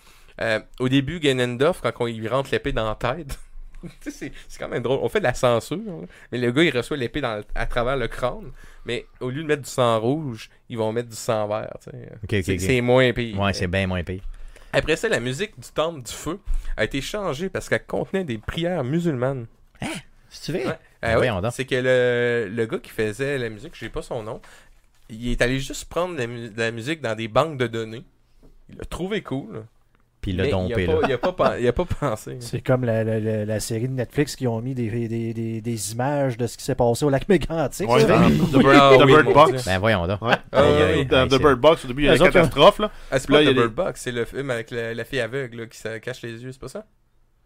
Speaker 3: Euh, au début, Ganondorf, quand on lui rentre l'épée dans la tête, (laughs) tu sais, c'est c'est quand même drôle. On fait de la censure, là. mais le gars, il reçoit l'épée dans le- à travers le crâne, mais au lieu de mettre du sang rouge, ils vont mettre du sang vert. tu sais.
Speaker 2: Ok, ok,
Speaker 3: C'est
Speaker 2: ok.
Speaker 3: c'est moins pire.
Speaker 2: Ouais, c'est bien moins pire.
Speaker 3: Après ça, la musique du Temple du Feu a été changée parce qu'elle contenait des prières musulmanes.
Speaker 2: C'est vrai?
Speaker 3: Ouais. Euh,
Speaker 2: Ben
Speaker 3: oui,
Speaker 2: voyons donc.
Speaker 3: c'est que le, le gars qui faisait la musique, j'ai pas son nom, il est allé juste prendre la, mu- de la musique dans des banques de données. Il l'a trouvé cool.
Speaker 2: Puis il
Speaker 3: mais
Speaker 2: l'a dompé,
Speaker 3: il
Speaker 2: là.
Speaker 3: a pas, il a pas pen- il a pas pensé.
Speaker 2: (laughs)
Speaker 6: (laughs) C'est comme la, la- la- la série de Netflix qui ont mis des, des, des- des images de ce qui s'est passé au lac mégantic.
Speaker 4: Ouais, ben
Speaker 6: ça.
Speaker 4: dans The Bird,
Speaker 3: Ah
Speaker 4: The
Speaker 3: oui,
Speaker 4: Bird
Speaker 3: mon
Speaker 4: Box.
Speaker 3: Dieu.
Speaker 2: Ben voyons donc.
Speaker 4: (laughs) Ouais.
Speaker 3: Ah
Speaker 2: Aïe, aïe,
Speaker 3: oui.
Speaker 2: aïe,
Speaker 4: Dans
Speaker 2: c'est-
Speaker 4: The Bird Box, au début, il y a
Speaker 6: Les
Speaker 4: une
Speaker 2: hein.
Speaker 6: autres,
Speaker 4: catastrophe. là.
Speaker 3: Ah, c'est
Speaker 4: Là,
Speaker 3: pas
Speaker 4: il y a
Speaker 3: The Bird
Speaker 4: des-
Speaker 3: Box, c'est le film avec la, la fille aveugle là, qui se cache les yeux, c'est pas ça?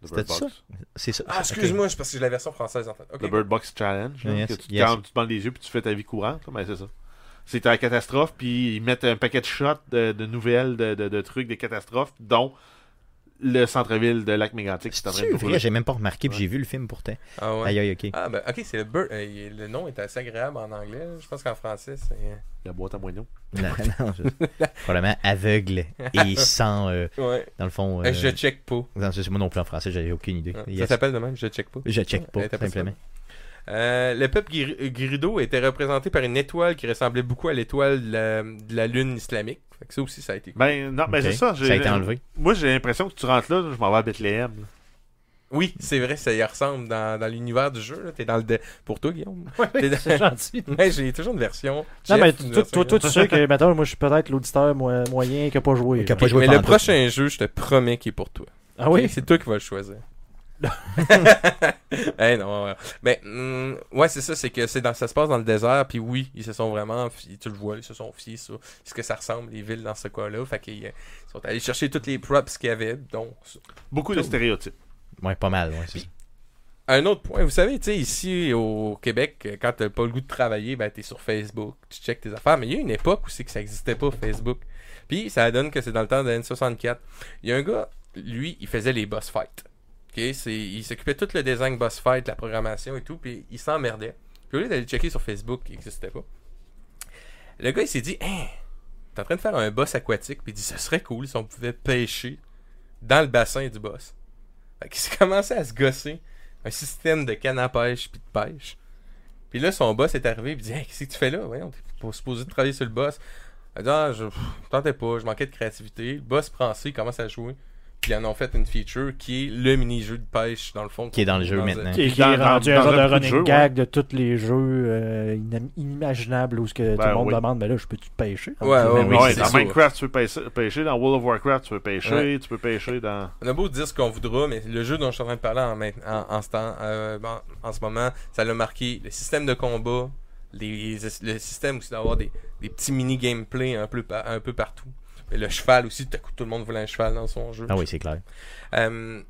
Speaker 4: The
Speaker 2: C'était
Speaker 4: Bird
Speaker 2: ça?
Speaker 4: Box.
Speaker 2: C'est ça.
Speaker 3: Ah, excuse-moi, c'est parce que j'ai la version française en fait. Ok.
Speaker 4: The Bird Box Challenge. là,
Speaker 2: Yes,
Speaker 4: que tu, te
Speaker 2: yes.
Speaker 4: calmes, tu te bandes les yeux puis tu fais ta vie courante. là, ben, c'est ça. C'est la catastrophe, puis ils mettent un paquet de shots de, de nouvelles, de, de- de trucs, des catastrophes, dont le centre-ville de Lac-Mégantic. qui est en train de
Speaker 2: C'est vrai,
Speaker 4: brûler.
Speaker 2: j'ai même pas remarqué, puis j'ai vu le film pourtant.
Speaker 3: Ah, ouais.
Speaker 2: Aïe, aïe,
Speaker 3: (laughs)
Speaker 2: ok.
Speaker 3: Ah, ben, ok, c'est le Bird. euh, il- le nom est assez agréable en anglais. Je pense qu'en français, c'est.
Speaker 4: La boîte à moineaux.
Speaker 2: Non, non, je- probablement aveugle et sans, euh,
Speaker 3: Ouais.
Speaker 2: dans le fond. euh,
Speaker 3: Ben, Je check pas.
Speaker 2: non, c'est- moi non plus en français, j'avais aucune idée.
Speaker 3: Hein, Ça
Speaker 2: Yes.
Speaker 3: s'appelle de même, je check pas.
Speaker 2: Je check pas,
Speaker 3: Elle était pas
Speaker 2: simplement.
Speaker 3: Euh, le peuple Gir- Gerudo était représenté par une étoile qui ressemblait beaucoup à l'étoile de la, de la lune islamique. Fait que ça aussi, ça a été.
Speaker 4: Ben, non, mais
Speaker 2: Ok.
Speaker 4: c'est ça.
Speaker 2: Ça a été
Speaker 4: j'ai-
Speaker 2: enlevé.
Speaker 4: Moi, j'ai l'impression que tu rentres là, je m'en vais à Bethléem. là.
Speaker 3: Oui, c'est vrai, ça y ressemble dans, dans l'univers du jeu. là. T'es dans le dé- Pour toi, Guillaume. T'es dans-
Speaker 6: (laughs) C'est gentil.
Speaker 3: (laughs) Ouais, j'ai toujours une version.
Speaker 6: Non,
Speaker 3: Jeff,
Speaker 6: mais
Speaker 3: une
Speaker 6: toi,
Speaker 3: version
Speaker 6: toi, toi, tu
Speaker 3: Guillaume.
Speaker 6: sais que, maintenant, moi, je suis peut-être l'auditeur mo- moyen qui n'a pas joué.
Speaker 2: Qui a
Speaker 6: là.
Speaker 2: pas joué
Speaker 3: Mais le
Speaker 2: pendant tout.
Speaker 3: prochain jeu, je te promets qu'il est pour toi.
Speaker 6: Ah oui?
Speaker 3: Ok, C'est toi qui vas le
Speaker 6: (laughs)
Speaker 3: choisir. Eh non, ouais. mais hum, ouais, c'est ça, c'est que c'est dans, ça se passe dans le désert, puis oui, ils se sont vraiment, fi- tu le vois, ils se sont fiés sur ce que ça ressemble les villes dans ce coin-là, fait qu'ils euh, sont allés chercher toutes les props qu'il y avait, donc ça.
Speaker 4: Beaucoup
Speaker 2: Oh.
Speaker 4: de stéréotypes.
Speaker 2: Ouais, pas mal, ouais, c'est ça.
Speaker 3: un autre point, vous savez, tu sais, ici au Québec, euh, quand t'as pas le goût de travailler, ben t'es sur Facebook, tu checkes tes affaires, mais il y a une époque où c'est que ça existait pas Facebook, puis ça donne que c'est dans le temps de N64, il y a un gars, lui, il faisait les boss fights. Ok, c'est- il s'occupait tout le design boss fight, la programmation et tout, puis il s'emmerdait. Puis au lieu d'aller checker sur Facebook, qui n'existait pas, le gars il s'est dit, hein, t'es en train de faire un boss aquatique, puis il dit, ce serait cool si on pouvait pêcher dans le bassin du boss. Fait qu'il s'est commencé à se gosser un système de canne à pêche puis de pêche. Puis là, son boss est arrivé, puis il dit, hey, qu'est-ce que tu fais là? Voyons, t'es pas supposé travailler sur le boss. Il dit, ah, je pff, tentais pas, je manquais de créativité. Le boss prend ça, il commence à jouer. Puis ils en ont fait une feature qui est le mini-jeu de pêche, dans le fond.
Speaker 2: Qui est dans le jeu
Speaker 3: Dans-
Speaker 2: maintenant.
Speaker 6: Qui, qui
Speaker 4: Dans-
Speaker 6: est
Speaker 4: dans-
Speaker 6: rendu
Speaker 4: dans
Speaker 6: un genre de
Speaker 4: beaucoup de
Speaker 6: running
Speaker 4: jeux,
Speaker 6: gag de tous les jeux euh, inam- inimaginables où ce que tout
Speaker 4: Ben
Speaker 6: le monde
Speaker 4: oui.
Speaker 6: demande, mais là, je peux-tu pêcher? Ben,
Speaker 3: Ouais,
Speaker 2: Ah
Speaker 3: ouais,
Speaker 6: Mais
Speaker 3: Oui,
Speaker 4: ouais,
Speaker 3: c'est
Speaker 4: dans
Speaker 3: ça.
Speaker 4: Minecraft, tu peux pêcher, pêcher, Dans World of Warcraft, tu peux pêcher.
Speaker 3: Ouais.
Speaker 4: Tu peux pêcher dans.
Speaker 3: On a beau dire ce qu'on voudra, mais le jeu dont je suis en train de parler en, main- en- en ce, temps, euh, en, en ce moment, ça l'a marqué le système de combat, les, le système aussi d'avoir des, des petits mini gameplay un peu, par- un peu partout. Mais le cheval aussi, tout à coup, tout le monde voulait un cheval dans son jeu.
Speaker 2: Ah oui, c'est clair.
Speaker 3: Euh,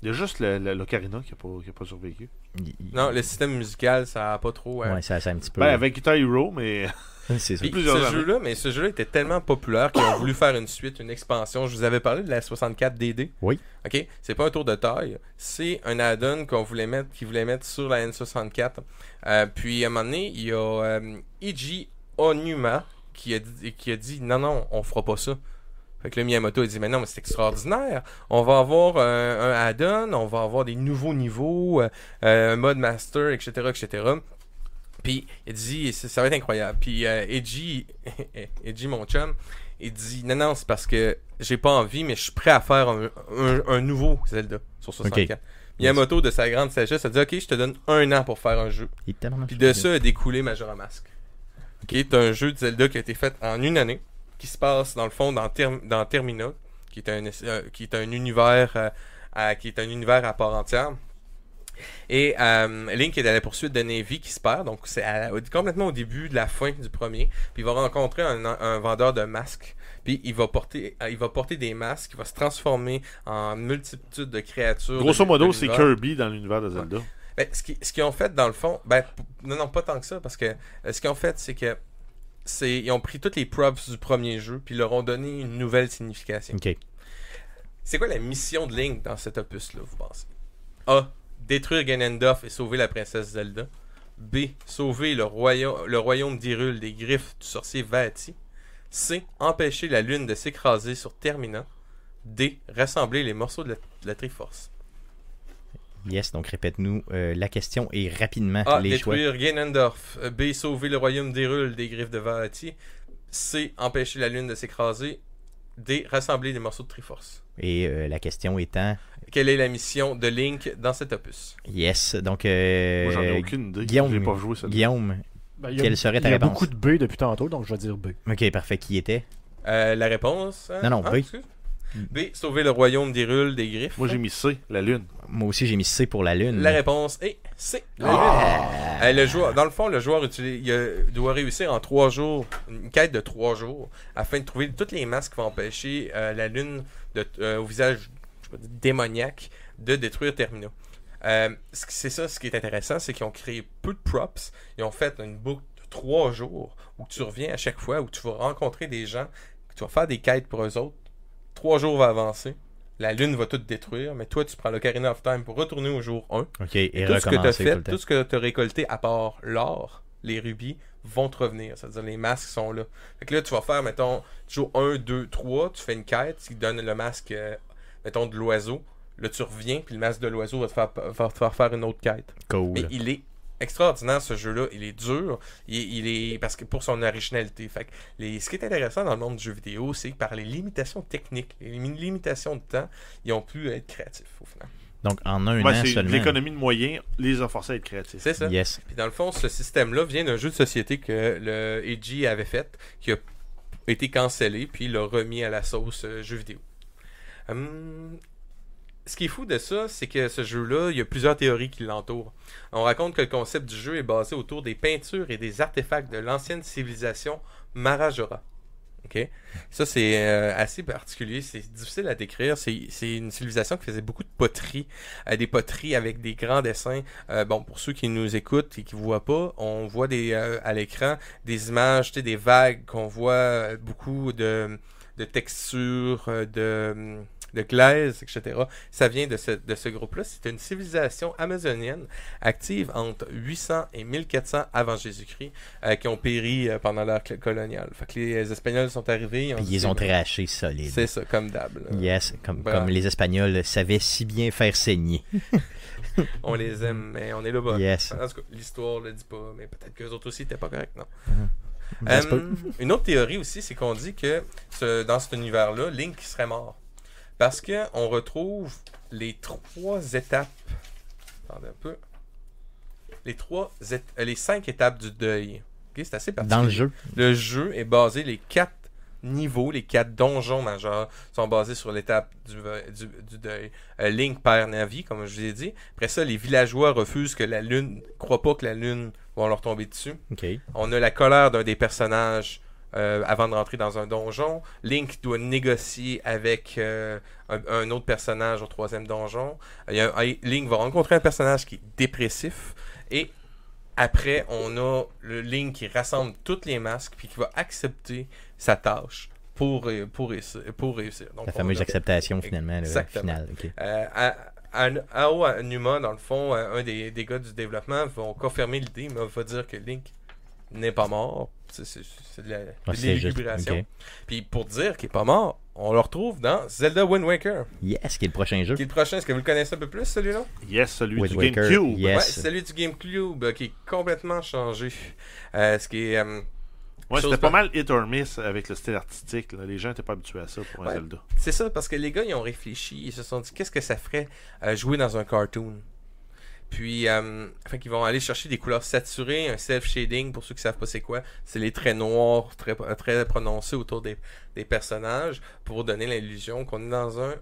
Speaker 4: Il y a juste le- le- l'Ocarina qui n'a pas, qui a pas survécu.
Speaker 2: Il- il-
Speaker 3: non, le système musical, ça a pas trop. euh,
Speaker 2: Ouais, ça, ça un petit peu.
Speaker 4: Ben, avec Guitar Hero, mais.
Speaker 2: C'est ça.
Speaker 3: Puis
Speaker 4: plusieurs
Speaker 3: ce
Speaker 4: années.
Speaker 3: jeu-là, mais ce jeu-là était tellement populaire qu'ils ont voulu faire une suite, une expansion. Je vous avais parlé de la 64 DD.
Speaker 2: Oui.
Speaker 3: Ok, c'est pas un tour de taille, c'est un add-on qu'on voulait mettre, qu'ils voulaient mettre sur la N64. Euh, puis à un moment donné, il y a euh, Iji Onuma qui a, dit, qui a dit non non, on fera pas ça. Fait que le Miyamoto a dit mais non mais c'est extraordinaire. On va avoir euh, un add-on, on va avoir des nouveaux niveaux, euh, euh, un mode master, etc etc. Puis il dit, ça, ça va être incroyable. Puis euh, (laughs) Edgy, Edgy, mon chum, il dit, non, non, c'est parce que j'ai pas envie, mais je suis prêt à faire un, un- un nouveau Zelda sur 64. Miyamoto, de sa grande sagesse, a dit, ok, je te donne un an pour faire un jeu.
Speaker 2: Il est tellement-
Speaker 3: Puis de ça a découlé Majora Mask, qui est un jeu de Zelda qui a été fait en une année, qui se passe dans le fond dans, Term- dans Termina, qui est un, es- euh, qui est un univers euh, à, qui est un univers à part entière. Et euh, Link est à la poursuite de Navy qui se perd, donc c'est à- au- complètement au début de la fin du premier. Puis il va rencontrer un, un vendeur de masques. Puis il va porter, euh, il va porter des masques, il va se transformer en multitude de créatures.
Speaker 4: (laughs) Grosso
Speaker 3: de-
Speaker 4: modo,
Speaker 3: de
Speaker 4: c'est
Speaker 3: l'univers.
Speaker 4: Kirby dans l'univers de Zelda.
Speaker 3: Ben, ce qui- ce qu'ils ont fait dans le fond, ben, p- non, non, pas tant que ça, parce que euh, ce qu'ils ont fait, c'est que c'est ils ont pris toutes les props du premier jeu puis ils leur ont donné une nouvelle signification.
Speaker 2: Ok.
Speaker 3: C'est quoi la mission de Link dans cet opus-là, vous pensez A. Détruire Ganondorf et sauver la princesse Zelda. B. Sauver le, roya- le royaume d'Hyrule des griffes du sorcier Vati. C. Empêcher la lune de s'écraser sur Termina. D. Rassembler les morceaux de la, de la Triforce.
Speaker 2: Yes, donc répète-nous euh, la question et rapidement
Speaker 3: A.
Speaker 2: les choix.
Speaker 3: Ah, Détruire Ganondorf. euh, B. Sauver le royaume d'Hyrule des griffes de Valati. C. Empêcher la lune de s'écraser. D. Rassembler les morceaux de Triforce.
Speaker 2: Et euh, la question étant,
Speaker 3: Quelle est la mission de Link dans cet opus
Speaker 2: yes, donc euh,
Speaker 4: Moi, j'en ai aucune idée.
Speaker 2: Guillaume.
Speaker 4: Je l'ai pas joué, ça.
Speaker 2: Guillaume,
Speaker 6: Ben, il y a-
Speaker 2: quelle serait
Speaker 6: il
Speaker 2: ta
Speaker 6: y a
Speaker 2: réponse
Speaker 6: beaucoup de B depuis tantôt, donc je vais dire B.
Speaker 2: Ok, parfait, qui était
Speaker 3: Euh, La réponse hein?
Speaker 2: Non, non,
Speaker 3: Ah,
Speaker 2: B.
Speaker 3: excuse. B. Sauver le royaume d'Hyrule des griffes.
Speaker 4: Moi, j'ai mis C, la lune.
Speaker 2: Moi aussi, j'ai mis C pour la lune.
Speaker 3: La réponse est C. La lune. Euh, le joueur, dans le fond, le joueur utilise- il, euh, doit réussir en trois jours, une quête de trois jours, afin de trouver toutes les masques qui vont empêcher euh, la lune de, euh, au visage je sais pas, démoniaque de détruire Termina. Euh, ce qui- c'est ça ce qui est intéressant, c'est qu'ils ont créé peu de props. Ils ont fait une boucle de trois jours où tu reviens à chaque fois, où tu vas rencontrer des gens, que tu vas faire des quêtes pour eux autres. Trois jours va avancer. La lune va tout détruire, mais toi, tu prends l'Ocarina of Time pour retourner au jour 1
Speaker 2: Ok, et
Speaker 3: tout ce que tu as
Speaker 2: recommencer tout
Speaker 3: fait,
Speaker 2: le temps.
Speaker 3: tout ce que tu as récolté, à part l'or, les rubis, vont te revenir. C'est-à-dire, les masques sont là. Fait que là, tu vas faire, mettons, tu joues 1, 2, 3, tu fais une quête qui donne le masque, euh, mettons, de l'oiseau. Là, tu reviens, puis le masque de l'oiseau va te faire, va te faire faire une autre quête. Mais
Speaker 2: Cool.
Speaker 3: il est extraordinaire ce jeu-là. Il est dur. Il, il est parce que pour son originalité. Fait que les- ce qui est intéressant dans le monde du jeu vidéo, c'est que par les limitations techniques, les lim- limitations de temps, ils ont pu être créatifs au final.
Speaker 2: Donc en un
Speaker 4: Ouais,
Speaker 2: an
Speaker 4: c'est
Speaker 2: seulement.
Speaker 4: l'économie de moyens les a forcés à être créatifs.
Speaker 3: C'est ça.
Speaker 2: Yes.
Speaker 3: Puis dans le fond, ce système-là vient d'un jeu de société que le Eiji avait fait, qui a été cancellé, puis il l'a remis à la sauce euh, jeu vidéo. Hum, ce qui est fou de ça, c'est que ce jeu-là, il y a plusieurs théories qui l'entourent. On raconte que le concept du jeu est basé autour des peintures et des artefacts de l'ancienne civilisation Marajora. Ok, Ça, c'est euh, assez particulier, c'est difficile à décrire. C'est c'est une civilisation qui faisait beaucoup de poteries, euh, des poteries avec des grands dessins. Euh, bon, pour ceux qui nous écoutent et qui voient pas, on voit des, euh, à l'écran des images, tu sais, des vagues qu'on voit euh, beaucoup de, de textures, euh, de, de glaise, etc. Ça vient de ce, de ce groupe-là. C'est une civilisation amazonienne active entre 800 et 1400 avant Jésus-Christ euh, qui ont péri euh, pendant l'ère cl- coloniale. Fait que les Espagnols sont arrivés.
Speaker 2: Puis
Speaker 3: dit,
Speaker 2: ils ont
Speaker 3: ben,
Speaker 2: traché solide.
Speaker 3: C'est ça, comme d'hab. là.
Speaker 2: Yes, comme,
Speaker 3: Voilà.
Speaker 2: comme les Espagnols savaient si bien faire saigner.
Speaker 3: On les aime, mais on est là-bas.
Speaker 2: Yes.
Speaker 3: En tout cas, l'histoire le dit pas, mais peut-être que les autres aussi n'étaient pas corrects, non?
Speaker 2: Ah. Ça se peut.
Speaker 3: Euh, une autre théorie aussi, c'est qu'on dit que ce- dans cet univers-là, Link serait mort. Parce que on retrouve les trois étapes. Attendez un peu. Les trois ét- euh, les cinq étapes du deuil. Ok, c'est assez particulier.
Speaker 2: Dans le jeu.
Speaker 3: Le jeu est basé, les quatre niveaux, les quatre donjons majeurs sont basés sur l'étape du, du- du deuil. Euh, Link perd Navi, comme je vous ai dit. Après ça, les villageois refusent que la lune, croient pas que la lune va leur tomber dessus.
Speaker 2: Ok.
Speaker 3: On a la colère d'un des personnages euh, avant de rentrer dans un donjon. Link doit négocier avec euh, un, un autre personnage au troisième donjon. Il y a un- Link va rencontrer un personnage qui est dépressif. Et après, on a le Link qui rassemble tous les masques puis qui va accepter sa tâche pour, euh, pour, réussir- pour réussir. Donc,
Speaker 2: La
Speaker 3: on
Speaker 2: fameuse
Speaker 3: a-
Speaker 2: acceptation finalement. Là,
Speaker 3: Exactement.
Speaker 2: finale. ok.
Speaker 3: euh, à- à- Ao Numa, dans le fond, euh, un des, des gars du développement, vont confirmer l'idée, mais va dire que Link n'est pas mort. C'est c'est- c'est de la de
Speaker 2: Ah, c'était juste-
Speaker 3: l'élucubration.
Speaker 2: ok.
Speaker 3: Puis pour dire qu'il n'est pas mort, on le retrouve dans Zelda Wind Waker,
Speaker 2: Yes, qui est le prochain jeu.
Speaker 3: qui est le prochain. Est-ce que vous le connaissez un peu plus, celui-là
Speaker 4: Yes, celui
Speaker 2: Wind
Speaker 4: du
Speaker 2: Waker,
Speaker 4: GameCube.
Speaker 2: yes.
Speaker 3: Ouais, c'est celui du GameCube euh, qui est complètement changé. Euh, ce qui est. euh,
Speaker 4: Ouais,
Speaker 3: Chose
Speaker 4: c'était pas
Speaker 3: par-
Speaker 4: mal hit or miss avec le style artistique. là. Les gens n'étaient pas habitués à ça pour un
Speaker 3: Ouais.
Speaker 4: Zelda.
Speaker 3: C'est ça, parce que les gars, ils ont réfléchi, ils se sont dit, qu'est-ce que ça ferait euh, jouer dans un cartoon? Puis, euh, fait qu'ils vont aller chercher des couleurs saturées, un self-shading, pour ceux qui savent pas c'est quoi. C'est les traits noirs très, très prononcés autour des, des personnages pour donner l'illusion qu'on est dans un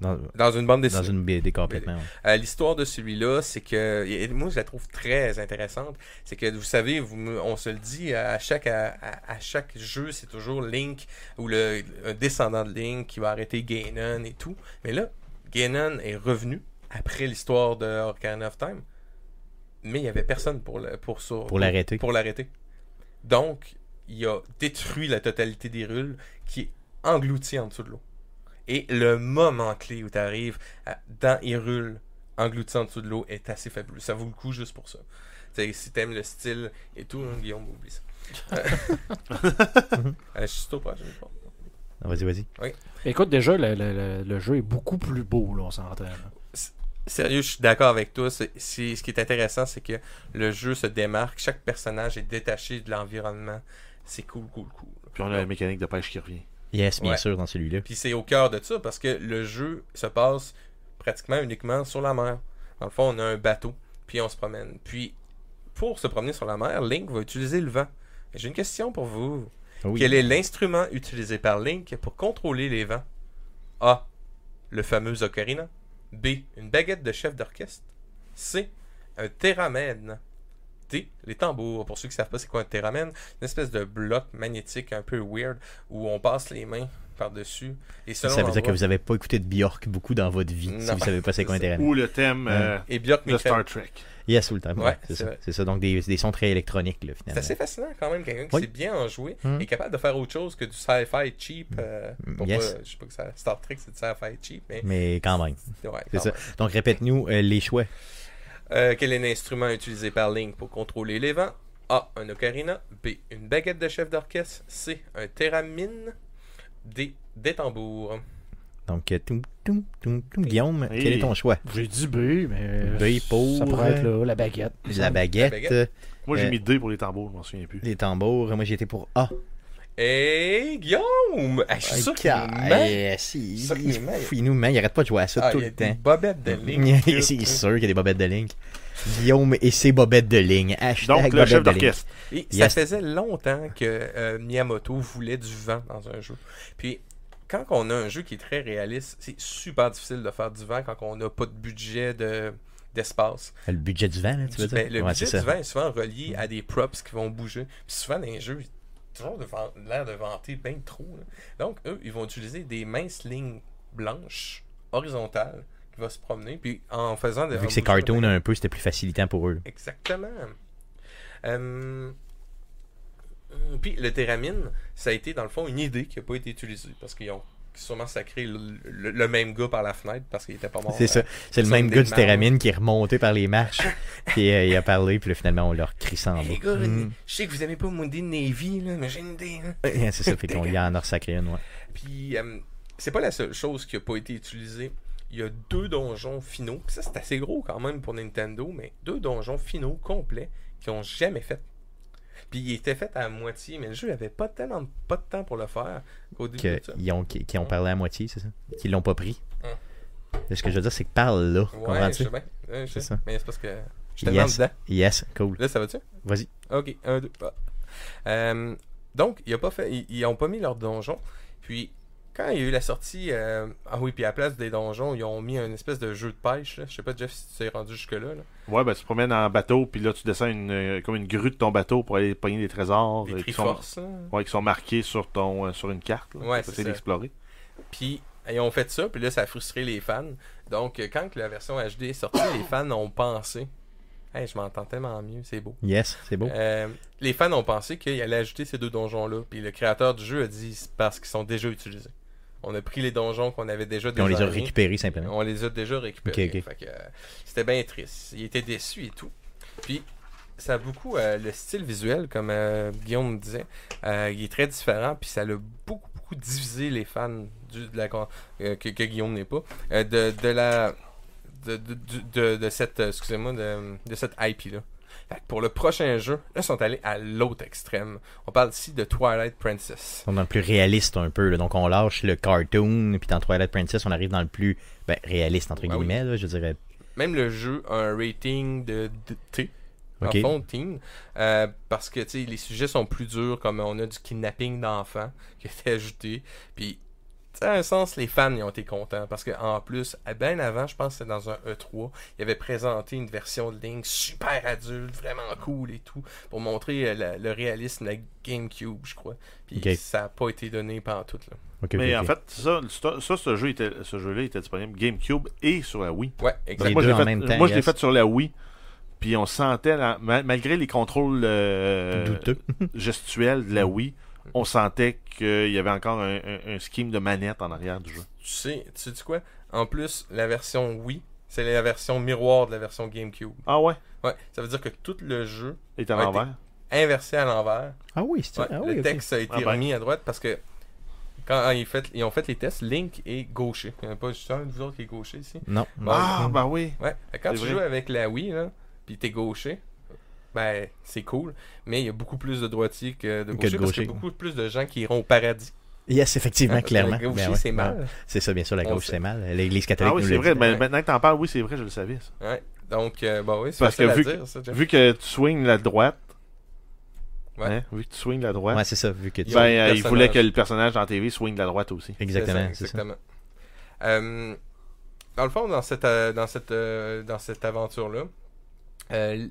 Speaker 2: Dans,
Speaker 3: dans une bande
Speaker 2: dans
Speaker 3: dessinée.
Speaker 2: une BD complètement. ouais.
Speaker 3: Euh, L'histoire de celui-là, c'est que et moi je la trouve très intéressante. C'est que vous savez, vous, me- on se le dit à chaque à, à- à chaque jeu, c'est toujours Link ou le un descendant de Link qui va arrêter Ganon et tout. Mais là, Ganon est revenu après l'histoire de Ocarina of Time, mais il y avait personne pour le pour ça
Speaker 2: Pour l'arrêter.
Speaker 3: pour l'arrêter. Donc, il a détruit la totalité des rules qui est engloutie en dessous de l'eau. Et le moment clé où tu arrives dans Hyrule, englouti en dessous de l'eau, est assez fabuleux. Ça vaut le coup juste pour ça. Tu sais, si t'aimes le style et tout, hein, Guillaume, oublie ça. Euh, euh, je suis trop proche, je sais pas.
Speaker 2: Vas-y, vas-y.
Speaker 6: Écoute, déjà, le, le- le- le jeu est beaucoup plus beau, là, on s'entend. là.
Speaker 3: Sérieux, je suis d'accord avec toi. C'est- c'est- ce qui est intéressant, c'est que le jeu se démarque. Chaque personnage est détaché de l'environnement. C'est cool, cool, cool.
Speaker 4: Puis on a la mécanique de pêche qui revient.
Speaker 2: Yes, bien
Speaker 3: Ouais.
Speaker 2: sûr, dans celui-là.
Speaker 3: Puis c'est au cœur de ça parce que le jeu se passe pratiquement uniquement sur la mer. Dans le fond, on a un bateau, puis on se promène. Puis pour se promener sur la mer, Link va utiliser le vent. J'ai une question pour vous.
Speaker 2: Oui.
Speaker 3: Quel est l'instrument utilisé par Link pour contrôler les vents A. Le fameux ocarina. B. Une baguette de chef d'orchestre. C. Un théramène. D. Les tambours. Pour ceux qui ne savent pas c'est quoi un théramène, une espèce de bloc magnétique un peu weird où on passe les mains par-dessus. Et selon
Speaker 2: Ça veut dire
Speaker 3: l'endroit-
Speaker 2: que vous n'avez pas écouté de Bjork beaucoup dans votre vie, si
Speaker 3: Non.
Speaker 2: vous savez pas c'est quoi
Speaker 3: (laughs) C'est
Speaker 2: Internet.
Speaker 4: Ou le thème euh,
Speaker 3: Et Björk
Speaker 4: de
Speaker 3: Michelin.
Speaker 4: Star Trek.
Speaker 2: Yes, tout le temps.
Speaker 3: Ouais,
Speaker 2: ouais, c'est
Speaker 3: c'est
Speaker 2: ça.
Speaker 3: vrai.
Speaker 2: C'est ça, donc des, des sons très électroniques, là,
Speaker 3: C'est
Speaker 2: finalement.
Speaker 3: assez fascinant quand même, quelqu'un qui
Speaker 2: Oui.
Speaker 3: sait bien en jouer
Speaker 2: Mm.
Speaker 3: est capable de faire autre chose que du sci-fi cheap. euh, pour
Speaker 2: Yes.
Speaker 3: pas- je sais pas que ça, Star Trek c'est du sci-fi cheap, mais
Speaker 2: Mais quand même.
Speaker 3: ouais,
Speaker 2: C'est
Speaker 3: quand
Speaker 2: ça. Donc, répète-nous euh, les choix.
Speaker 3: Euh, quel est l'instrument utilisé par Link pour contrôler les vents A. Un ocarina. B. Une baguette de chef d'orchestre. C. Un théramine. D. Des tambours.
Speaker 2: Donc, euh, toum, toum, toum, toum. Guillaume,
Speaker 4: Oui.
Speaker 2: quel est ton choix
Speaker 6: J'ai dit B, mais.
Speaker 2: B pour-
Speaker 6: Ça pourrait être là, la baguette.
Speaker 2: La baguette,
Speaker 3: baguette.
Speaker 2: euh,
Speaker 4: Moi, j'ai
Speaker 2: Euh,
Speaker 4: mis D pour les tambours, je m'en souviens plus.
Speaker 2: les tambours. Moi, j'étais pour A.
Speaker 3: Et Guillaume Hey, Je suis sûr
Speaker 2: Ok,
Speaker 3: qu'il met-
Speaker 2: eh, si,
Speaker 3: Sûr
Speaker 2: il,
Speaker 3: qu'il est mal.
Speaker 2: fou, il nous met, il arrête pas de jouer à ça
Speaker 3: Ah,
Speaker 2: tout
Speaker 3: il y a
Speaker 2: le
Speaker 3: des
Speaker 2: temps. (laughs)
Speaker 3: bobettes de Link.
Speaker 2: c'est sûr qu'il y a des bobettes de ligne. Guillaume et ses bobettes de ligne. Hashtag
Speaker 4: Donc, le
Speaker 2: bobettes
Speaker 4: chef
Speaker 2: de ligne.
Speaker 4: d'orchestre.
Speaker 3: Et
Speaker 2: Yes.
Speaker 3: Ça faisait longtemps que euh, Miyamoto voulait du vent dans un jeu. Puis, quand on a un jeu qui est très réaliste, c'est super difficile de faire du vent quand on n'a pas de budget de- d'espace.
Speaker 2: Le budget du vent, là, tu veux
Speaker 3: Ben,
Speaker 2: dire
Speaker 3: le
Speaker 2: Ouais,
Speaker 3: budget
Speaker 2: c'est ça.
Speaker 3: du vent est souvent relié à des props qui vont bouger. Puis souvent, dans les jeux, ils ont toujours de van- l'air de vanter bien trop. là. Donc, eux, ils vont utiliser des minces lignes blanches, horizontales, qui vont se promener. Puis en faisant de.
Speaker 2: Vu que c'est cartoon un peu, c'était plus facilitant pour eux. là.
Speaker 3: Exactement. Euh, Puis le Theramine, ça a été dans le fond une idée qui n'a pas été utilisée parce qu'ils ont sûrement sacré le, le- le même gars par la fenêtre parce qu'il était pas mort.
Speaker 2: C'est ça.
Speaker 3: euh,
Speaker 2: C'est le
Speaker 3: Ils sont
Speaker 2: même
Speaker 3: des
Speaker 2: gars du
Speaker 3: marrons.
Speaker 2: Téramine qui est remonté par les
Speaker 3: (laughs)
Speaker 2: marches. Puis euh, il a parlé, puis là, finalement, on leur crie sans
Speaker 3: Hey,
Speaker 2: bas.
Speaker 3: les gars,
Speaker 2: Mm.
Speaker 3: je sais que vous aimez pas Moody Navy, là, mais j'ai une idée. hein.
Speaker 2: Ouais, (laughs) C'est ça, fait qu'on y en a sacré une, ouais.
Speaker 3: Puis, euh, c'est pas la seule chose qui a pas été utilisée. Il y a deux donjons finaux. Puis ça, c'est assez gros quand même pour Nintendo, mais deux donjons finaux complets qui ont jamais fait. Puis ils étaient faits à moitié, mais le jeu avait pas tellement pas de temps pour le faire qu'au début
Speaker 2: Que-
Speaker 3: de ça.
Speaker 2: ils ont, qui, qui ont parlé à moitié, c'est ça Qui l'ont pas pris.
Speaker 3: Hum.
Speaker 2: Ce que je veux dire, c'est que parle là.
Speaker 3: Ouais, je
Speaker 2: Comprends-tu
Speaker 3: sais bien. Ouais, je
Speaker 2: C'est
Speaker 3: sais.
Speaker 2: ça.
Speaker 3: Mais c'est parce que je suis tellement
Speaker 2: Yes.
Speaker 3: dedans.
Speaker 2: Yes, cool.
Speaker 3: Là, ça va-tu?
Speaker 2: Vas-y.
Speaker 3: Ok, un, deux. ah. Euh, donc, il a pas fait, ils- ils n'ont pas mis leur donjon. Puis, quand il y a eu la sortie, euh, ah oui, puis à la place des donjons, ils ont mis une espèce de jeu de pêche. là. Je sais pas, Jeff, si tu t'es rendu jusque-là. là.
Speaker 4: Ouais, ben, tu te promènes en bateau, puis là, tu descends une, euh, comme une grue de ton bateau pour aller pogner des trésors.
Speaker 3: Des
Speaker 4: euh, qui sont,
Speaker 3: triforces. là.
Speaker 4: ouais, qui sont marqués sur, ton, euh, sur une carte. Là,
Speaker 3: Ouais,
Speaker 4: pour
Speaker 3: c'est
Speaker 4: essayer
Speaker 3: ça.
Speaker 4: d'explorer.
Speaker 3: Puis, ils ont fait ça, puis là, ça a frustré les fans. Donc, euh, quand que la version HD est sortie, les fans ont pensé. Hey, je m'entends tellement mieux, c'est beau.
Speaker 2: Yes, c'est beau.
Speaker 3: Euh, les fans ont pensé qu'il allait ajouter ces deux donjons-là. Puis le créateur du jeu a dit c'est parce qu'ils sont déjà utilisés. On a pris les donjons qu'on avait déjà
Speaker 2: Puis on les a
Speaker 3: designés.
Speaker 2: récupérés simplement.
Speaker 3: On les a déjà récupérés.
Speaker 2: Ok, ok.
Speaker 3: Fait que, euh, c'était bien triste. Il était déçu et tout. Puis, ça a beaucoup euh, le style visuel, comme euh, Guillaume disait. euh, il est très différent, puis ça l'a beaucoup, beaucoup divisé les fans du, de la, con- euh, que, que Guillaume n'est pas. euh, de, de la. De, de, du- de- de cette. euh, Excusez-moi, de, de cette IP-là. Fait que pour le prochain jeu, là, ils sont allés à l'autre extrême. On parle ici de Twilight Princess.
Speaker 2: On est dans le plus réaliste un peu. là. Donc on lâche le cartoon, puis dans Twilight Princess, on arrive dans le plus ben, réaliste entre
Speaker 3: Ah oui.
Speaker 2: guillemets, là, je dirais.
Speaker 3: Même le jeu a un rating de, de T.
Speaker 2: Ok.
Speaker 3: En fond, teen. Euh, parce que tu sais, les sujets sont plus durs, comme on a du kidnapping d'enfants (laughs) qui a été ajouté. Puis, tu sais, à un sens, les fans ils ont été contents. Parce qu'en plus, à bien avant, je pense que c'est dans un E3, ils avaient présenté une version de Link super adulte, vraiment cool et tout, pour montrer euh, la- le réalisme de la GameCube, je crois. Puis,
Speaker 2: Ok.
Speaker 3: ça n'a pas été donné pendant tout. Là.
Speaker 2: Ok, ok,
Speaker 4: Mais
Speaker 2: ok.
Speaker 4: en fait, ça, ça, ça, ce jeu était, ce jeu-là était disponible GameCube et sur la Wii.
Speaker 3: Ouais,
Speaker 4: Fait que
Speaker 2: Les
Speaker 3: exactement.
Speaker 4: moi, je
Speaker 2: deux
Speaker 4: l'ai
Speaker 2: en
Speaker 4: fait,
Speaker 2: même temps,
Speaker 4: moi, je l'ai
Speaker 2: yes.
Speaker 4: fait sur la Wii. Puis on sentait, la- ma- malgré les contrôles euh,
Speaker 2: Douteux.
Speaker 4: (laughs)
Speaker 2: Mm.
Speaker 4: gestuels de la Wii, on sentait qu'il y avait encore un, un- un scheme de manette en arrière du jeu.
Speaker 3: Tu sais, tu sais quoi? En plus, la version Wii, c'est la version miroir de la version GameCube.
Speaker 4: Ah ouais?
Speaker 3: Ouais, ça veut dire que tout le jeu
Speaker 4: Il était à
Speaker 3: Ouais,
Speaker 4: l'envers.
Speaker 3: inversé à l'envers.
Speaker 2: Ah oui, c'est ça.
Speaker 3: Ouais,
Speaker 2: Ah oui,
Speaker 3: le
Speaker 2: ok.
Speaker 3: texte a été
Speaker 4: Ah ben.
Speaker 3: remis à droite parce que Quand ah, ils, fait- ils ont fait les tests, Link est gaucher. Il n'y en a pas juste un de vous autres qui est gaucher ici.
Speaker 2: Non.
Speaker 3: Bon,
Speaker 4: Ah, ben oui.
Speaker 3: Ouais. Fait que Quand
Speaker 4: C'est
Speaker 3: tu
Speaker 4: vrai.
Speaker 3: joues avec la Wii, là, pis t'es gaucher, ben, c'est cool. Mais il y a beaucoup plus de droitiers que
Speaker 2: de
Speaker 3: de gauchers, parce qu'il y
Speaker 2: gauchers.
Speaker 3: a beaucoup plus de gens qui iront au paradis.
Speaker 2: Yes,
Speaker 3: (laughs)
Speaker 2: effectivement,
Speaker 3: Parce que
Speaker 2: clairement.
Speaker 3: le gaucher,
Speaker 2: Ben ouais,
Speaker 3: c'est
Speaker 2: ouais.
Speaker 3: mal.
Speaker 2: C'est ça, bien sûr, la
Speaker 3: On
Speaker 2: gauche,
Speaker 3: sait.
Speaker 2: c'est mal. L'Église catholique
Speaker 4: Ah oui,
Speaker 2: nous
Speaker 4: c'est
Speaker 2: le
Speaker 4: vrai.
Speaker 2: dit.
Speaker 4: Ben,
Speaker 3: Ouais.
Speaker 4: Maintenant que t'en parles, oui, c'est vrai, je le savais. ça.
Speaker 3: Ouais. Donc, euh, bon, oui, c'est
Speaker 4: Parce que
Speaker 3: facile à
Speaker 4: vu que-
Speaker 3: dire, ça, Jeff.
Speaker 4: Vu que tu swings la droite,
Speaker 3: Ouais.
Speaker 4: hein, vu que tu swings la droite,
Speaker 2: Ouais, c'est ça, vu que tu...
Speaker 4: ben, euh, il
Speaker 3: personnage.
Speaker 4: voulait que le personnage en TV swing la droite aussi.
Speaker 2: Exactement, c'est
Speaker 3: C'est ça,
Speaker 2: ça.
Speaker 3: exactement. Euh, dans le fond, dans cette, euh, dans cette, euh, dans cette aventure-là, euh,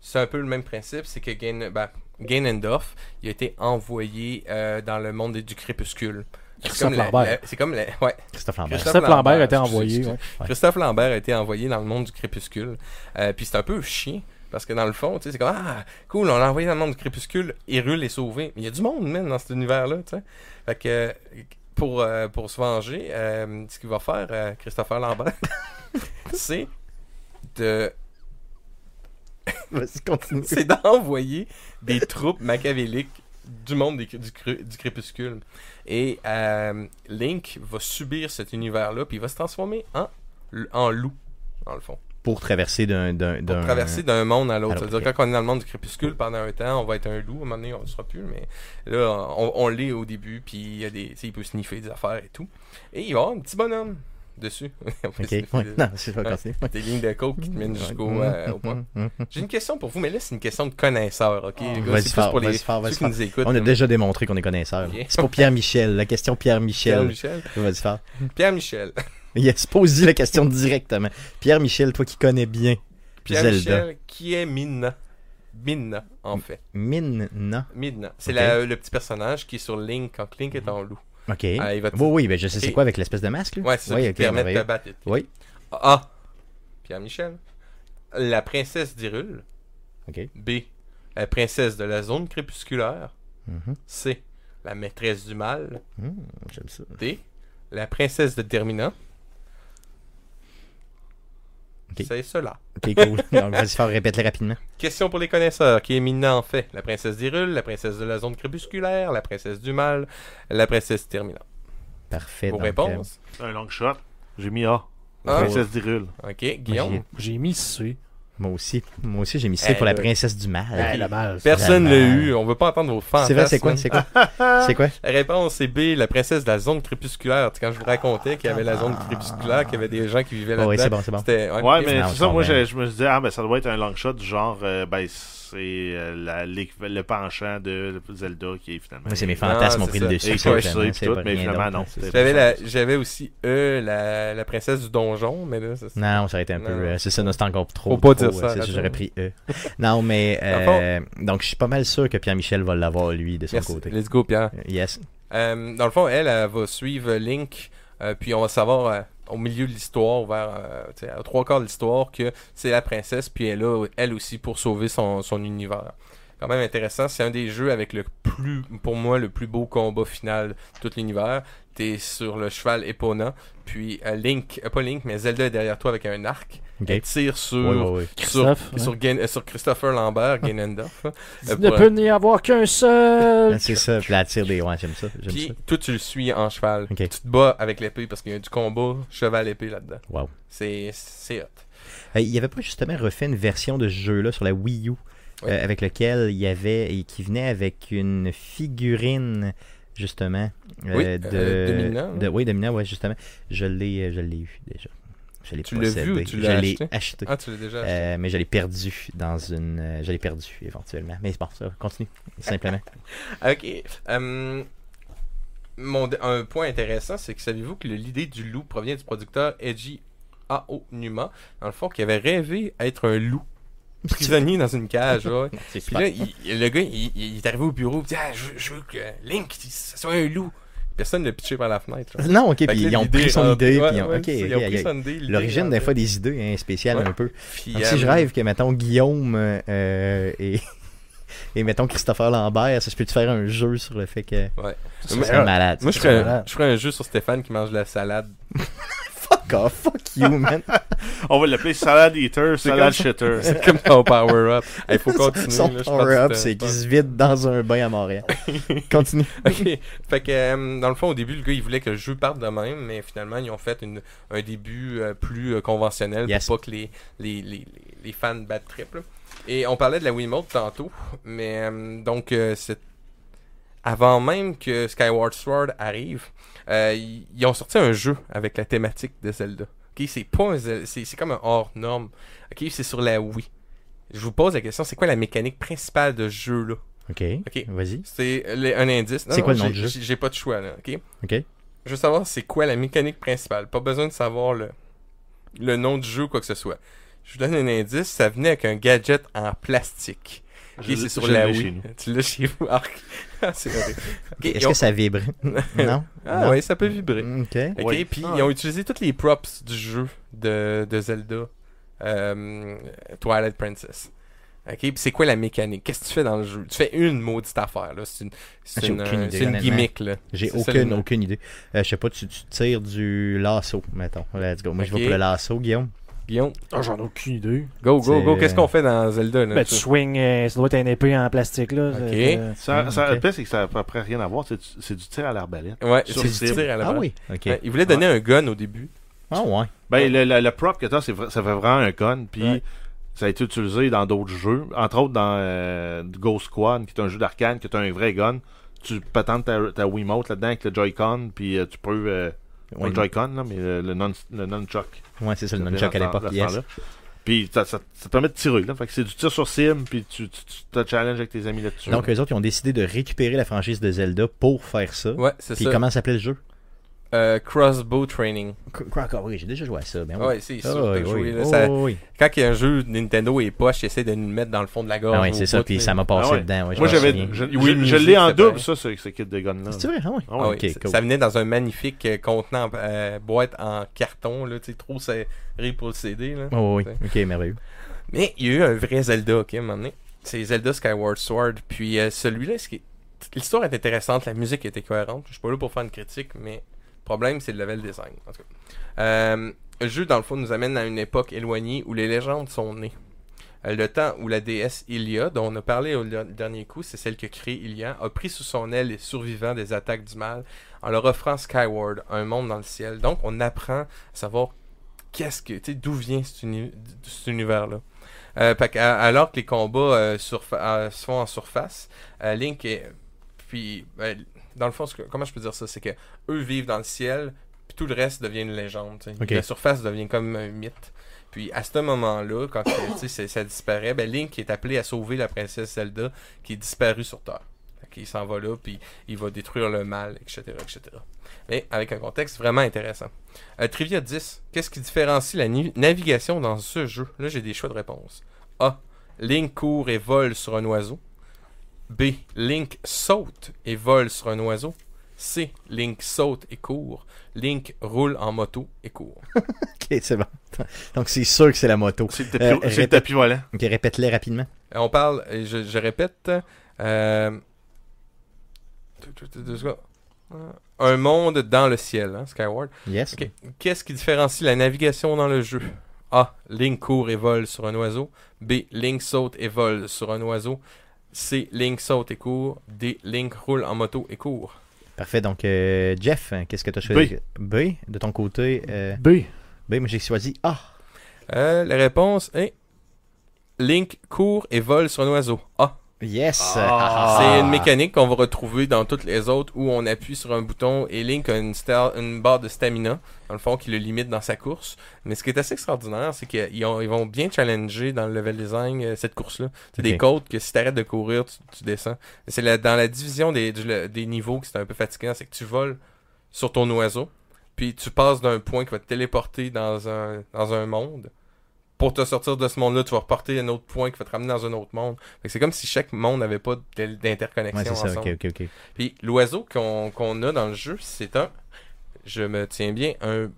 Speaker 3: c'est un peu le même principe, c'est que Gain, bah, Ganondorf, il a été envoyé euh, dans le monde du crépuscule. C'est
Speaker 6: Christophe
Speaker 3: comme la-
Speaker 6: Lambert.
Speaker 3: la- C'est comme la- ouais,
Speaker 2: Christophe Lambert.
Speaker 3: Christophe
Speaker 6: Christophe Lambert,
Speaker 3: Lambert,
Speaker 6: a été
Speaker 3: excusez,
Speaker 6: envoyé.
Speaker 3: excusez.
Speaker 6: ouais.
Speaker 2: Ouais.
Speaker 3: Christophe Lambert a été envoyé dans le monde du crépuscule. Euh, puis c'est un peu chiant. Parce que dans le fond, tu sais, c'est comme Ah, cool, on l'a envoyé dans le monde du crépuscule, Hyrule est sauvé. Mais il y a du monde, même, dans cet univers-là, tu sais. Fait que euh, pour, euh, pour se venger, euh, ce qu'il va faire, euh, Christopher Lambert, (laughs) c'est de
Speaker 2: (laughs) Vas-y, continue.
Speaker 3: c'est d'envoyer des troupes machiavéliques du monde des- du, cré- du crépuscule. Et euh, Link va subir cet univers-là, puis il va se transformer en, en loup, dans le fond.
Speaker 2: Pour traverser d'un... d'un-
Speaker 3: Pour
Speaker 2: d'un-
Speaker 3: traverser d'un monde à l'autre.
Speaker 2: à l'autre,
Speaker 3: C'est-à-dire, quand on est dans le monde du crépuscule pendant un temps, on va être un loup, à un moment donné, on ne sera plus, mais là, on, on l'est au début, puis il, y a des, tu sais, il peut sniffer des affaires et tout. Et il va y avoir un petit bonhomme dessus. (laughs) On peut
Speaker 2: Ok,
Speaker 3: sniffer
Speaker 2: ouais.
Speaker 3: des-
Speaker 2: Non, c'est pas continuer. ouais.
Speaker 3: Des lignes de coke qui te mènent jusqu'au euh, au point.
Speaker 2: Mhm.
Speaker 3: J'ai une question pour vous, mais là, c'est une question de connaisseur, ok? les gars?
Speaker 2: Vas-y,
Speaker 3: c'est
Speaker 2: fort,
Speaker 3: plus pour les
Speaker 2: vas-y, fort,
Speaker 3: ceux
Speaker 2: vas-y,
Speaker 3: qui nous écoutent.
Speaker 2: On a déjà démontré qu'on est connaisseurs. là.
Speaker 3: Ok.
Speaker 2: C'est pour Pierre-Michel. La question Pierre-Michel.
Speaker 3: Pierre-Michel.
Speaker 2: Vas-y, faire.
Speaker 3: Pierre-Michel.
Speaker 2: Yes, pose la question directement. Pierre-Michel, toi qui connais bien Zelda.
Speaker 3: Pierre-Michel, qui est Minna? Minna, en fait.
Speaker 2: Mine, non.
Speaker 3: Midna. C'est
Speaker 2: Ok.
Speaker 3: la- le petit personnage qui est sur Link quand Link est en loup.
Speaker 2: OK.
Speaker 3: Ah, il va te-
Speaker 2: oui, oui, ben je sais c'est
Speaker 3: Et-
Speaker 2: quoi avec l'espèce de masque, là?
Speaker 3: Ouais, c'est ça
Speaker 2: Oui,
Speaker 3: qui
Speaker 2: ok,
Speaker 3: te permet de te
Speaker 2: merveilleux.
Speaker 3: battre.
Speaker 2: Oui.
Speaker 3: A. Pierre-Michel. La princesse d'Irule.
Speaker 2: OK.
Speaker 3: B. La princesse de la zone crépusculaire.
Speaker 2: Mhm.
Speaker 3: C. La maîtresse du mal.
Speaker 2: Hmm, J'aime ça.
Speaker 3: D. La princesse de Termina.
Speaker 2: Ok.
Speaker 3: C'est cela.
Speaker 2: OK,
Speaker 3: (laughs)
Speaker 2: cool. Donc, vas-y, faire répète-les rapidement.
Speaker 3: Question pour les connaisseurs. Qui est Mina en fait La princesse d'Irule, la princesse de la zone crépusculaire, la princesse du mal, la princesse Termina.
Speaker 2: Parfait.
Speaker 3: Vos
Speaker 2: donc, euh,
Speaker 3: réponses
Speaker 4: Un long shot. J'ai mis A.
Speaker 3: Ah.
Speaker 4: Princesse d'Irule.
Speaker 3: Ok, Guillaume.
Speaker 5: J'ai mis C.
Speaker 2: euh, moi aussi, moi aussi j'ai mis C pour la
Speaker 3: Eh,
Speaker 2: princesse du mal.
Speaker 5: Eh, le mal.
Speaker 3: Personne
Speaker 2: la
Speaker 3: l'a
Speaker 2: mal.
Speaker 3: eu. On veut pas entendre vos fantasmes.
Speaker 2: C'est vrai, c'est quoi? C'est quoi? C'est quoi?
Speaker 3: La réponse (laughs) c'est B, la princesse de la zone crépusculaire. Tu sais, quand je vous racontais qu'il y avait la zone crépusculaire, qu'il y avait des gens qui vivaient
Speaker 2: Oh, Ah.
Speaker 3: là-dedans.
Speaker 2: oui, c'est bon, c'est bon.
Speaker 3: C'était ouais,
Speaker 4: Ouais,
Speaker 3: ok.
Speaker 4: mais
Speaker 2: Non,
Speaker 4: c'est ça,
Speaker 2: quand
Speaker 4: moi,
Speaker 2: même.
Speaker 4: je, je me suis dit, ah, ben, ça doit être un long shot, du genre, euh, ben, c'est euh, la- l'équ- le penchant de Zelda qui est finalement.
Speaker 2: Moi, c'est mes
Speaker 3: Non,
Speaker 2: fantasmes ont
Speaker 3: Ah, c'est
Speaker 2: pris
Speaker 3: ça.
Speaker 2: le dessus.
Speaker 4: Et
Speaker 2: c'est
Speaker 4: quoi,
Speaker 2: vraiment,
Speaker 4: ça, et
Speaker 2: c'est
Speaker 4: tout,
Speaker 2: pas
Speaker 4: mais
Speaker 2: rien
Speaker 4: finalement,
Speaker 2: d'autre,
Speaker 4: non,
Speaker 2: hein, c'est
Speaker 4: c'est-
Speaker 2: ça.
Speaker 3: J'avais la- j'avais aussi E, la, la princesse du donjon, mais là ça, c'est-
Speaker 2: Non, ça aurait été un peu.
Speaker 3: Non.
Speaker 2: euh, c'est ça, non, c'est encore trop.
Speaker 3: Faut pas
Speaker 2: trop,
Speaker 3: dire
Speaker 2: euh,
Speaker 3: ça,
Speaker 2: c'est sûr,
Speaker 3: attends.
Speaker 2: j'aurais pris E. Non, mais.
Speaker 3: (laughs) Dans
Speaker 2: euh, donc, je suis pas mal sûr que Pierre-Michel va l'avoir, lui, de son
Speaker 3: Merci.
Speaker 2: côté.
Speaker 3: Let's go Pierre.
Speaker 2: Euh, Yes.
Speaker 3: Euh, dans le fond, elle, elle va suivre Link, euh, puis on va savoir euh, au milieu de l'histoire, vers euh, tu sais, à trois quarts de l'histoire, que c'est la princesse, puis elle a, elle aussi, pour sauver son, son univers. Quand même intéressant, c'est un des jeux avec le plus, pour moi, le plus beau combat final de tout l'univers. T'es sur le cheval Epona, puis euh, Link, euh, pas Link, mais Zelda est derrière toi avec un arc.
Speaker 2: Ok.
Speaker 3: Elle tire sur,
Speaker 2: Oui, oui, oui.
Speaker 3: sur,
Speaker 6: Christophe, hein.
Speaker 3: sur, Gan- euh, sur Christopher Lambert, Ganondorf. là.
Speaker 6: Il
Speaker 3: Euh,
Speaker 6: ne
Speaker 3: pour-
Speaker 6: peut n'y avoir qu'un seul.
Speaker 2: C'est ça. Puis la tire des. Ouais, j'aime ça. J'aime
Speaker 3: Puis
Speaker 2: ça.
Speaker 3: toi, tu le suis en cheval.
Speaker 2: Ok.
Speaker 3: Tu te bats avec l'épée parce qu'il y a du combat cheval-épée là-dedans.
Speaker 2: Wow.
Speaker 3: C'est c'est hot.
Speaker 2: Euh, Il n'y avait pas justement refait une version de ce jeu-là sur la Wii U
Speaker 3: Oui.
Speaker 2: euh, avec lequel il y avait et qui venait avec une figurine justement
Speaker 3: Oui,
Speaker 2: euh,
Speaker 3: euh,
Speaker 2: de,
Speaker 3: Domina,
Speaker 2: de- oui Domina ouais justement je l'ai euh, je l'ai eu déjà je l'ai
Speaker 3: Tu l'as vu ou
Speaker 2: possédé.
Speaker 3: tu
Speaker 2: je
Speaker 3: l'as
Speaker 2: l'ai
Speaker 3: acheté?
Speaker 2: acheté
Speaker 3: Ah, tu l'as déjà acheté.
Speaker 2: Euh, mais je l'ai perdu dans une euh, je l'ai perdu éventuellement mais c'est bon ça continue
Speaker 3: (laughs)
Speaker 2: simplement Eh.
Speaker 3: Ok. Hum, mon, d- un point intéressant, c'est que savez-vous que le- l'idée du loup provient du producteur Eiji Ao Numa, dans le fond, qui avait rêvé être
Speaker 2: (laughs)
Speaker 3: un loup prisonnier dans une cage. ouais.
Speaker 2: c'est
Speaker 3: Puis là, il- il- le gars, il, il est arrivé au bureau, il dit Ah, je, je veux que Link, ça soit un loup. Personne ne l'a pitché par la fenêtre. genre.
Speaker 2: non ok
Speaker 3: Fait
Speaker 2: puis
Speaker 3: que là,
Speaker 2: ils ont
Speaker 3: l'idée
Speaker 2: pris son
Speaker 3: rentre-
Speaker 2: idée
Speaker 3: ouais,
Speaker 2: puis ils ont-
Speaker 3: ouais,
Speaker 2: ok,
Speaker 3: c'est ça, ils ont
Speaker 2: ok,
Speaker 3: pris
Speaker 2: ok.
Speaker 3: son idée, l'idée
Speaker 2: l'origine des
Speaker 3: rentre.
Speaker 2: fois des idées hein, spéciales
Speaker 3: Ouais.
Speaker 2: un peu
Speaker 3: Puis,
Speaker 2: Donc, Ah, si je
Speaker 3: euh,
Speaker 2: rêve que, mettons, Guillaume euh, et, (laughs) et, mettons, Christopher Lambert, ça, je peux-tu faire un jeu sur le fait que.
Speaker 3: Ouais.
Speaker 2: Ça,
Speaker 3: Moi,
Speaker 2: serait malade.
Speaker 3: Moi,
Speaker 2: ça
Speaker 3: je
Speaker 2: serait
Speaker 3: ferais,
Speaker 2: malade.
Speaker 3: je ferais un jeu sur Stéphane qui mange de la salade.
Speaker 2: Fuck off, fuck you,
Speaker 3: (laughs)
Speaker 2: man.
Speaker 4: On va l'appeler Salad Eater, Salad
Speaker 7: comme-
Speaker 4: Shitter.
Speaker 7: (laughs) C'est comme ton power-up. Il
Speaker 2: (laughs)
Speaker 7: faut continuer.
Speaker 2: Son
Speaker 7: là, je pense
Speaker 2: power-up,
Speaker 7: que
Speaker 2: c'est qu'il se vide dans un bain à
Speaker 3: (laughs)
Speaker 2: Montréal. Continue.
Speaker 3: OK. Fait que, euh, dans le fond, au début, le gars, il voulait que le jeu parte de même, mais finalement, ils ont fait une- un début euh, plus euh, conventionnel
Speaker 2: Yes.
Speaker 3: pour pas que les, les, les, les fans battent triple. Et on parlait de la Wiimote tantôt, mais euh, donc, euh, c'est- avant même que Skyward Sword arrive, euh, ils ils ont sorti un jeu avec la thématique de Zelda. OK, c'est pas un Zel- c'est c'est comme un hors norme. OK, c'est sur la Wii. Je vous pose la question, c'est quoi la mécanique principale de ce jeu-là?
Speaker 2: Ok,
Speaker 3: Ok.
Speaker 2: vas-y.
Speaker 3: C'est les- un indice. Non,
Speaker 2: C'est
Speaker 3: non,
Speaker 2: quoi le nom
Speaker 3: j'ai-
Speaker 2: du jeu?
Speaker 3: j'ai- J'ai pas de choix, là, ok?
Speaker 2: Ok.
Speaker 3: Je veux savoir c'est quoi la mécanique principale. Pas besoin de savoir le, le nom du jeu ou quoi que ce soit. Je vous donne un indice, ça venait avec un gadget en plastique. Ok,
Speaker 4: Je-
Speaker 3: c'est sur
Speaker 4: je
Speaker 3: la
Speaker 4: l'ai chez
Speaker 3: Wii.
Speaker 4: nous.
Speaker 3: (laughs) Tu l'as chez vous, Arc. (laughs) Ah, c'est vrai. Ok, ils
Speaker 2: Est-ce
Speaker 3: ont-
Speaker 2: que ça
Speaker 3: (laughs)
Speaker 2: vibre? non?
Speaker 3: Ah
Speaker 2: Non.
Speaker 3: ouais, ça peut vibrer.
Speaker 2: Ok.
Speaker 3: Ok,
Speaker 4: Ouais.
Speaker 3: puis
Speaker 4: Ah
Speaker 3: ils ont utilisé tous les props du jeu de, de Zelda euh, Twilight Princess. Ok, puis c'est quoi la mécanique Qu'est-ce que tu fais dans le jeu Tu fais une maudite affaire là, c'est une, c'est
Speaker 2: Ah, J'ai
Speaker 3: une,
Speaker 2: aucune
Speaker 3: euh,
Speaker 2: idée,
Speaker 3: c'est une
Speaker 2: honnêtement.
Speaker 3: gimmick là.
Speaker 2: J'ai
Speaker 3: C'est ça,
Speaker 2: aucune,
Speaker 3: le nom.
Speaker 2: aucune idée. Euh, je sais pas, tu, tu tires du lasso, mettons. Let's go. Moi, je
Speaker 3: Ok.
Speaker 2: vais pour le lasso, Guillaume.
Speaker 3: Guillaume,
Speaker 6: Ah, J'en ai aucune idée.
Speaker 3: go go
Speaker 2: C'est-
Speaker 3: go, qu'est-ce qu'on fait dans Zelda là
Speaker 6: Ben, tu swings, euh, ça doit être un épée en plastique, là.
Speaker 3: Ok.
Speaker 6: c'est, euh,
Speaker 4: Ça,
Speaker 2: Ah,
Speaker 4: ça,
Speaker 2: ok.
Speaker 4: Le pire, c'est que ça n'a à peu près rien à voir. C'est du- c'est du tir à l'arbalète.
Speaker 3: Ouais,
Speaker 4: Sur
Speaker 3: c'est
Speaker 4: cible.
Speaker 3: du tir à la
Speaker 2: Ah
Speaker 3: balle.
Speaker 2: oui, ok.
Speaker 3: Ouais, il voulait donner un gun au début.
Speaker 2: Ah ouais.
Speaker 4: Ben, le, le- le prop que t'as, c'est vra- ça fait vraiment un con. Puis
Speaker 3: Ouais.
Speaker 4: ça a été utilisé dans d'autres jeux. Entre autres, dans euh, Ghost Squad, qui est un jeu d'arcane, que tu un vrai gun. Tu patentes ta, ta Wiimote là-dedans avec le Joy-Con. Puis euh, tu peux. euh, pas
Speaker 2: Ouais,
Speaker 4: le Joy-Con, là, mais le, le non, le nunchuck.
Speaker 2: ouais, c'est ça, le
Speaker 4: Ça
Speaker 2: nunchuck à
Speaker 4: s'appelait dans-
Speaker 2: l'époque.
Speaker 4: dans ce
Speaker 2: yes.
Speaker 4: temps-là. Puis ça, ça- ça te permet de tirer. Là. Fait que c'est du tir sur cible, puis tu, tu, tu te challenges avec tes amis là-dessus.
Speaker 2: Donc, eux autres, ils ont décidé de récupérer la franchise de Zelda pour faire ça.
Speaker 3: Ouais, c'est
Speaker 2: Puis
Speaker 3: ça.
Speaker 2: comment s'appelait le jeu?
Speaker 3: Euh, crossbow training.
Speaker 2: Quoi encore? Oui, j'ai déjà joué à ça. Ben oui.
Speaker 3: Ouais, c'est
Speaker 2: Ah
Speaker 3: sûr. t'as
Speaker 2: oui,
Speaker 3: joué,
Speaker 2: oui.
Speaker 3: là,
Speaker 2: Oh,
Speaker 3: ça-
Speaker 2: oui.
Speaker 3: Quand il y a un jeu Nintendo et poche, il essaie de nous le mettre dans le fond de la gorge.
Speaker 2: Ah ouais,
Speaker 3: au
Speaker 2: c'est ça,
Speaker 3: bout,
Speaker 2: puis
Speaker 3: là.
Speaker 2: ça m'a passé
Speaker 4: Ah ouais.
Speaker 2: dedans. ouais, euh, je
Speaker 4: Moi,
Speaker 2: me
Speaker 4: j'avais.
Speaker 2: souviens.
Speaker 4: Je,
Speaker 3: Oui,
Speaker 4: je- je
Speaker 3: musique,
Speaker 4: l'ai en
Speaker 3: c'est
Speaker 4: double,
Speaker 3: pareil.
Speaker 4: ça, ce, ce kit de gun-là.
Speaker 2: C'est vrai, ah ouais.
Speaker 4: Ah
Speaker 3: Ah
Speaker 4: ouais.
Speaker 3: oui,
Speaker 2: Ok,
Speaker 3: ça-
Speaker 2: cool.
Speaker 3: Ça venait dans un magnifique euh, contenant euh, boîte en carton, là, tu sais, trop serré pour le CD. Là.
Speaker 2: Oh, oui, ok, merveilleux.
Speaker 3: Mais il y a eu un vrai Zelda, ok, à un moment donné. C'est Zelda Skyward Sword. Puis euh, celui-là, ce qui- l'histoire est intéressante, la musique était cohérente. Je suis pas là pour faire une critique, mais le problème, c'est le level design. en tout cas. Euh, le jeu, dans le fond, nous amène à une époque éloignée où les légendes sont nées. Euh, Le temps où la déesse Ilia, dont on a parlé au le- dernier coup, c'est celle que crée Ilia, a pris sous son aile les survivants des attaques du mal en leur offrant Skyward, un monde dans le ciel. Donc, on apprend à savoir qu'est-ce que, tu sais, d'où vient cet, uni- cet univers-là. Euh, fait que, euh, alors que les combats euh, surfa- euh, se font en surface, euh, Link est- puis euh, dans le fond, ce que- comment je peux dire ça, c'est que eux vivent dans le ciel, puis tout le reste devient une légende. tu sais.
Speaker 2: Ok.
Speaker 3: La surface devient comme un mythe. Puis à ce moment-là, quand euh, tu sais, ça- ça disparaît, ben, Link est appelé à sauver la princesse Zelda qui est disparue sur Terre. Fait qu'il s'en va là, puis il va détruire le mal, etc., etc. Mais avec un contexte vraiment intéressant. Euh, trivia 10. Qu'est-ce qui différencie la ni- navigation dans ce jeu Là, j'ai des choix de réponse. A. Link court et vole sur un oiseau. B. Link saute et vole sur un oiseau. C. Link saute et court. Link roule en moto et court.
Speaker 2: Ok, c'est bon. (laughs) Donc, c'est sûr que c'est la moto.
Speaker 4: C'est le
Speaker 2: Euh,
Speaker 4: tapis- c'est le
Speaker 2: répète-
Speaker 4: tapis volant.
Speaker 2: Ok, répète-les rapidement.
Speaker 3: Euh, On parle, euh, je, je répète, euh, deux- deux- deux- deux secondes. Euh, un monde dans le ciel, hein, Skyward.
Speaker 2: Yes.
Speaker 3: Ok. Qu'est-ce qui différencie la navigation dans le jeu A. Link court et vole sur un oiseau. B. Link saute et vole sur un oiseau. C. Link saute et court. D. Link roule en moto et court.
Speaker 2: Parfait. Donc, euh, Jeff, hein, qu'est-ce que tu as choisi B. De ton côté, euh,
Speaker 8: B.
Speaker 2: B, moi j'ai choisi A.
Speaker 3: Euh, la réponse est Link court et vole sur un oiseau. A.
Speaker 2: Yes. Ah.
Speaker 3: C'est une mécanique qu'on va retrouver dans toutes les autres où on appuie sur un bouton et Link a une, star- une barre de stamina, dans le fond, qui le limite dans sa course. Mais ce qui est assez extraordinaire, c'est qu'ils ont- ils vont bien challenger dans le level design euh, cette course-là. C'est des
Speaker 2: Ok.
Speaker 3: côtes que si t'arrêtes de courir, tu, tu descends. C'est la- dans la division des, du- le- des niveaux que c'est un peu fatigant, c'est que tu voles sur ton oiseau, puis tu passes d'un point qui va te téléporter dans un, dans un monde. Pour te sortir de ce monde-là, tu vas reporter un autre point qui va te ramener dans un autre monde. Fait que C'est comme si chaque monde n'avait pas d'in-
Speaker 2: Ouais, c'est
Speaker 3: d'interconnexion
Speaker 2: ça.
Speaker 3: ensemble.
Speaker 2: Ok, ok, ok.
Speaker 3: Puis l'oiseau qu'on qu'on a dans le jeu, c'est un, (laughs) je me tiens bien, un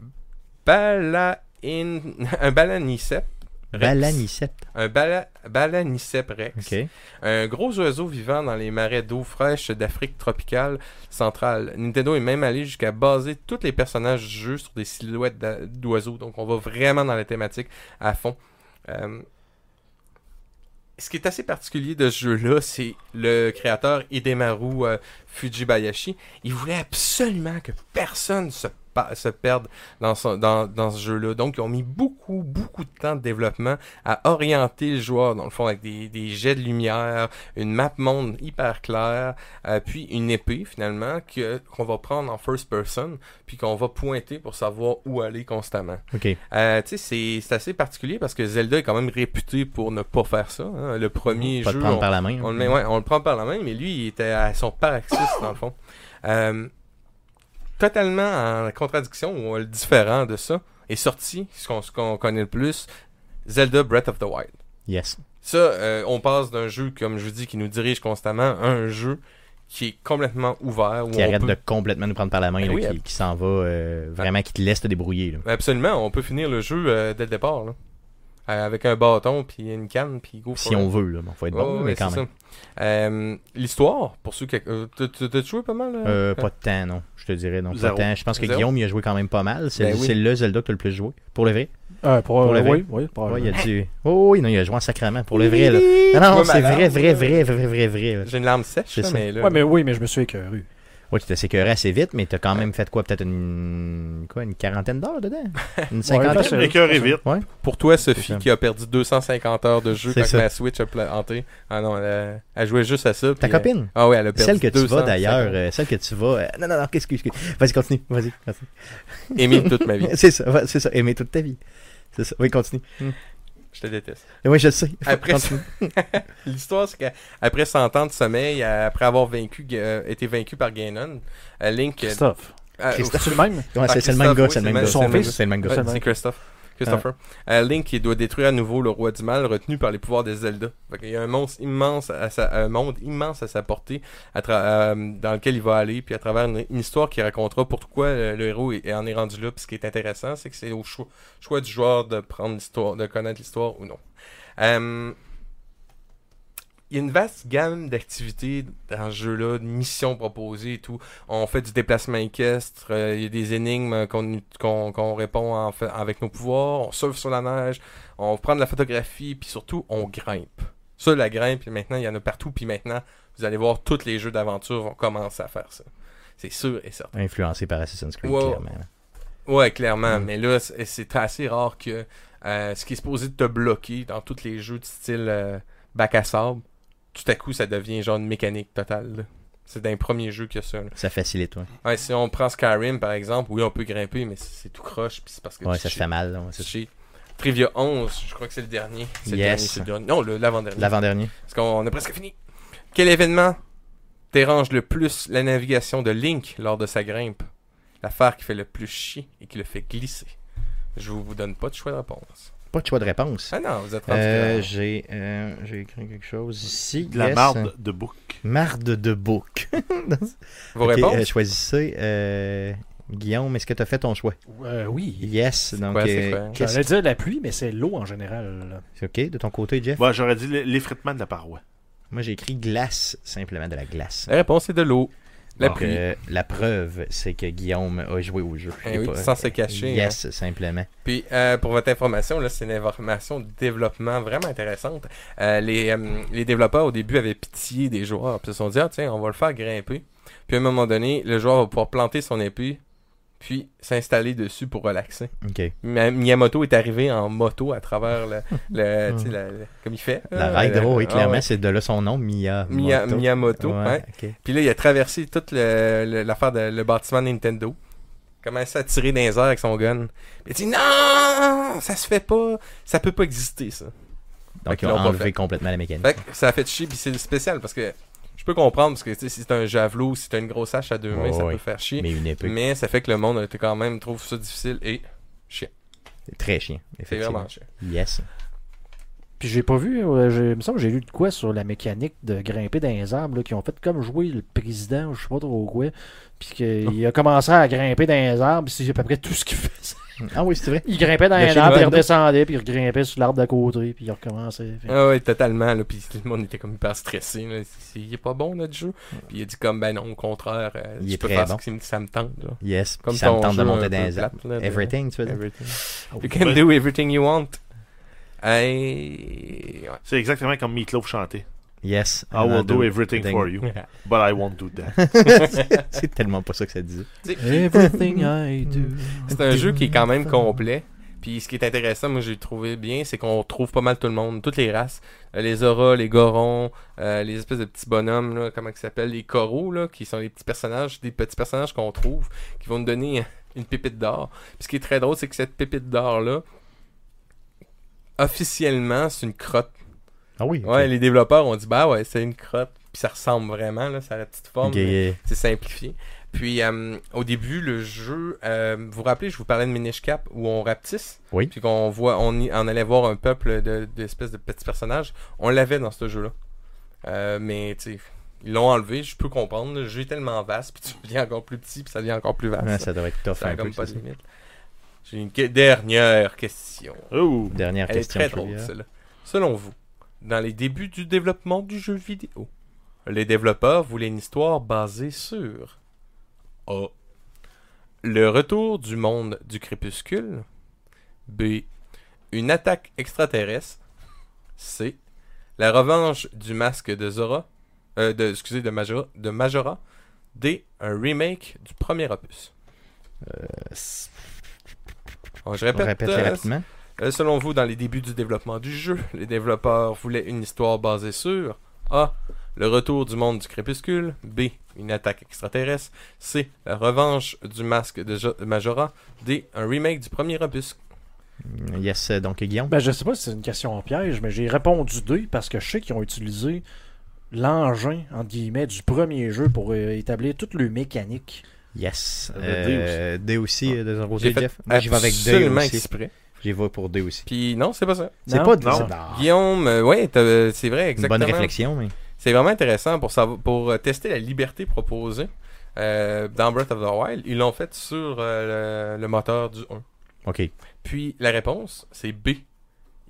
Speaker 3: bala un balanicep,
Speaker 2: Balanicept.
Speaker 3: Un bala- Balaniceps rex.
Speaker 2: OK.
Speaker 3: Un gros oiseau vivant dans les marais d'eau fraîche d'Afrique tropicale centrale. Nintendo est même allé jusqu'à baser tous les personnages du jeu sur des silhouettes d'a- d'oiseaux. Donc on va vraiment dans la thématique à fond. Euh, Ce qui est assez particulier de ce jeu-là, c'est le créateur Hidemaru euh, Fujibayashi. Il voulait absolument que personne se, pa- se perde dans, son- dans, dans ce jeu-là. Donc, ils ont mis beaucoup, beaucoup de temps de développement à orienter le joueur, dans le fond, avec des, des jets de lumière, une map monde hyper claire, euh, puis une épée, finalement, que, qu'on va prendre en first person, puis qu'on va pointer pour savoir où aller constamment.
Speaker 2: OK.
Speaker 3: Euh, tu sais, c'est, c'est assez particulier parce que Zelda est quand même réputé pour ne pas faire ça. hein. Le premier
Speaker 2: Pas
Speaker 3: jeu,
Speaker 2: te prendre
Speaker 3: on-
Speaker 2: par la main.
Speaker 3: on le, met- ouais, on le prend par la main, mais lui, il était à son paroxysme, dans le fond. Euh, totalement en contradiction ou le différent de ça, est sorti, ce qu'on, ce qu'on connaît le plus, Zelda Breath of the Wild.
Speaker 2: Yes.
Speaker 3: Ça, euh, on passe d'un jeu, comme je vous dis, qui nous dirige constamment, à un jeu qui est complètement ouvert. Où
Speaker 2: Qui
Speaker 3: on
Speaker 2: arrête
Speaker 3: peut-
Speaker 2: de complètement nous prendre par la main,
Speaker 3: Ben
Speaker 2: là,
Speaker 3: oui,
Speaker 2: qui,
Speaker 3: elle-
Speaker 2: qui s'en va euh, vraiment, qui te laisse te débrouiller. là.
Speaker 3: Absolument, on peut finir le jeu euh, dès le départ. là. Euh, avec un bâton, puis une canne, puis go.
Speaker 2: Si
Speaker 3: for it.
Speaker 2: on veut, là. Bon, faut être bon,
Speaker 3: Ouais, ouais,
Speaker 2: mais quand
Speaker 3: c'est
Speaker 2: même.
Speaker 3: ça. Euh, L'histoire, pour ceux qui. euh, t'as- t'as t'as joué pas mal là?
Speaker 2: Euh, pas de temps, non. Je te dirais, non.
Speaker 4: Zéro.
Speaker 2: Pas de temps. Je pense que
Speaker 3: Zéro.
Speaker 2: Guillaume, il a joué quand même pas mal. C'est
Speaker 3: Ben oui.
Speaker 2: c'est le Zelda que t'as le plus joué. Pour le vrai.
Speaker 6: Euh, pour,
Speaker 2: Pour le vrai.
Speaker 6: oui, oui, probablement.
Speaker 2: Ouais, il a dit. Oh, oui, non, il a joué en sacrament. Pour le vrai, là. Non, non,
Speaker 3: Moi,
Speaker 2: c'est
Speaker 3: ma
Speaker 2: vrai,
Speaker 3: larme,
Speaker 2: vrai,
Speaker 3: là.
Speaker 2: vrai, vrai, vrai, vrai. là.
Speaker 3: J'ai une larme sèche,
Speaker 2: C'est
Speaker 3: là,
Speaker 2: ça.
Speaker 3: mais là.
Speaker 6: Ouais, mais oui, mais je me suis écœuré.
Speaker 2: Ouais, tu t'es sécuré assez vite, mais t'as quand même fait quoi Peut-être une. Quoi Une quarantaine d'heures
Speaker 3: (laughs)
Speaker 2: dedans Une cinquantaine
Speaker 6: facile.
Speaker 4: Écœuré vite.
Speaker 3: Pour toi,
Speaker 2: C'est
Speaker 3: Sophie,
Speaker 2: ça.
Speaker 3: qui a perdu 250 heures de jeu
Speaker 2: C'est
Speaker 3: quand
Speaker 2: ça.
Speaker 3: la Switch a planté. Ah non, elle, a- elle jouait juste à ça.
Speaker 2: Ta
Speaker 3: puis, euh,
Speaker 2: copine
Speaker 3: Ah oui, elle a perdu
Speaker 2: Celle que tu vas
Speaker 3: 250.
Speaker 2: d'ailleurs, euh, celle que tu vas. euh, non, non, non, qu'est-ce que. excuse. Vas-y, continue. Vas-y. continue.
Speaker 3: Aimer toute
Speaker 2: (laughs)
Speaker 3: ma vie.
Speaker 2: C'est ça, va- c'est ça. Aimer toute ta vie. C'est ça. Oui, continue.
Speaker 3: Je te déteste.
Speaker 2: Et oui, je le sais.
Speaker 3: Après
Speaker 2: Continue.
Speaker 3: (laughs) L'histoire, c'est qu'après 100 ans de sommeil, euh, après avoir vaincu, euh, été vaincu par Ganon, euh, Link. euh,
Speaker 6: Christophe.
Speaker 3: euh,
Speaker 6: C'est le même?
Speaker 2: Ouais, c'est c'est le même
Speaker 3: Christophe,
Speaker 2: gars,
Speaker 3: oui,
Speaker 2: c'est le même gars.
Speaker 3: c'est le même
Speaker 2: C'est le même
Speaker 3: Ouais,
Speaker 2: gars.
Speaker 3: c'est Christophe. Christopher. Euh, Link qui doit détruire à nouveau le roi du mal retenu par les pouvoirs des Zelda. il y a un, monstre immense à sa- un monde immense à sa portée à tra- euh, dans lequel il va aller, puis à travers une, une histoire qui racontera pourquoi euh, le, héros est- en est rendu là. Puis ce qui est intéressant, c'est que c'est au choix, choix du joueur de prendre l'histoire, de connaître l'histoire ou non. Euh, il y a une vaste gamme d'activités dans ce jeu-là, de missions proposées et tout. On fait du déplacement équestre, euh, il y a des énigmes qu'on qu'on- qu'on répond en fait- avec nos pouvoirs, on surfe sur la neige, on prend de la photographie, puis surtout, on grimpe. Ça, la grimpe, maintenant, il y en a partout, puis maintenant, vous allez voir, tous les jeux d'aventure vont commencer à faire ça. C'est sûr et certain.
Speaker 2: Influencé par Assassin's Creed,
Speaker 3: Ouais.
Speaker 2: clairement.
Speaker 3: Ouais, clairement,
Speaker 2: Mm.
Speaker 3: mais là, c'est- c'est assez rare que euh, ce qui est supposé te bloquer dans tous les jeux de style euh, bac à sable, tout à coup, ça devient genre une mécanique totale. là. C'est d'un premier jeu que ça. là.
Speaker 2: Ça facilite, ouais.
Speaker 3: Ouais, si on prend Skyrim par exemple, oui, on peut grimper, mais c'est c'est tout croche, puis c'est parce que
Speaker 2: Ouais,
Speaker 3: tu
Speaker 2: ça se
Speaker 3: chies-
Speaker 2: fait mal. là, ouais,
Speaker 3: tu
Speaker 2: c'est-
Speaker 3: chies. Trivia 11, je crois que c'est le dernier. C'est le
Speaker 2: Yes.
Speaker 3: dernier, c'est le dernier. Non, le- l'avant-dernier.
Speaker 2: L'avant-dernier.
Speaker 3: Parce qu'on a presque fini. Quel événement dérange le plus la navigation de Link lors de sa grimpe L'affaire qui fait le plus chier et qui le fait glisser. Je vous vous donne pas de choix de réponse.
Speaker 2: Pas de choix de réponse.
Speaker 3: Ah non, vous êtes rendu
Speaker 2: Euh,
Speaker 3: là.
Speaker 2: J'ai euh, j'ai écrit quelque chose ici.
Speaker 4: De la
Speaker 2: Yes.
Speaker 4: marde de bouc.
Speaker 2: Marde de bouc.
Speaker 3: Vos
Speaker 2: Ok,
Speaker 3: réponses
Speaker 2: euh, choisissez. euh, Guillaume, est-ce que tu as fait ton choix?
Speaker 6: Euh, oui.
Speaker 2: Yes. Donc,
Speaker 3: quoi, c'est
Speaker 2: euh,
Speaker 3: quoi?
Speaker 2: qu'est-ce
Speaker 6: J'allais dire la pluie, mais c'est l'eau en général.
Speaker 2: C'est OK, de ton côté, Jeff?
Speaker 4: Bon, Bah, j'aurais dit l'e- l'effritement de la paroi.
Speaker 2: Moi, j'ai écrit glace, simplement de la glace.
Speaker 3: La réponse est de l'eau. La
Speaker 2: Donc,
Speaker 3: pluie.
Speaker 2: euh, la preuve, c'est que Guillaume a joué au jeu.
Speaker 3: Eh
Speaker 2: Il est
Speaker 3: oui,
Speaker 2: pas-
Speaker 3: sans se cacher. hein.
Speaker 2: Yes, simplement.
Speaker 3: Puis, euh, pour votre information, là, c'est une information de développement vraiment intéressante. Euh, les, euh, les développeurs, au début, avaient pitié des joueurs. Puis, ils se sont dit, ah, tiens, on va le faire grimper. Puis, à un moment donné, le joueur va pouvoir planter son épée, puis s'installer dessus pour relaxer.
Speaker 2: OK.
Speaker 3: Ma- Miyamoto est arrivé en moto à travers le.
Speaker 2: (laughs)
Speaker 3: le- tu sais, la- la- comme il fait.
Speaker 2: La
Speaker 3: là,
Speaker 2: règle,
Speaker 3: le-
Speaker 2: oui,
Speaker 3: ah,
Speaker 2: clairement,
Speaker 3: ouais.
Speaker 2: c'est de là son nom, Mia.
Speaker 3: Miya-
Speaker 2: Moto.
Speaker 3: Miyamoto, hein.
Speaker 2: Ouais,
Speaker 3: ouais.
Speaker 2: ok.
Speaker 3: Puis là, il a traversé toute le- le- l'affaire de le bâtiment de Nintendo. Commencé à tirer dans les airs avec son gun. Il a dit Non Ça se fait pas Ça peut pas exister, ça. Fait
Speaker 2: Donc,
Speaker 3: qu'ils
Speaker 2: ils ont
Speaker 3: l'ont pas
Speaker 2: enlevé
Speaker 3: fait.
Speaker 2: complètement la mécanique.
Speaker 3: Fait que ça a fait chier, puis c'est spécial parce que je peux comprendre parce que tu sais, si c'est un javelot, si t'as une grosse hache à deux mains,
Speaker 2: Ouais,
Speaker 3: ça
Speaker 2: ouais.
Speaker 3: peut faire chier.
Speaker 2: Mais une
Speaker 3: Mais,
Speaker 2: épée.
Speaker 3: ça fait que le monde était quand même trouve ça difficile et
Speaker 2: Très chien,
Speaker 3: c'est
Speaker 2: effectivement.
Speaker 3: vraiment chiant.
Speaker 2: Yes.
Speaker 6: Puis j'ai pas vu, euh, j'ai- il me semble que j'ai lu de quoi sur la mécanique de grimper dans les arbres, là, qui ont fait comme jouer le président, ou je sais pas trop quoi, puis qu'il (laughs) a commencé à grimper dans les arbres, puis c'est à peu près tout ce qu'il faisait.
Speaker 2: Ah oui, c'est vrai.
Speaker 6: Il grimpait dans
Speaker 2: Le
Speaker 6: un
Speaker 2: chez
Speaker 6: arbre, il
Speaker 2: Nintendo.
Speaker 6: redescendait, puis il grimpait sur l'arbre d'à côté, puis il recommençait. Fait-
Speaker 3: Ah ouais, totalement. Là, puis tout le monde était comme hyper stressé. Là. C'est- Il est pas bon notre jeu. Puis il a dit comme ben non, au contraire, euh,
Speaker 2: Il
Speaker 3: je
Speaker 2: est
Speaker 3: peux
Speaker 2: très
Speaker 3: faire
Speaker 2: bon.
Speaker 3: ce que ça me tente. là.
Speaker 2: Yes,
Speaker 3: Comme
Speaker 2: ça me
Speaker 3: ton
Speaker 2: tente de
Speaker 3: jeu
Speaker 2: monter
Speaker 3: un
Speaker 2: dans
Speaker 3: peu
Speaker 2: les arbres.
Speaker 3: plate, là, de-
Speaker 2: Everything, tu veux dire?
Speaker 3: Everything. You can do everything you want. Hey, ouais.
Speaker 4: C'est exactement comme Meatloaf chantait.
Speaker 2: Yes.
Speaker 4: I will do everything
Speaker 2: everything.
Speaker 4: for you, but I won't do
Speaker 2: (laughs)
Speaker 4: that.
Speaker 2: c'est tellement pas ça que ça disait. Eh,
Speaker 6: Everything I do.
Speaker 3: C'est un jeu qui est quand même complet. Puis ce qui est intéressant, moi j'ai trouvé bien, c'est qu'on trouve pas mal tout le monde, toutes les races. Euh, Les auras, les gorons, euh, les espèces de petits bonhommes, là, comment ils s'appellent, les coraux, là, qui sont les petits personnages, des petits personnages qu'on trouve, qui vont nous donner (laughs) une pépite d'or. Puis ce qui est très drôle, c'est que cette pépite d'or-là, officiellement, c'est une crotte.
Speaker 2: Ah oui. ok.
Speaker 3: Ouais, les développeurs ont dit, bah ouais, c'est une crotte. Puis ça ressemble vraiment, là, ça a la petite forme.
Speaker 2: Ok,
Speaker 3: mais-
Speaker 2: yeah.
Speaker 3: c'est simplifié. Puis euh, au début, le jeu, euh, vous vous rappelez, je vous parlais de Minish Cap où on rapetisse.
Speaker 2: Oui.
Speaker 3: Puis qu'on voit, on, y- on allait voir un peuple de- d'espèces de, petits personnages. On l'avait dans ce jeu-là. Euh, mais tu sais, ils l'ont enlevé, je peux comprendre. Le jeu est tellement vaste, puis tu deviens encore plus petit, puis ça devient encore plus vaste.
Speaker 2: Ah, ça doit être tough
Speaker 3: ça a
Speaker 2: un peu,
Speaker 3: comme pas
Speaker 2: ça,
Speaker 3: de
Speaker 2: ça.
Speaker 3: limite. J'ai une que- dernière question.
Speaker 4: Oh,
Speaker 2: Dernière
Speaker 3: Elle
Speaker 2: question.
Speaker 3: est très drôle,
Speaker 2: trivia.
Speaker 3: celle-là. Selon vous, dans les débuts du développement du jeu vidéo, les développeurs voulaient une histoire basée sur A. Le retour du monde du crépuscule. B. Une attaque extraterrestre. C. La revanche du masque de Zora. euh, de, excusez, de Majora, de Majora. D. Un remake du premier opus.
Speaker 2: Euh, s-
Speaker 3: Alors, je
Speaker 2: on
Speaker 3: répète,
Speaker 2: répète
Speaker 3: euh,
Speaker 2: rapidement.
Speaker 3: euh, selon vous, dans les débuts du développement du jeu, les développeurs voulaient une histoire basée sur A. Le retour du monde du crépuscule. B. Une attaque extraterrestre. C. La revanche du masque de Jo- Majora. D. Un remake du premier opus.
Speaker 2: Yes, euh, donc Guillaume.
Speaker 6: Ben, je sais pas si c'est une question en piège, mais j'ai répondu deux parce que je sais qu'ils ont utilisé l'engin, entre guillemets, du premier jeu pour euh, établir toute le mécanique.
Speaker 2: Yes.
Speaker 4: Le
Speaker 2: Euh, D aussi, euh, dans un rosé,
Speaker 3: Ah. J'ai fait
Speaker 2: Jeff. Moi, j'y vais avec D
Speaker 3: absolument
Speaker 2: aussi. Ah.
Speaker 3: exprès.
Speaker 2: J'y vais pour D aussi.
Speaker 3: Puis non, c'est pas ça.
Speaker 2: C'est
Speaker 6: Non?
Speaker 2: pas D.
Speaker 4: Non.
Speaker 2: c'est-
Speaker 3: Guillaume, euh, ouais, t'as- euh, c'est vrai,
Speaker 2: Une
Speaker 3: exactement.
Speaker 2: bonne réflexion, mais.
Speaker 3: C'est vraiment intéressant pour, savo- pour euh, tester la liberté proposée euh, dans Breath of the Wild. Ils l'ont fait sur euh, le, le moteur du 1.
Speaker 2: Ok.
Speaker 3: Puis la réponse, c'est B.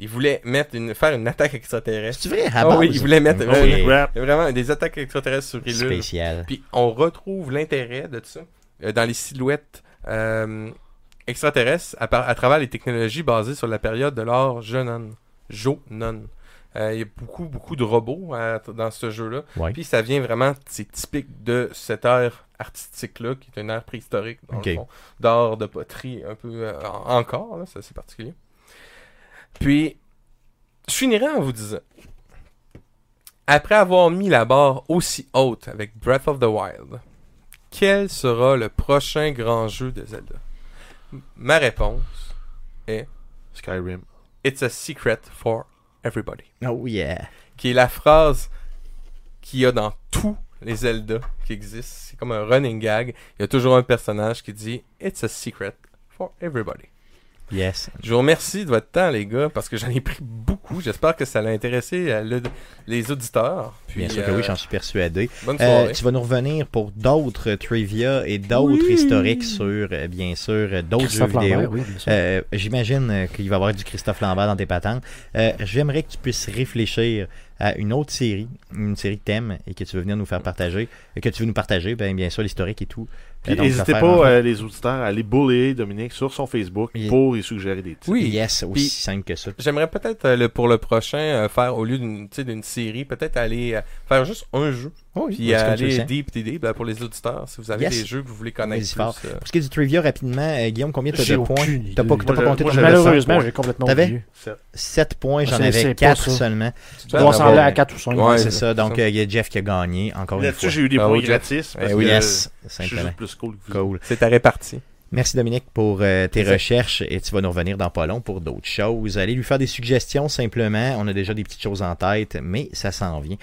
Speaker 3: Ils voulaient mettre une, faire une attaque extraterrestre.
Speaker 2: C'est vrai, à
Speaker 3: Ah oui,
Speaker 2: base?
Speaker 3: ils voulaient mettre
Speaker 2: Ok.
Speaker 3: euh,
Speaker 4: rap.
Speaker 3: Il y a vraiment des attaques extraterrestres sur l'île.
Speaker 2: Spécial.
Speaker 3: Puis on retrouve l'intérêt de ça euh, dans les silhouettes euh, extraterrestres à, par- à travers les technologies basées sur la période de l'or Jonon. Jonon. Euh, Il y a beaucoup, beaucoup de robots à- dans ce jeu-là.
Speaker 2: Ouais.
Speaker 3: Puis ça vient vraiment, c'est typique de cette ère artistique-là, qui est une ère préhistorique, dans
Speaker 2: Ok.
Speaker 3: le fond, d'art de poterie, un peu euh, en- encore, là, ça c'est particulier. Puis, je finirai en vous disant, après avoir mis la barre aussi haute avec Breath of the Wild, quel sera le prochain grand jeu de Zelda? M- Ma réponse,
Speaker 4: Skyrim.
Speaker 3: It's a secret for everybody
Speaker 2: Oh yeah.
Speaker 3: qui est la phrase qu'il y a dans tous les Zelda qui existent. C'est comme un running gag. Il y a toujours un personnage qui dit It's a secret for everybody.
Speaker 2: Yes.
Speaker 3: Je vous remercie de votre temps, les gars, parce que j'en ai pris beaucoup. J'espère que ça l'a intéressé euh, le- les auditeurs. Puis,
Speaker 2: Bien sûr que
Speaker 3: euh,
Speaker 2: oui, j'en suis persuadé.
Speaker 3: Bonne
Speaker 2: Euh,
Speaker 3: soirée.
Speaker 2: tu vas nous revenir pour d'autres trivia et d'autres historiques sur, euh, bien sûr, euh, d'autres jeux
Speaker 6: Christophe
Speaker 2: vidéo.
Speaker 6: Lambert, oui, bien sûr.
Speaker 2: Euh, J'imagine euh, qu'il va y avoir du Christophe Lambert dans tes patentes. Euh, J'aimerais que tu puisses réfléchir à une autre série, une série que t'aimes et que tu veux venir nous faire partager, et que tu veux nous partager, ben, bien sûr, l'historique et tout.
Speaker 4: Puis
Speaker 2: Euh, donc,
Speaker 4: n'hésitez
Speaker 2: ça
Speaker 4: pas,
Speaker 2: faire un-
Speaker 4: euh, les auditeurs, à aller bullier Dominique sur son Facebook
Speaker 2: Il-
Speaker 4: pour y suggérer des titres.
Speaker 3: Oui.
Speaker 2: Yes, aussi
Speaker 3: Puis-
Speaker 2: simple que ça.
Speaker 3: J'aimerais peut-être euh, le- pour le prochain euh, faire, au lieu d'une tu sais, d'une série, peut-être aller euh, faire juste un jeu.
Speaker 2: c'est comme
Speaker 3: Puis
Speaker 2: tu le
Speaker 3: aller
Speaker 2: sens.
Speaker 3: deep, deep, deep, euh, pour les auditeurs. Si vous avez
Speaker 2: Yes.
Speaker 3: des jeux que vous voulez connaître
Speaker 2: Vas-y fort.
Speaker 3: plus. euh,
Speaker 2: Pour ce qui est du trivia, rapidement, euh, Guillaume, combien t'as
Speaker 6: J'ai
Speaker 2: de points
Speaker 6: aucune idée.
Speaker 2: T'as pas, t'as
Speaker 4: Moi,
Speaker 2: pas
Speaker 4: je-
Speaker 2: compté
Speaker 4: moi,
Speaker 2: ton jeu?
Speaker 4: j'avais cinq
Speaker 6: Malheureusement,
Speaker 4: points.
Speaker 6: j'ai complètement
Speaker 2: T'avais?
Speaker 6: oublié.
Speaker 2: 7 points, j'en
Speaker 6: C'est-
Speaker 2: avais
Speaker 6: c'est
Speaker 2: 4
Speaker 6: pas ça.
Speaker 2: seulement.
Speaker 6: Tu
Speaker 3: ben,
Speaker 6: dois s'en
Speaker 2: Ouais.
Speaker 6: aller à 4 ou 5.
Speaker 3: Ouais,
Speaker 2: c'est
Speaker 3: c'est
Speaker 2: ça. Donc,
Speaker 3: ça.
Speaker 2: euh, il y a Jeff qui a gagné, encore une fois.
Speaker 4: Là-dessus, j'ai eu des
Speaker 3: Bravo,
Speaker 4: points
Speaker 3: Jeff.
Speaker 4: gratis. Parce
Speaker 3: Eh
Speaker 4: que
Speaker 3: oui.
Speaker 2: Yes,
Speaker 4: je suis
Speaker 2: simplement.
Speaker 4: juste plus cool que vous.
Speaker 2: Cool.
Speaker 3: C'est à répartir.
Speaker 2: Merci Dominique pour euh, tes
Speaker 3: Plaisir.
Speaker 2: recherches et tu vas nous revenir dans pas long pour d'autres choses. Allez lui faire des suggestions simplement. On a déjà des petites choses en tête, mais ça s'en vient.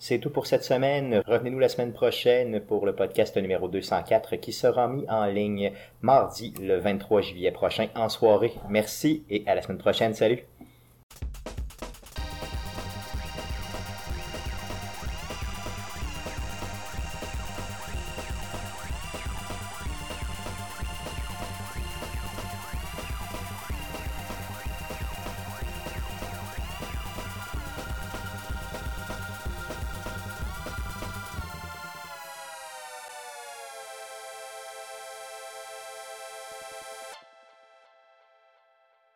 Speaker 9: C'est tout pour cette semaine. Revenez-nous la semaine prochaine pour le podcast numéro 204 qui sera mis en ligne mardi le 23 juillet prochain en soirée. Merci et à la semaine prochaine. Salut!